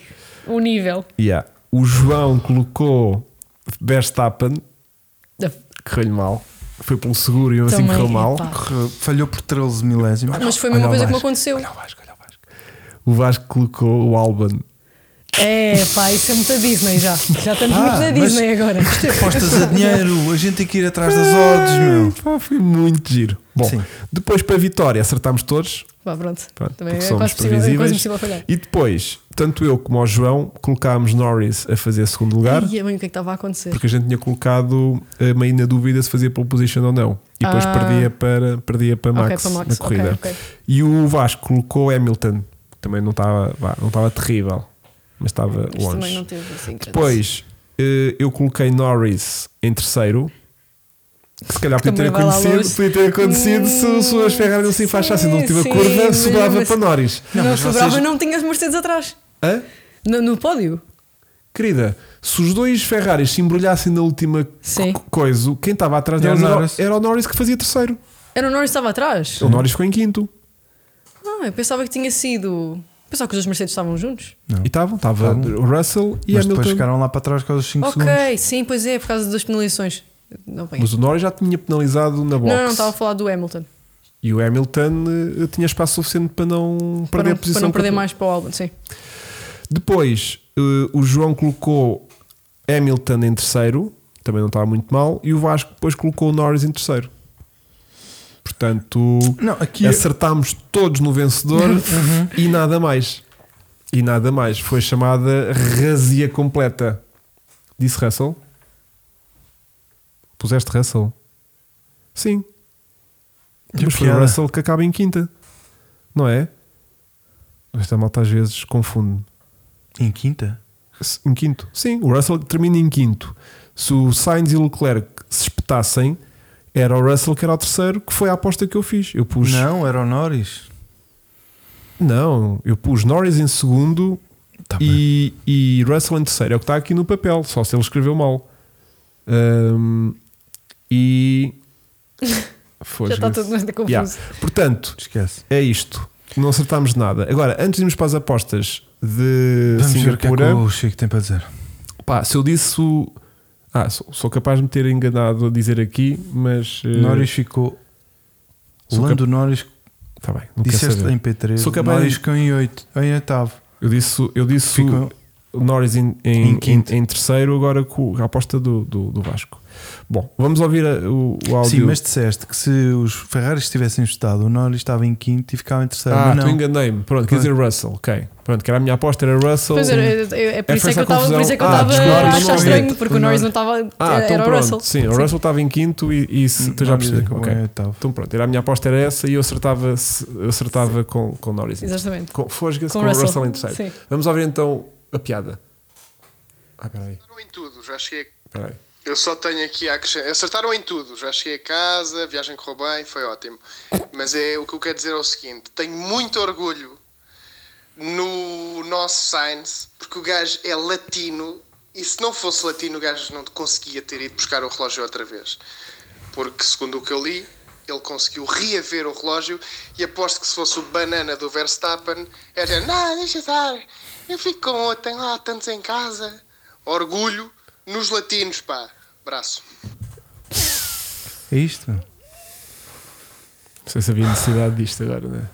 O nível. Yeah. O João colocou Verstappen, Da- correu-lhe mal. Foi pelo seguro e eu assim Também, correu mal. epá. Correu- Falhou por 13 milésimos. Ah, Mas foi a mesma Olha coisa o que me Vasco. aconteceu. Olha o Vasco, olha o Vasco. O Vasco colocou o Alban. É, pá, isso é muito a Disney já. Já estamos Ah, muito na mas- Disney agora. Apostas a dinheiro, a gente tem que ir atrás das odds, meu. Ai, Eh, pá, foi muito giro. Bom, Sim. depois para a vitória acertámos todos. Pá, pronto. Pronto, Também porque é somos quase, possível, é quase previsíveis. impossível falhar. E depois, tanto eu como o João colocámos Norris a fazer segundo lugar. E mãe, o que é que estava a acontecer? Porque a gente tinha colocado eh, meio na dúvida se fazia pole position ou não. E depois Ah. perdia, para, perdia para, Max ok, para na Max. ok, corrida. ok. E o Vasco colocou Hamilton, que também não estava, vá, não estava terrível, mas estava Mas também longe. não teve assim grande- Depois eh, eu coloquei Norris em terceiro. Que se calhar Que podia ter, também vai lá acontecido, longe. podia ter acontecido se, se as Ferrari não se Sim, enfaixassem na última sim, assim. curva, mas- sobrava mas- para Norris. Não, Não, não mas sobrava, vocês- não tinha as Mercedes atrás. Hã? No, no pódio. Querida, se os dois Ferraris se embrulhassem na última Sim. co- coisa, quem estava atrás Era o deles era, Norris. o- era o Norris que fazia terceiro. Era o Norris que estava atrás? O Norris ficou em quinto. Ah, eu pensava que tinha sido. Pensava que os dois Mercedes estavam juntos. Não. E estavam, estava Estavam. o Russell e Mas depois Hamilton. ficaram lá para trás com os 5 ok, segundos. sim, pois é, por causa das penalizações. Não bem. Mas o Norris já tinha penalizado na box. Não, não, estava a falar do Hamilton. E o Hamilton eh, tinha espaço suficiente para não Para perder não, a posição. para não perder contra- mais para o álbum, sim. Depois, eh, o João colocou Hamilton em terceiro, também não estava muito mal, e o Vasco depois colocou o Norris em terceiro. Portanto, Não, aqui acertámos todos no vencedor e nada mais. E nada mais. Foi chamada razia completa. Disse Russell? Puseste Russell? Sim. Que Mas foi o piada. Russell que acaba em quinta. Não é? Esta malta às vezes confunde. em quinta. Se- Em quinto? Sim, o Russell termina em quinto. Se o Sainz e o Leclerc se espetassem, era o Russell que era o terceiro, que foi a aposta que eu fiz. Eu pus. Não, era o Norris. Não, eu pus Norris em segundo Tá bem. e, e Russell em terceiro. É o que está aqui no papel, só se ele escreveu mal. Ahm, e. Foi, Já está esquece. tudo muito confuso. Yeah. Então, Portanto, Esquece. é isto. Não acertámos nada. Agora, antes de irmos para as apostas de Vamos ver o que é que Singapura, o Chico tem para dizer. pá, se eu disse o. Ah, sou, sou capaz de me ter enganado a dizer aqui, mas. eh, Norris ficou. sou Lando Norris Tá bem, não quero disseste saber. é em P3. Sou capaz Norris de- ficou em 8, em oitavo. Eu disse, eu disse Ficou- o Norris em, em, Em quinto. em- em terceiro, agora com a aposta do, do, do Vasco. Bom, vamos ouvir a- o, o áudio. Sim, mas disseste que se os Ferraris tivessem estado, o Norris estava em quinto e ficava em terceiro. Ah, mas tu não. enganei-me. Pronto, quer dizer Russell, ok. Pronto, que era a minha aposta, era Russell. Pois é, é, é, é por É isso essa é que eu estava por isso é que eu confusão. estava Ah, desculpa, a não achar ouvi. estranho, porque O o Norris- Norris não estava. Ah, então era o pronto. Russell. Sim, o Russell estava em quinto e, e se, tu já Norris percebi. acabou ok. é em oitavo. Então pronto, era a minha aposta era essa e eu acertava, se- eu acertava com, com Norris. Exatamente. Com, Fosga-se Com com, o Russell. Russell em terceiro. sim. Vamos ouvir então a piada. Ah, peraí, Acertaram em tudo, já cheguei. peraí. Eu só tenho aqui a acrescentar. Acertaram em tudo, já cheguei a casa, a viagem correu bem, foi ótimo. Mas é o que eu quero dizer é o seguinte: tenho muito orgulho no nosso Sainz, porque o gajo é latino e se não fosse latino, o gajo não conseguia ter ido buscar o relógio outra vez. Porque, segundo o que eu li, ele conseguiu reaver o relógio e aposto que se fosse o banana do Verstappen, era não, deixa estar, eu fico com outro, tenho lá tantos em casa. Orgulho nos latinos, pá. Braço. É isto? meu? Não sei se havia necessidade disto agora, não é?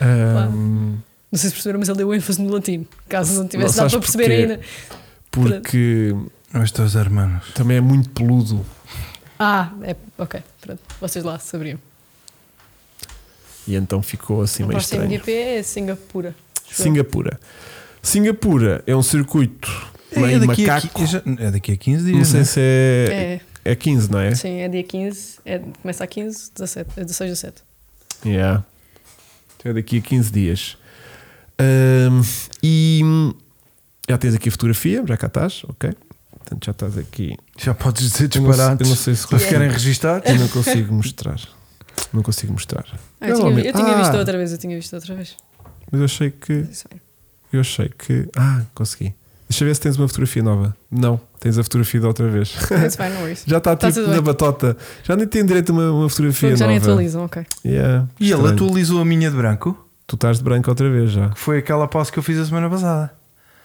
Ahm, Não sei se perceberam, mas ele deu ênfase no latino. Caso não Não tivesse sabes dado para perceber porquê. ainda. porque Os teus hermanos. também é muito peludo. Ah, é, ok, pronto. Vocês lá sabiam. E então ficou assim O meio próximo estranho. GP é Singapura. Singapura. Singapura é um circuito meio É, daqui a macaco. qui- já- é daqui a 15 dias. Não sei né? se é, é. 15, não é? Sim, é dia 15, é, começa a 15, 17, é 16, 17. Yeah. Então é daqui a 15 dias. Ahm, e hum, já tens aqui a fotografia, já cá estás, ok? Portanto, já estás aqui. Já podes dizer Eu não sei- disparates. eu não sei se Eles consigo- É, querem registrar. Eu não consigo mostrar. Não consigo mostrar. Ah, eu, Não, tinha, meu- eu tinha visto Ah! outra vez, eu tinha visto outra vez. Mas eu achei que. Eu achei que. Ah, consegui. Deixa eu ver se tens uma fotografia nova. Não, tens a fotografia da outra vez. That's fine, no worries. Já está Tá tipo tudo na bem. batota. Já nem tem direito a uma, uma fotografia Fogo, já nem nova. atualizam, ok. Yeah, E ele estranho. atualizou a minha de branco, Tu estás de branco outra vez já. que foi aquela posse que eu fiz a semana passada.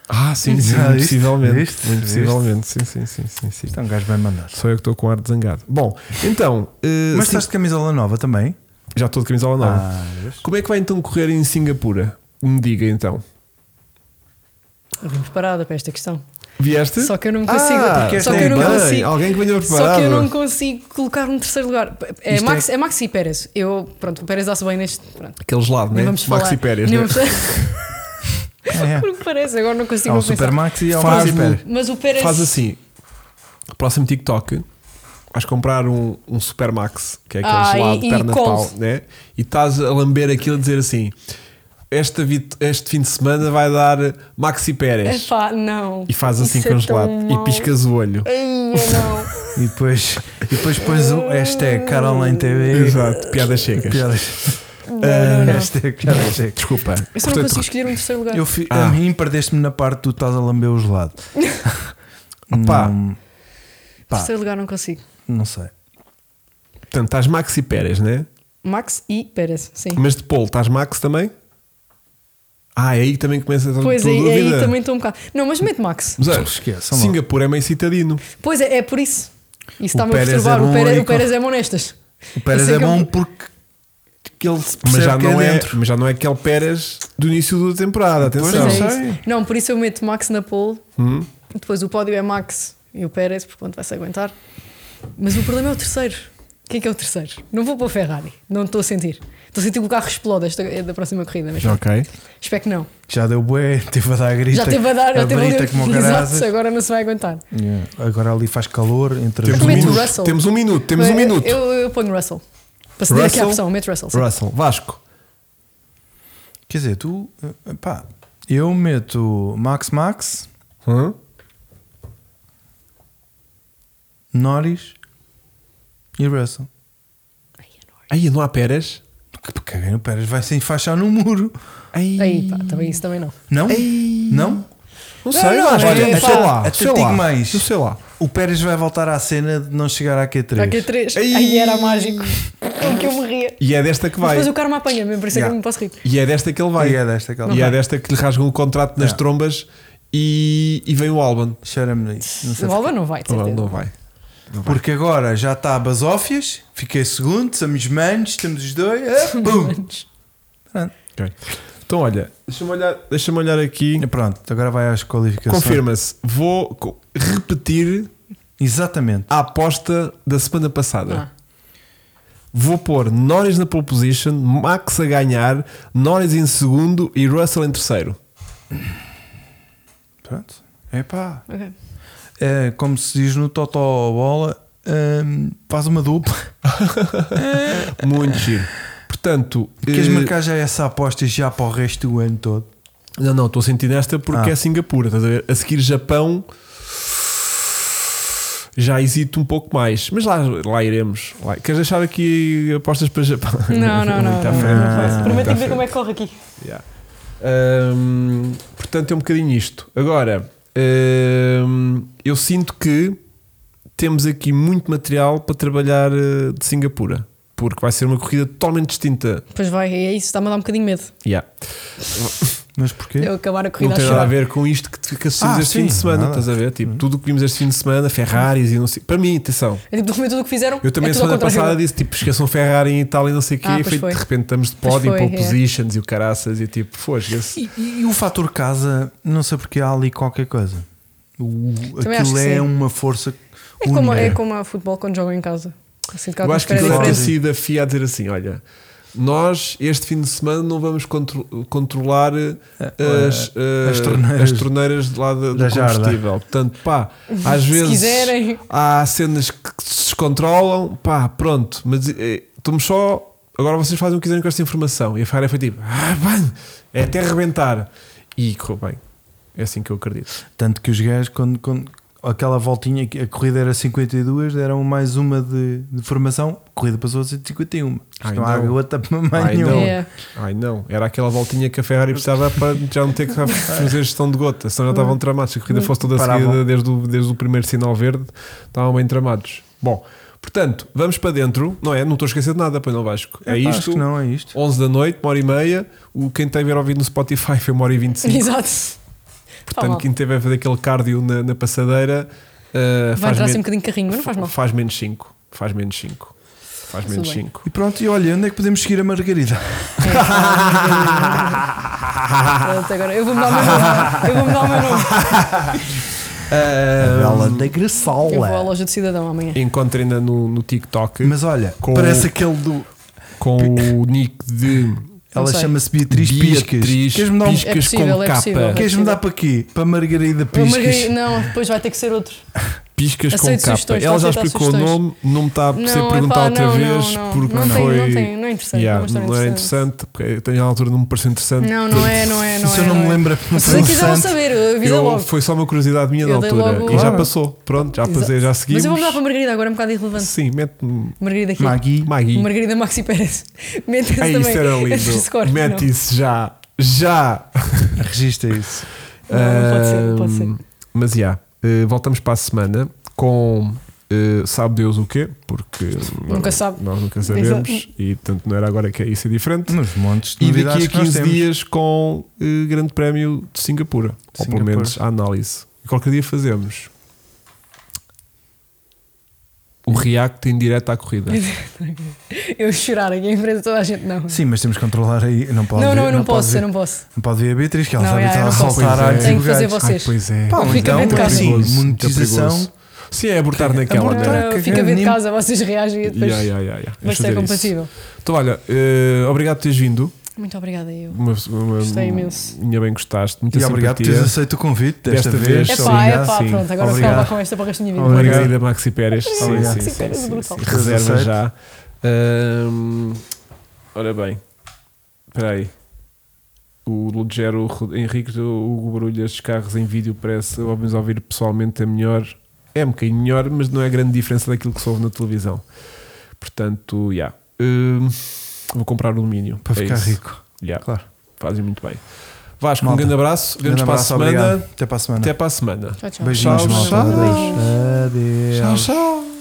Ah, sim, sim, Ah, muito viste? possivelmente. Viste? Muito Viste? possivelmente, sim, sim, sim, sim, sim. Isto é um gajo bem mandado. Só eu que estou com ar de zangado. Bom, então, eh, Mas sim, estás de camisola nova também? já estou de camisola nova. Ah, vês? Como é que vai então correr em Singapura? Me diga então. Eu vim preparada para esta questão. Vieste? Só que eu não consigo. Ah, porque só esta que eu é não bem, consigo. Alguém que venha preparado. Só que eu não consigo colocar um terceiro lugar. É, Isto Max, é- é... Max e Pérez. Eu, pronto, o Pérez dá-se bem neste. Pronto, Aquele gelado, nem né? vamos falar. Maxi Pérez, nem né? vamos... É. Porque parece, agora não consigo Há o não pensar. Supermax e há o Faz-me- Max Mas o Pérez. um Faz assim: próximo TikTok, vais comprar um, um Supermax, que é aquele Ah, gelado e- de e perna de couve. pau, né? E estás a lamber aquilo e dizer assim: este, este fim de semana vai dar Maxi Pérez. Epá, É não. E faz assim Isso é com tão gelado mau. e piscas o olho. Ai, é eu não. E depois, e depois pões um hashtag Caroline TV. Exato, piadas secas. Piadas. Ah, não, não. Hashtag Caroline Checa. Desculpa. Eu só não Portanto, consigo escolher um terceiro lugar. Eu fi, Ah. A mim perdeste-me na parte do estás a lamber o gelado. Opa. Não, pá. Terceiro lugar não consigo. não sei. portanto, estás Max e Pérez, né? Max e Pérez, sim. Mas de Polo, estás Max também? Ah, é aí que também começa a tua Pois aí, dúvida. aí também estou um bocado. Não, mas mete Max. Mas, olha, Esquece, amor. Singapura é meio citadino. Pois é, é por isso. Isso O está-me a Pérez é perturbar. bom o, Pérez, aí o com- Pérez é bom nestas. O Pérez Isso é que eu- bom porque que ele se percebe Mas já, que não é é, dentro. mas já não é aquele Pérez do início da temporada. Atenção. Pois Pois não é sei. Hum. isso. Não, por isso eu meto Max na pole. Depois o pódio é Max e o Pérez, por quanto vai-se aguentar. Mas o problema é o terceiro. Quem é que é o terceiro? Não vou para o Ferrari. Não estou a sentir. Estou a sentir que o carro explode esta, é da próxima corrida. Mas Ok. espero que não. Já deu bué, teve a dar a grita. já teve a dar, já teve grita ali. como o Exato, caraças. agora não se vai aguentar. Yeah. Agora ali faz calor entre Temos um, Mete o minuto, Russell. temos um minuto. Temos um Eu- minuto. Eu, eu ponho Russell. Para ceder aqui a Russell? opção, meto Russell. sim. Russell, Vasco. Quer dizer, tu eh, pá, eu meto Max Max, Hum? Norris e Russell. Aí não há Pérez? Que- Caguei no Pérez, vai se enfaixar no muro. Aí, Aí, pá, também isso também não. Não? Não? Não Não, sei, não, mas é- olha, é- sei pá, lá. até sei digo lá, mais. Eu sei lá. O Pérez vai voltar à cena de não chegar à Q3. Para Q3, Ai. aí era mágico. Como que eu morria. E é desta que vai. Depois o carro me apanha mesmo, por isso é que Yeah. eu não me posso rir. E é desta que ele vai. E é desta que ele E vai. é desta que lhe rasgam o contrato nas É. trombas e, e vem o Alban. Cheira-me nisso. Não sei O Alba não vai, É de Não, certeza. não vai. Porque agora já está a Basófias, fiquei segundo, somos manos, estamos os dois. Ah, bum. Ok. Então, olha, deixa-me olhar, deixa olhar aqui. E pronto, agora vai às qualificações. Confirma-se. Vou co- repetir Exatamente. a aposta da semana Ah. passada. Vou pôr Norris na pole position, Max a ganhar, Norris em segundo e Russell em terceiro. Pronto. Epá. Ok. É, como se diz no Totó Bola, hum, faz uma dupla. Muito giro. Portanto, Queres eh, marcar já essa aposta já para o resto do ano todo? Não, não, estou a sentir nesta porque Ah. é Singapura, estás a ver? A seguir Japão já hesito um pouco mais, mas lá, lá iremos. Lá- Queres deixar aqui apostas para Japão? tá Não, não, não. Muito à não, frente, não muito faço. à Prometo frente. ver como é que corre aqui. Yeah. Hum, portanto, é um bocadinho isto. Agora, hum, eu sinto que temos aqui muito material para trabalhar eh, de Singapura, porque vai ser uma corrida totalmente distinta. Pois vai, é isso, está-me a dar um bocadinho medo. Yeah. Mas porquê? Eu acabar a Não corrida a tem nada a chorar. ver com isto que, que assistimos Ah, este sim, fim de semana, nada. Uhum. estás a ver? Tipo, tudo o que vimos este fim de semana, Ferraris e não sei. Para mim, atenção. É tipo, tudo o que fizeram. Eu também, a é tudo ao semana contrário. passada, disse tipo, esqueçam Ferrari e tal e não sei o quê. Ah, e pois foi, foi. de repente estamos de Pois pódio e foi, pole é. positions e o caraças e tipo, fosga-se. E, e- e o fator casa, não sei porque há ali qualquer coisa. O, Também acho aquilo que é sim. uma força. É como, única. é como a futebol quando jogam em casa. Assim, de Eu acho que é aquilo deve ter diferente. sido a FIA a dizer assim: olha, nós este fim de semana não vamos contro- controlar as, eh, É, as torneiras. as torneiras de lá da- do Da jarda. combustível. Portanto, pá, às Se vezes quiserem. há cenas que se descontrolam, pá, pronto, mas eh, estamos só. Agora vocês fazem o que quiserem com esta informação. E a Ferrari foi tipo, ah, mano, é até arrebentar. E correu bem. É assim que eu acredito. Tanto que os gajos, quando, quando aquela voltinha, que a corrida era 52, deram mais uma de, de formação, a corrida passou a ser de 51. Isto Ai, não Ah, não. há outra para Ai, mamãe não. nenhuma. É. Ai não, era aquela voltinha que a Ferrari precisava para já não ter que fazer gestão de gota, senão já estavam tramados. Se a corrida fosse toda Hum. Paravam. seguida desde o, desde o primeiro sinal verde, estavam bem tramados. Bom, portanto, vamos para dentro, não é? Não estou a esquecer de nada, pois não, Vasco. É, Pá, Acho isto, que não, é isto. 11 da noite, uma hora e meia. O, quem teve a ouvir no Spotify foi uma hora e 25. Exato. Fala Portanto, tá mal. quem teve a fazer aquele cardio na, na passadeira ah, Vai faz, entrar assim um men- bocadinho carrinho, mas não faz mal. faz menos 5. Faz menos 5. Faz menos bem. 5. E pronto, e olha, onde é que podemos seguir a Margarida? Pronto, agora eu vou mudar o meu nome. Eu vou mudar o meu nome. Eh, Bela da Eu vou à Graçola. loja do cidadão amanhã. Encontrem-na no, no TikTok Mas olha, Com- parece aquele do. com o nick de Ela sei. chama-se Beatriz, Piscas. Beatriz Queres-me dar, um... Piscas É possível, com é capa. possível. Queres -me dar para quê? Para Margarida Eu Piscas. marguei- Não, depois vai ter que ser outro. Piscas Aceito com capa. sugestões, Ela já aceito explicou sugestões. o nome, não me está a ser Não, perguntar epá, outra não, não, vez não. porque Não tem- foi. não tem- não é interessante, Yeah, não é uma história não era interessante. interessante, porque eu tenho a altura não me pareceu interessante. Não, não é, não é, não Se é. eu não me é. lembro, a Se vocês quiseram interessante. saber, eu avisa Eu- logo. foi só uma curiosidade minha Eu na dei altura logo- e já Claro. passou. Pronto, já passei, já seguimos. Mas eu vou mudar para Margarida agora, é um bocado irrelevante. Sim, mete-me Margarida aqui. Magui. Magui. Margarida Maxi Pérez. Mete esse É também. isso, era Esse score, lindo. não. Mete isso já. Já. Regista isso. Não, não pode ser, não pode ser. Ahm, Mas já, eh, voltamos para a semana com eh, sabe Deus o quê, porque Nunca nós- sabe. nós nunca sabemos Exato. e tanto não era agora que é isso é diferente. Nos montes de E novidades daqui a que nós 15 temos. dias com eh, Grande Prémio de Singapura, ou pelo Singapura. menos a análise. E qualquer dia fazemos o react em direto à corrida. Eu chorar aqui em frente a toda a gente, não. Sim, mas temos que controlar aí. Não, pode não, ver- não, eu não, pode posso, ver- eu não posso. Não pode ver a Beatriz, que ela Não, sabe é, está eu a não posso. saltar a Tenho que artes do fazer gajo. você. vocês. Ai, pois é. Pá, Não, fica então, bem de é casa. assim, Perigoso, muito monetização. perigoso. Sim, é abortar naquela, Abortar. né? Não, que- fica a ver de nem- casa, vocês reagem e depois Ya, ya, ya, ya. vai Vamos fazer ser isso. compatível. Então, olha, eh, obrigado por teres vindo. Muito obrigada, eu. Uma, uma, Gostei imenso. Ainda bem gostaste. Muita E obrigado por simpatia. teres aceito o convite desta, Desta vez. vez. É Sim, pá, é Obrigado. pá, sim. pronto, agora Obrigado. ficava com esta para o resto da minha vida. Obrigado. Margarida Maxi Pérez. Sim, Maxi sim, sim, Pérez, sim, brutal. sim. Reserva Aceito. já. Ahm, ora bem, espera aí. O Lugero Henrique, o o barulho destes carros em vídeo parece, ao menos ouvir pessoalmente, é melhor. É um bocadinho melhor, mas não é grande diferença daquilo que se ouve na televisão. Portanto, já. Ahm, vou comprar alumínio. Para É ficar isso. rico. Já. Claro. Fazem muito bem. Vasco, um Malta, grande abraço. Vemos para Grande a abraço, semana. obrigado. Até para a semana. Até para a semana. Tchau, tchau. Beijinhos, Tchau, malta. tchau. Adeus. Adeus. tchau.